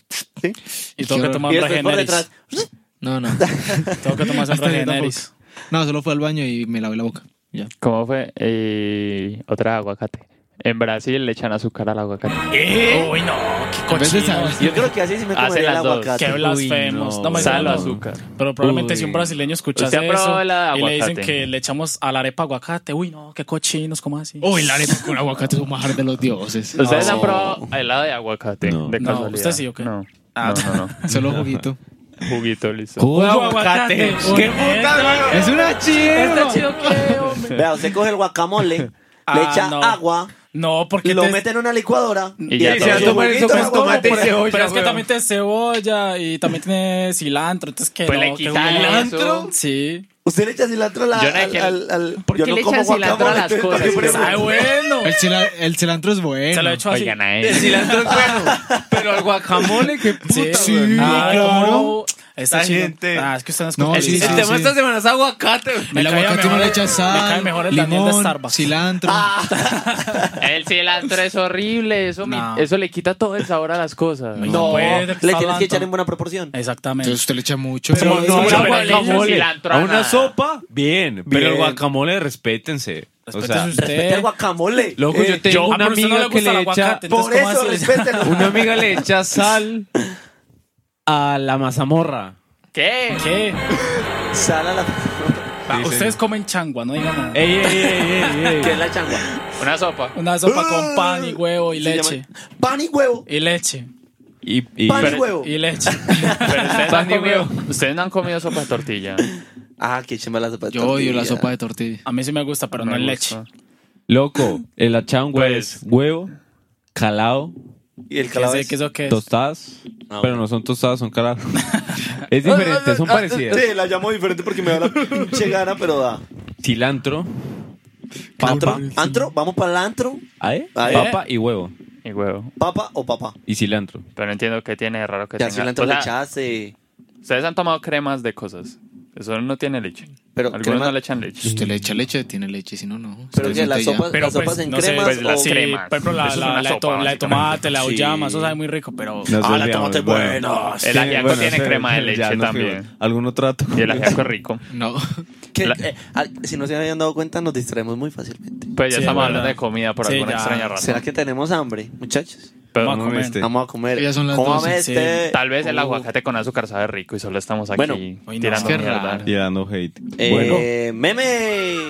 [SPEAKER 5] Y tengo que
[SPEAKER 3] Y
[SPEAKER 5] tomar
[SPEAKER 4] Y
[SPEAKER 5] un
[SPEAKER 4] después por detrás.
[SPEAKER 5] regeneris.
[SPEAKER 3] No, no.
[SPEAKER 5] Tengo que tomar un
[SPEAKER 3] Hasta yo
[SPEAKER 5] regeneris.
[SPEAKER 3] No, solo fue al baño y me lavé la boca. Ya.
[SPEAKER 2] ¿Cómo fue? Eh, otra aguacate. En Brasil le echan azúcar al aguacate.
[SPEAKER 5] ¿Eh? Uy, no, qué
[SPEAKER 3] En vez de sal.
[SPEAKER 5] cochino.
[SPEAKER 4] Yo creo que así sí me
[SPEAKER 2] Hacen
[SPEAKER 4] comería el
[SPEAKER 2] las dos.
[SPEAKER 4] aguacate.
[SPEAKER 5] Qué blasfemos. No, mentira,
[SPEAKER 2] Sal o
[SPEAKER 5] no.
[SPEAKER 2] azúcar.
[SPEAKER 5] Pero probablemente
[SPEAKER 3] Uy.
[SPEAKER 5] si un brasileño escuchase
[SPEAKER 2] Usted ha probado
[SPEAKER 5] eso
[SPEAKER 2] la
[SPEAKER 5] y le dicen
[SPEAKER 2] aguacate.
[SPEAKER 5] que le echamos a la arepa aguacate, uy, no, qué cochinos, ¿cómo así?
[SPEAKER 3] Uy, la arepa con aguacate es un majar de los dioses.
[SPEAKER 2] ¿Ustedes
[SPEAKER 4] No.
[SPEAKER 2] han probado helado de aguacate?
[SPEAKER 1] No.
[SPEAKER 2] De
[SPEAKER 5] No,
[SPEAKER 2] casualidad.
[SPEAKER 5] ¿usted sí o qué?
[SPEAKER 2] No. No, no, no.
[SPEAKER 3] Solo juguito.
[SPEAKER 2] Juguito, listo.
[SPEAKER 3] ¡Jugo
[SPEAKER 5] aguacate! ¡Qué puta,
[SPEAKER 3] ¡Es una
[SPEAKER 5] ¿Está
[SPEAKER 3] chiva!
[SPEAKER 5] chido qué, hombre?
[SPEAKER 4] Vea, usted coge el guacamole, le
[SPEAKER 5] Ah,
[SPEAKER 4] echa
[SPEAKER 5] no.
[SPEAKER 4] agua,
[SPEAKER 5] No, porque
[SPEAKER 4] lo
[SPEAKER 5] te-
[SPEAKER 4] mete en una licuadora
[SPEAKER 2] Y ya
[SPEAKER 4] le
[SPEAKER 2] todo.
[SPEAKER 4] echa
[SPEAKER 2] Y se va a tomar
[SPEAKER 4] un
[SPEAKER 6] eso
[SPEAKER 4] poquito
[SPEAKER 6] con
[SPEAKER 4] de huevo,
[SPEAKER 6] tomate y
[SPEAKER 4] por ejemplo.
[SPEAKER 6] cebolla.
[SPEAKER 5] Pero es que
[SPEAKER 6] weón.
[SPEAKER 5] también tiene cebolla y también tiene cilantro, entonces que
[SPEAKER 2] Pues
[SPEAKER 5] no,
[SPEAKER 2] le
[SPEAKER 5] que
[SPEAKER 2] quitan
[SPEAKER 5] huele-
[SPEAKER 2] ¿Cilantro?
[SPEAKER 5] Sí.
[SPEAKER 4] Usted le echa cilantro a la-
[SPEAKER 2] Yo no
[SPEAKER 4] al,
[SPEAKER 2] quiero-
[SPEAKER 4] al, al-
[SPEAKER 2] ¿Por
[SPEAKER 4] yo
[SPEAKER 2] qué
[SPEAKER 4] no
[SPEAKER 2] le
[SPEAKER 4] como
[SPEAKER 2] echan cilantro a
[SPEAKER 4] guacamole,
[SPEAKER 2] las
[SPEAKER 4] entonces,
[SPEAKER 2] cosas?
[SPEAKER 4] ¿por qué
[SPEAKER 5] ¡Ay, bueno!
[SPEAKER 3] El, cila- el cilantro es bueno.
[SPEAKER 5] Se lo he hecho así.
[SPEAKER 2] Oigan a
[SPEAKER 6] El
[SPEAKER 2] él.
[SPEAKER 6] cilantro es bueno, pero el guacamole, qué puta,
[SPEAKER 5] Sí,
[SPEAKER 6] weón.
[SPEAKER 3] sí.
[SPEAKER 5] Ay,
[SPEAKER 3] claro.
[SPEAKER 5] cómo no. Está
[SPEAKER 6] La
[SPEAKER 5] chido.
[SPEAKER 6] gente.
[SPEAKER 5] Ah, es que usted no es
[SPEAKER 3] No,
[SPEAKER 5] culturista.
[SPEAKER 3] sí, sí,
[SPEAKER 6] El tema
[SPEAKER 3] sí.
[SPEAKER 6] esta semana es aguacate. weón.
[SPEAKER 5] Me
[SPEAKER 3] El
[SPEAKER 5] caía
[SPEAKER 3] aguacate no
[SPEAKER 5] mejor
[SPEAKER 3] le
[SPEAKER 5] el-
[SPEAKER 3] echa
[SPEAKER 5] me cae
[SPEAKER 3] sal,
[SPEAKER 5] mejor el Daniel de
[SPEAKER 3] limón,
[SPEAKER 5] Starbucks.
[SPEAKER 3] cilantro.
[SPEAKER 4] Ah.
[SPEAKER 2] El cilantro es horrible. Eso, mi-
[SPEAKER 5] No.
[SPEAKER 2] eso le quita todo el sabor a las cosas.
[SPEAKER 5] No.
[SPEAKER 4] No,
[SPEAKER 5] puede,
[SPEAKER 4] le
[SPEAKER 5] está
[SPEAKER 4] tienes que
[SPEAKER 5] hablando.
[SPEAKER 4] echar en buena proporción.
[SPEAKER 5] Exactamente.
[SPEAKER 3] Entonces usted le echa mucho.
[SPEAKER 5] Pero
[SPEAKER 3] Sí,
[SPEAKER 5] no,
[SPEAKER 3] sí,
[SPEAKER 5] pero-
[SPEAKER 1] Pero
[SPEAKER 2] le echan
[SPEAKER 1] guacamole.
[SPEAKER 2] cilantro
[SPEAKER 1] A
[SPEAKER 2] a
[SPEAKER 1] una
[SPEAKER 2] nada.
[SPEAKER 1] sopa, bien, Pero el
[SPEAKER 4] Bien.
[SPEAKER 1] guacamole, respétense. O
[SPEAKER 5] Respétese
[SPEAKER 1] sea,
[SPEAKER 5] usted.
[SPEAKER 4] Respete el guacamole.
[SPEAKER 1] loco, yo tengo
[SPEAKER 5] yo- ah,
[SPEAKER 1] una
[SPEAKER 5] pero usted no
[SPEAKER 1] amiga
[SPEAKER 5] le
[SPEAKER 1] que
[SPEAKER 5] gusta el
[SPEAKER 1] le echa.
[SPEAKER 5] aguacate.
[SPEAKER 4] Por
[SPEAKER 5] entonces, ¿cómo
[SPEAKER 4] eso,
[SPEAKER 5] así?
[SPEAKER 4] respételo.
[SPEAKER 6] Una amiga le echa sal a la mazamorra.
[SPEAKER 2] ¿Qué?
[SPEAKER 5] ¿Qué?
[SPEAKER 4] Sal a la...
[SPEAKER 5] Ah,
[SPEAKER 1] Sí, sí.
[SPEAKER 5] Ustedes comen changua, no
[SPEAKER 4] Eh.
[SPEAKER 5] digan nada.
[SPEAKER 6] Ey, ey, ey, ey, ey.
[SPEAKER 4] ¿Qué es la changua? Ah,
[SPEAKER 2] Una sopa.
[SPEAKER 5] Una sopa con pan y huevo y
[SPEAKER 4] Se llama-
[SPEAKER 5] leche.
[SPEAKER 4] Pan y huevo.
[SPEAKER 5] Y leche.
[SPEAKER 1] Y, y-
[SPEAKER 4] Pan y
[SPEAKER 1] pero-
[SPEAKER 4] huevo.
[SPEAKER 5] Y leche.
[SPEAKER 2] Pero ustedes, no
[SPEAKER 6] Pan
[SPEAKER 2] han
[SPEAKER 6] y
[SPEAKER 2] comido,
[SPEAKER 6] huevo.
[SPEAKER 2] ustedes no han comido sopa de tortilla.
[SPEAKER 4] Ah, qué chimba la sopa de
[SPEAKER 3] Yo odio la
[SPEAKER 4] tortilla.
[SPEAKER 3] sopa de tortilla.
[SPEAKER 5] A mí sí me gusta, pero no,
[SPEAKER 2] Me
[SPEAKER 5] en
[SPEAKER 2] gusta.
[SPEAKER 5] leche.
[SPEAKER 6] Loco, el achangua
[SPEAKER 2] Pues-
[SPEAKER 6] es huevo, calado,
[SPEAKER 4] Y el
[SPEAKER 5] ¿Qué,
[SPEAKER 4] calado
[SPEAKER 5] sé, ¿Qué eso qué es?
[SPEAKER 6] tostadas,
[SPEAKER 4] Ah,
[SPEAKER 6] pero no son tostadas, son calados. es diferente,
[SPEAKER 5] Ah,
[SPEAKER 6] son parecidas.
[SPEAKER 4] Sí, la llamo diferente porque me da la pinche gana, pero da.
[SPEAKER 6] Cilantro,
[SPEAKER 4] Antro, antro, vamos para el antro.
[SPEAKER 5] ¿Ah, eh?
[SPEAKER 6] ¿ae?
[SPEAKER 4] ¿Ae?
[SPEAKER 6] papa y huevo.
[SPEAKER 2] Y huevo.
[SPEAKER 4] Papa o papá.
[SPEAKER 1] Pues
[SPEAKER 6] Y cilantro.
[SPEAKER 2] Pero no entiendo qué tiene de raro que
[SPEAKER 4] Ya
[SPEAKER 2] tenga.
[SPEAKER 4] cilantro
[SPEAKER 2] O
[SPEAKER 4] le
[SPEAKER 2] sea,
[SPEAKER 4] echaste.
[SPEAKER 2] ustedes han tomado cremas de cosas. Eso no tiene leche.
[SPEAKER 4] Pero
[SPEAKER 2] Algunos
[SPEAKER 4] crema-
[SPEAKER 2] no le echan leche.
[SPEAKER 3] Si usted le echa leche, tiene leche. Si no, no.
[SPEAKER 4] Pero
[SPEAKER 3] Usted
[SPEAKER 4] que las
[SPEAKER 3] mete ya.
[SPEAKER 4] sopas,
[SPEAKER 5] Pero
[SPEAKER 4] las sopas
[SPEAKER 5] pues,
[SPEAKER 4] en
[SPEAKER 5] no sé,
[SPEAKER 4] cremas
[SPEAKER 5] pues
[SPEAKER 4] o...
[SPEAKER 2] las
[SPEAKER 5] Sí,
[SPEAKER 2] cremas.
[SPEAKER 5] por ejemplo, la,
[SPEAKER 2] Eso es
[SPEAKER 5] la-
[SPEAKER 2] una
[SPEAKER 5] la
[SPEAKER 2] sopa,
[SPEAKER 5] to- la de
[SPEAKER 2] básicamente.
[SPEAKER 5] tomate, la
[SPEAKER 4] Sí.
[SPEAKER 5] auyama, eso sabe muy rico, pero...
[SPEAKER 1] Nos
[SPEAKER 4] Ah, la
[SPEAKER 1] olvidamos,
[SPEAKER 4] tomate es
[SPEAKER 1] bueno.
[SPEAKER 4] buena.
[SPEAKER 2] El ajiaco
[SPEAKER 1] bueno,
[SPEAKER 2] tiene
[SPEAKER 1] sí,
[SPEAKER 2] crema de
[SPEAKER 1] ya
[SPEAKER 2] leche
[SPEAKER 1] nos
[SPEAKER 2] también.
[SPEAKER 1] fuimos. Algún otro dato.
[SPEAKER 2] Y el ajiaco es rico.
[SPEAKER 3] No.
[SPEAKER 4] Que,
[SPEAKER 2] La-
[SPEAKER 4] eh, ah, si no se habían dado cuenta, nos distraemos muy fácilmente.
[SPEAKER 2] Pues ya
[SPEAKER 5] Sí,
[SPEAKER 2] estamos
[SPEAKER 5] es
[SPEAKER 2] hablando
[SPEAKER 5] verdad.
[SPEAKER 2] de comida por
[SPEAKER 5] Sí,
[SPEAKER 2] alguna
[SPEAKER 5] ya.
[SPEAKER 2] extraña razón.
[SPEAKER 4] ¿Será que tenemos hambre, muchachos?
[SPEAKER 2] Pero-
[SPEAKER 5] Vamos a comer.
[SPEAKER 1] este.
[SPEAKER 4] Vamos a comer.
[SPEAKER 3] Ya son las
[SPEAKER 4] Cómame
[SPEAKER 3] 12,
[SPEAKER 5] sí.
[SPEAKER 4] este.
[SPEAKER 2] Tal vez el
[SPEAKER 4] Uh,
[SPEAKER 2] aguacate con azúcar sabe rico y solo estamos aquí
[SPEAKER 4] Bueno,
[SPEAKER 5] hoy Oh. no.
[SPEAKER 2] tirando
[SPEAKER 5] Qué
[SPEAKER 2] mierda.
[SPEAKER 3] raro.
[SPEAKER 1] Tirando hate.
[SPEAKER 4] Eh, Meme.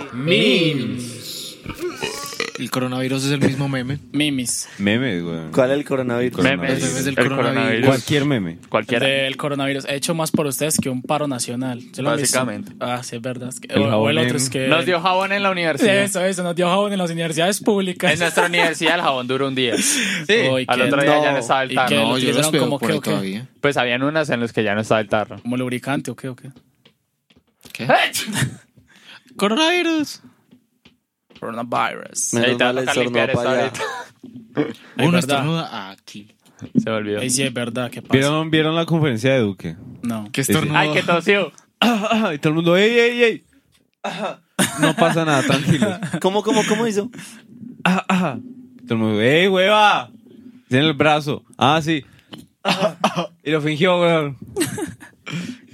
[SPEAKER 3] El coronavirus es el mismo meme.
[SPEAKER 5] Mimis.
[SPEAKER 1] Memes, güey.
[SPEAKER 4] ¿Cuál es el coronavirus?
[SPEAKER 1] Meme.
[SPEAKER 2] Memes,
[SPEAKER 1] El meme
[SPEAKER 3] del
[SPEAKER 2] el
[SPEAKER 3] coronavirus.
[SPEAKER 2] coronavirus.
[SPEAKER 1] Cualquier meme.
[SPEAKER 5] El
[SPEAKER 2] Cualquiera.
[SPEAKER 5] del coronavirus. He hecho más por ustedes que un paro nacional. ¿Se lo han visto?
[SPEAKER 2] Básicamente.
[SPEAKER 5] Ah, sí, es verdad. Es que-
[SPEAKER 1] El
[SPEAKER 5] o, o el
[SPEAKER 1] jabón
[SPEAKER 5] otro es
[SPEAKER 1] en-
[SPEAKER 5] que...
[SPEAKER 2] Nos dio jabón en la universidad.
[SPEAKER 5] Eso, eso. Nos dio jabón en las universidades públicas.
[SPEAKER 2] En nuestra universidad el jabón duró un día.
[SPEAKER 5] Uy,
[SPEAKER 2] Al
[SPEAKER 5] qué-
[SPEAKER 2] otro día ya
[SPEAKER 4] no.
[SPEAKER 2] no estaba
[SPEAKER 5] ¿Y
[SPEAKER 2] el tarro.
[SPEAKER 5] qué?
[SPEAKER 3] No,
[SPEAKER 5] lo
[SPEAKER 3] yo los
[SPEAKER 5] utilizaron
[SPEAKER 3] veo
[SPEAKER 5] como
[SPEAKER 3] por
[SPEAKER 5] que,
[SPEAKER 3] ahí
[SPEAKER 5] o qué?
[SPEAKER 3] todavía.
[SPEAKER 2] Pues habían unas en las que ya no estaba el tarro.
[SPEAKER 5] Como lubricante, ¿o qué, o qué?
[SPEAKER 3] ¿Qué? ¡Coronavirus!
[SPEAKER 5] Coronavirus.
[SPEAKER 4] Menos
[SPEAKER 2] Ahí te va a
[SPEAKER 4] mal el
[SPEAKER 2] tocar
[SPEAKER 4] sorno
[SPEAKER 2] limpiar
[SPEAKER 4] va para
[SPEAKER 2] eso
[SPEAKER 4] allá.
[SPEAKER 2] ahorita.
[SPEAKER 5] Es
[SPEAKER 3] Uno
[SPEAKER 5] verdad.
[SPEAKER 3] estornuda aquí.
[SPEAKER 2] Se me olvidó.
[SPEAKER 5] Ey, sí, es verdad. ¿Qué pasa?
[SPEAKER 1] ¿Vieron, ¿Vieron la conferencia de Duque?
[SPEAKER 5] No.
[SPEAKER 3] ¿Qué estornuda?
[SPEAKER 2] Ay, que tosió.
[SPEAKER 1] y todo el mundo, ¡ey, ey, ey! No pasa nada, tranquilos.
[SPEAKER 4] ¿Cómo, cómo, cómo hizo?
[SPEAKER 1] Ah, ah. Todo el mundo, ¡ey, hueva! Tiene el brazo. Ah, sí. Ah, ah. y lo fingió, weón.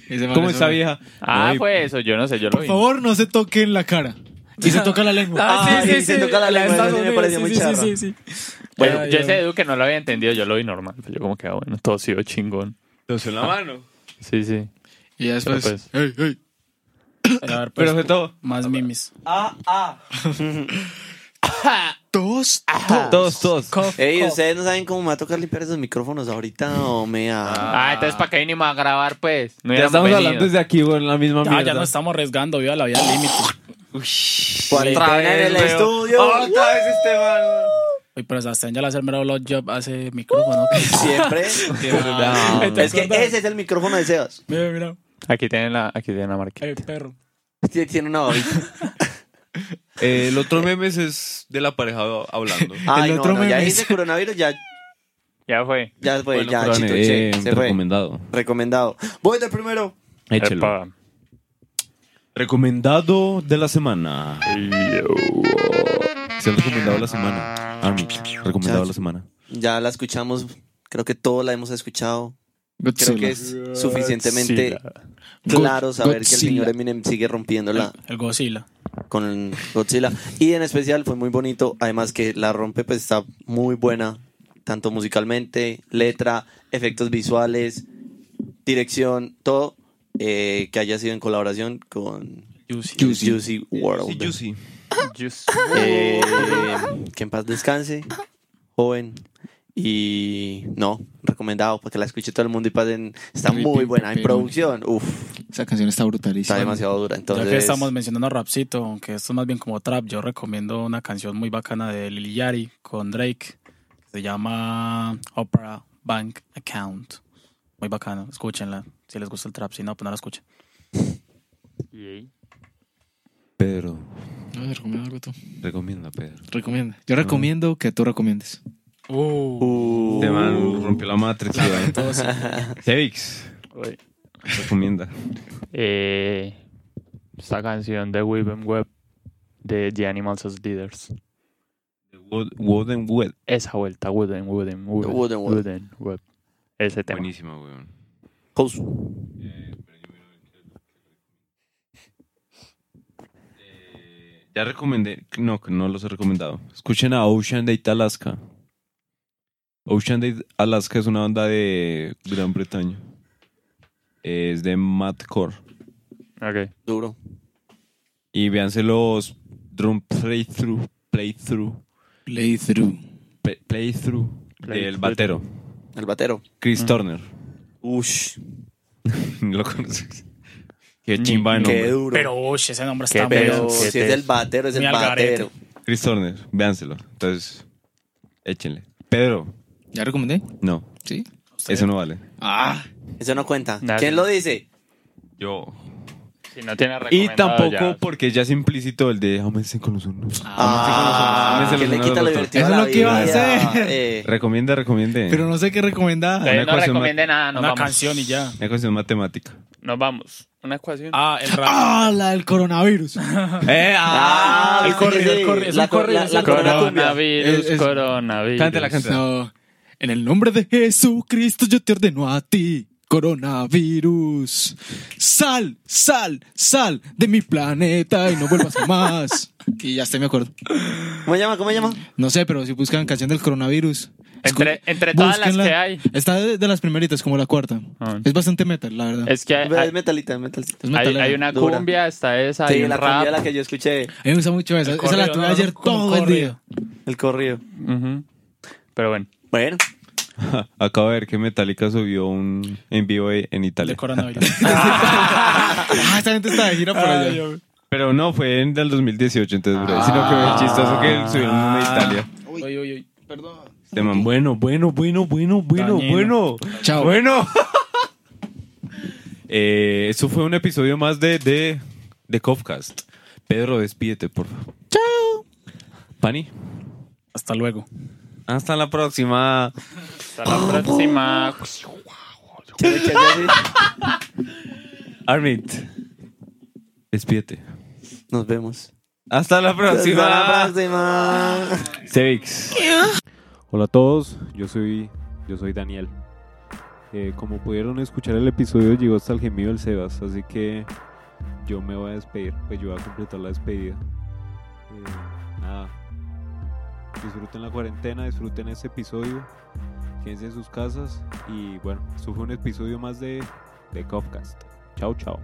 [SPEAKER 3] Ese man
[SPEAKER 1] ¿Cómo
[SPEAKER 3] es
[SPEAKER 1] está
[SPEAKER 3] horrible.
[SPEAKER 1] vieja?
[SPEAKER 2] Ah,
[SPEAKER 1] No, y-
[SPEAKER 2] fue eso. Yo no sé, yo lo
[SPEAKER 3] Por
[SPEAKER 2] vi.
[SPEAKER 3] favor, no se toque en la cara. Y se toca la lengua.
[SPEAKER 4] Ah, sí, se toca la lengua,
[SPEAKER 5] Estados
[SPEAKER 4] eso sí me
[SPEAKER 5] Unidos,
[SPEAKER 4] pareció
[SPEAKER 5] sí,
[SPEAKER 4] muy
[SPEAKER 5] sí,
[SPEAKER 4] charro.
[SPEAKER 5] Sí, sí, sí.
[SPEAKER 2] Bueno,
[SPEAKER 5] Ay,
[SPEAKER 2] yo
[SPEAKER 5] ay.
[SPEAKER 2] ese Edu que no lo había entendido, yo lo vi normal. Pues yo como que, ah, bueno, tosió chingón.
[SPEAKER 1] Entonces, la mano.
[SPEAKER 2] Sí, sí.
[SPEAKER 3] Y ya después.
[SPEAKER 2] Pero pues-
[SPEAKER 3] ¡Ey, ey!
[SPEAKER 5] A ver, pues,
[SPEAKER 1] Pero fue todo.
[SPEAKER 5] más mimis.
[SPEAKER 3] ¡Dos!
[SPEAKER 1] Todos, todos.
[SPEAKER 4] Ey, ustedes no saben cómo me va a tocar limpiar esos micrófonos ahorita o me a...
[SPEAKER 2] Ah, entonces ¿para qué vinimos a grabar, pues? No
[SPEAKER 1] Ya
[SPEAKER 2] hubiéramos
[SPEAKER 1] estamos
[SPEAKER 2] venido.
[SPEAKER 1] hablando desde aquí, weón, la misma
[SPEAKER 5] Ya,
[SPEAKER 1] mierda.
[SPEAKER 5] ya nos estamos arriesgando, viva la vida al límite.
[SPEAKER 4] Cuarentena en el estudio.
[SPEAKER 1] Otra vez este Esteban.
[SPEAKER 5] Uy, pero Sebastián ya le hace el mero blowjob hace micrófono.
[SPEAKER 4] Siempre.
[SPEAKER 1] No,
[SPEAKER 5] ¿Te
[SPEAKER 4] Es que
[SPEAKER 5] acordás?
[SPEAKER 4] ese es el micrófono de Sebas.
[SPEAKER 5] Mira, mira.
[SPEAKER 2] Aquí tienen la, aquí tienen la marca.
[SPEAKER 5] Ay, perro.
[SPEAKER 4] Tie- Tiene una babita.
[SPEAKER 1] Eh, el otro memes es de la pareja hablando.
[SPEAKER 4] Ay, no,
[SPEAKER 3] otro
[SPEAKER 4] no, ya
[SPEAKER 3] meme
[SPEAKER 4] hice
[SPEAKER 3] es-
[SPEAKER 4] coronavirus, ya,
[SPEAKER 2] Ya fue.
[SPEAKER 4] ya fue,
[SPEAKER 1] Bueno,
[SPEAKER 4] ya,
[SPEAKER 1] Fran,
[SPEAKER 4] chito,
[SPEAKER 1] eh,
[SPEAKER 4] che, se fue.
[SPEAKER 6] recomendado.
[SPEAKER 4] Recomendado. Voy de primero.
[SPEAKER 6] Échelo.
[SPEAKER 2] Epa.
[SPEAKER 1] Recomendado de la semana.
[SPEAKER 2] Yo.
[SPEAKER 1] Es el recomendado de la semana. Army, recomendado de la semana.
[SPEAKER 4] Ya la escuchamos, creo que todos la hemos escuchado. Creo
[SPEAKER 3] Godzilla.
[SPEAKER 4] que es suficientemente
[SPEAKER 2] Godzilla.
[SPEAKER 4] claro saber que el
[SPEAKER 3] Godzilla.
[SPEAKER 4] señor Eminem sigue rompiéndola.
[SPEAKER 5] El Godzilla.
[SPEAKER 4] con Godzilla. Y en especial fue muy bonito, además que la rompe pues está muy buena, tanto musicalmente, letra, efectos visuales, dirección, todo eh, que haya sido en colaboración con Juicy, World.
[SPEAKER 1] Sí, Juicy.
[SPEAKER 4] Eh, que en paz descanse, joven. Y no, recomendado para que la escuche todo el mundo y pasen. Está
[SPEAKER 3] Muy
[SPEAKER 4] muy
[SPEAKER 3] bien,
[SPEAKER 4] buena en
[SPEAKER 3] pero-
[SPEAKER 4] producción. Uf,
[SPEAKER 3] Esa canción está brutalísima.
[SPEAKER 4] está demasiado dura. Entonces,
[SPEAKER 5] Ya que estamos mencionando rapcito, aunque esto es más bien como trap, yo recomiendo una canción muy bacana de Lil Yari con Drake, que se llama Opera Bank Account. Muy bacana, escúchenla. Si les gusta el trap, si no, pues no la escuchen.
[SPEAKER 2] Yay.
[SPEAKER 1] Pedro.
[SPEAKER 3] No, te recomiendo algo tú.
[SPEAKER 1] Recomienda, Pedro.
[SPEAKER 3] Recomienda. Yo recomiendo que tú recomiendes.
[SPEAKER 4] Uh,
[SPEAKER 1] Este man rompió la matriz. Sevix.
[SPEAKER 2] Uy.
[SPEAKER 1] Recomienda.
[SPEAKER 2] Eh, esta canción de Weave Web de The Animals as Leaders.
[SPEAKER 1] Wood Wood and Wet.
[SPEAKER 2] Esa vuelta, Wooden, Wooden, Wooden,
[SPEAKER 4] Wooden Web.
[SPEAKER 2] Web. Ese tema.
[SPEAKER 1] Buenísima, weón.
[SPEAKER 4] House.
[SPEAKER 1] Ya recomendé. No, que no los he recomendado. Escuchen a Ocean Date Alaska. Ocean Date Alaska es una banda de Gran Bretaña. Es de Matt Core.
[SPEAKER 2] Ok.
[SPEAKER 4] duro.
[SPEAKER 1] Y véanse los drum playthrough, playthrough,
[SPEAKER 3] Playthrough.
[SPEAKER 1] pe- playthrough del
[SPEAKER 2] Playthrough.
[SPEAKER 1] batero,
[SPEAKER 4] El batero.
[SPEAKER 1] Chris
[SPEAKER 2] Mm.
[SPEAKER 1] Turner.
[SPEAKER 4] Ush,
[SPEAKER 1] ¿Lo conoces? Qué chimba de
[SPEAKER 4] qué
[SPEAKER 1] nombre.
[SPEAKER 4] duro.
[SPEAKER 5] Pero, uy, ese nombre
[SPEAKER 2] Qué
[SPEAKER 5] está
[SPEAKER 2] pedo.
[SPEAKER 4] Pero
[SPEAKER 5] bueno.
[SPEAKER 4] si
[SPEAKER 2] qué
[SPEAKER 4] es
[SPEAKER 2] te-
[SPEAKER 4] el batero, es el
[SPEAKER 5] Muy al garete.
[SPEAKER 4] batero.
[SPEAKER 1] Chris Turner, véanselo. Entonces, échenle. Pedro,
[SPEAKER 3] ¿Ya recomendé?
[SPEAKER 1] no,
[SPEAKER 3] Sí.
[SPEAKER 1] eso no vale.
[SPEAKER 3] Ah.
[SPEAKER 4] Eso no cuenta.
[SPEAKER 2] Nada.
[SPEAKER 4] ¿Quién lo dice?
[SPEAKER 1] Yo.
[SPEAKER 2] Si no tiene
[SPEAKER 1] Y
[SPEAKER 2] recomendado,
[SPEAKER 1] tampoco
[SPEAKER 2] ya.
[SPEAKER 1] porque ya es implícito el de ámense con los unos.
[SPEAKER 4] Ah,
[SPEAKER 1] sí, con los hombres. Ámense
[SPEAKER 4] que
[SPEAKER 1] los
[SPEAKER 4] le
[SPEAKER 1] unos a
[SPEAKER 4] quita lo
[SPEAKER 1] los
[SPEAKER 4] divertido.
[SPEAKER 3] Eso
[SPEAKER 4] a
[SPEAKER 3] es
[SPEAKER 4] la
[SPEAKER 3] lo que iba a
[SPEAKER 4] vida.
[SPEAKER 3] hacer.
[SPEAKER 4] Eh,
[SPEAKER 1] Recomiende, recomiende.
[SPEAKER 3] Pero no sé qué recomendar.
[SPEAKER 1] Una
[SPEAKER 2] Ustedes no
[SPEAKER 1] ecuación
[SPEAKER 2] recomiende nada, nos
[SPEAKER 5] Una
[SPEAKER 2] vamos.
[SPEAKER 5] canción y ya.
[SPEAKER 1] Una cuestión matemática.
[SPEAKER 2] Nos vamos. Una ecuación.
[SPEAKER 5] Ah, el rap.
[SPEAKER 3] Ah, la del coronavirus.
[SPEAKER 1] ¡Eh!
[SPEAKER 4] Ah,
[SPEAKER 5] el
[SPEAKER 4] ¿viste
[SPEAKER 5] corrido,
[SPEAKER 4] que sí?
[SPEAKER 5] el corrido, es
[SPEAKER 4] La
[SPEAKER 5] un corrido,
[SPEAKER 4] corri-
[SPEAKER 5] es
[SPEAKER 4] la
[SPEAKER 5] un
[SPEAKER 4] corona cumbia.
[SPEAKER 2] coronavirus,
[SPEAKER 3] Es- es-
[SPEAKER 2] coronavirus.
[SPEAKER 1] Cántela, cántela.
[SPEAKER 3] No. En el nombre de Jesucristo yo te ordeno a ti, coronavirus. Sal, sal, sal de mi planeta y no vuelvas más. y ya estoy, me acuerdo.
[SPEAKER 4] ¿Cómo se llama? ¿Cómo se llama?
[SPEAKER 3] No sé, pero si buscan canción del coronavirus.
[SPEAKER 2] Entre-
[SPEAKER 3] escu-
[SPEAKER 2] entre todas las
[SPEAKER 3] búsquenla.
[SPEAKER 2] que hay.
[SPEAKER 3] Está de, de las primeritas, como la cuarta.
[SPEAKER 2] Ah.
[SPEAKER 3] Es bastante metal, la verdad.
[SPEAKER 2] Es que hay,
[SPEAKER 4] Es
[SPEAKER 2] Eh, hay,
[SPEAKER 4] metalita, es metalita.
[SPEAKER 3] Es
[SPEAKER 2] hay-
[SPEAKER 3] metalera.
[SPEAKER 2] hay una
[SPEAKER 4] Dura.
[SPEAKER 2] cumbia, está esa, hay
[SPEAKER 4] Sí,
[SPEAKER 2] un
[SPEAKER 4] la
[SPEAKER 2] rap.
[SPEAKER 4] cumbia la que yo escuché,
[SPEAKER 3] A mí me gusta mucho esa.
[SPEAKER 5] El
[SPEAKER 3] esa la
[SPEAKER 5] corrido,
[SPEAKER 3] tuve
[SPEAKER 5] no,
[SPEAKER 3] ayer
[SPEAKER 5] no, como
[SPEAKER 3] todo el día.
[SPEAKER 4] el corrido.
[SPEAKER 2] Ujú. Pero bueno,
[SPEAKER 4] Bueno,
[SPEAKER 1] Acabo de ver que Metallica subió un en vivo en
[SPEAKER 5] de
[SPEAKER 1] Italia.
[SPEAKER 5] coronavirus.
[SPEAKER 3] Ah, esta gente está de gira por
[SPEAKER 2] Ah,
[SPEAKER 3] allá.
[SPEAKER 1] Pero no, fue en el 2018, entonces, bro. Sino que fue chistoso que subieron uno en Italia.
[SPEAKER 5] Uy, uy, uy.
[SPEAKER 1] Este man, bueno, bueno, bueno, bueno, bueno,
[SPEAKER 5] Dañino.
[SPEAKER 1] bueno.
[SPEAKER 3] Chao.
[SPEAKER 1] Bueno. Eh, eso fue un episodio más de, de, de Cofcast. Pedro, despídete, por favor. Chao. Pani,
[SPEAKER 5] Hasta luego.
[SPEAKER 1] hasta la próxima.
[SPEAKER 2] hasta la próxima.
[SPEAKER 4] ¿qué le quieres decir?
[SPEAKER 1] Armit, despídete.
[SPEAKER 4] nos vemos.
[SPEAKER 1] Hasta la próxima.
[SPEAKER 4] Hasta la próxima.
[SPEAKER 1] Cevix. Hola a todos, yo soy, yo soy Daniel. Eh, como pudieron escuchar el episodio llegó hasta el gemido del Sebas, así que yo me voy a despedir, pues yo voy a completar la despedida. Eh, nada, disfruten la cuarentena, disfruten este episodio, quédense en sus casas y bueno, esto fue un episodio más de, de Cofcast. Chao, chao.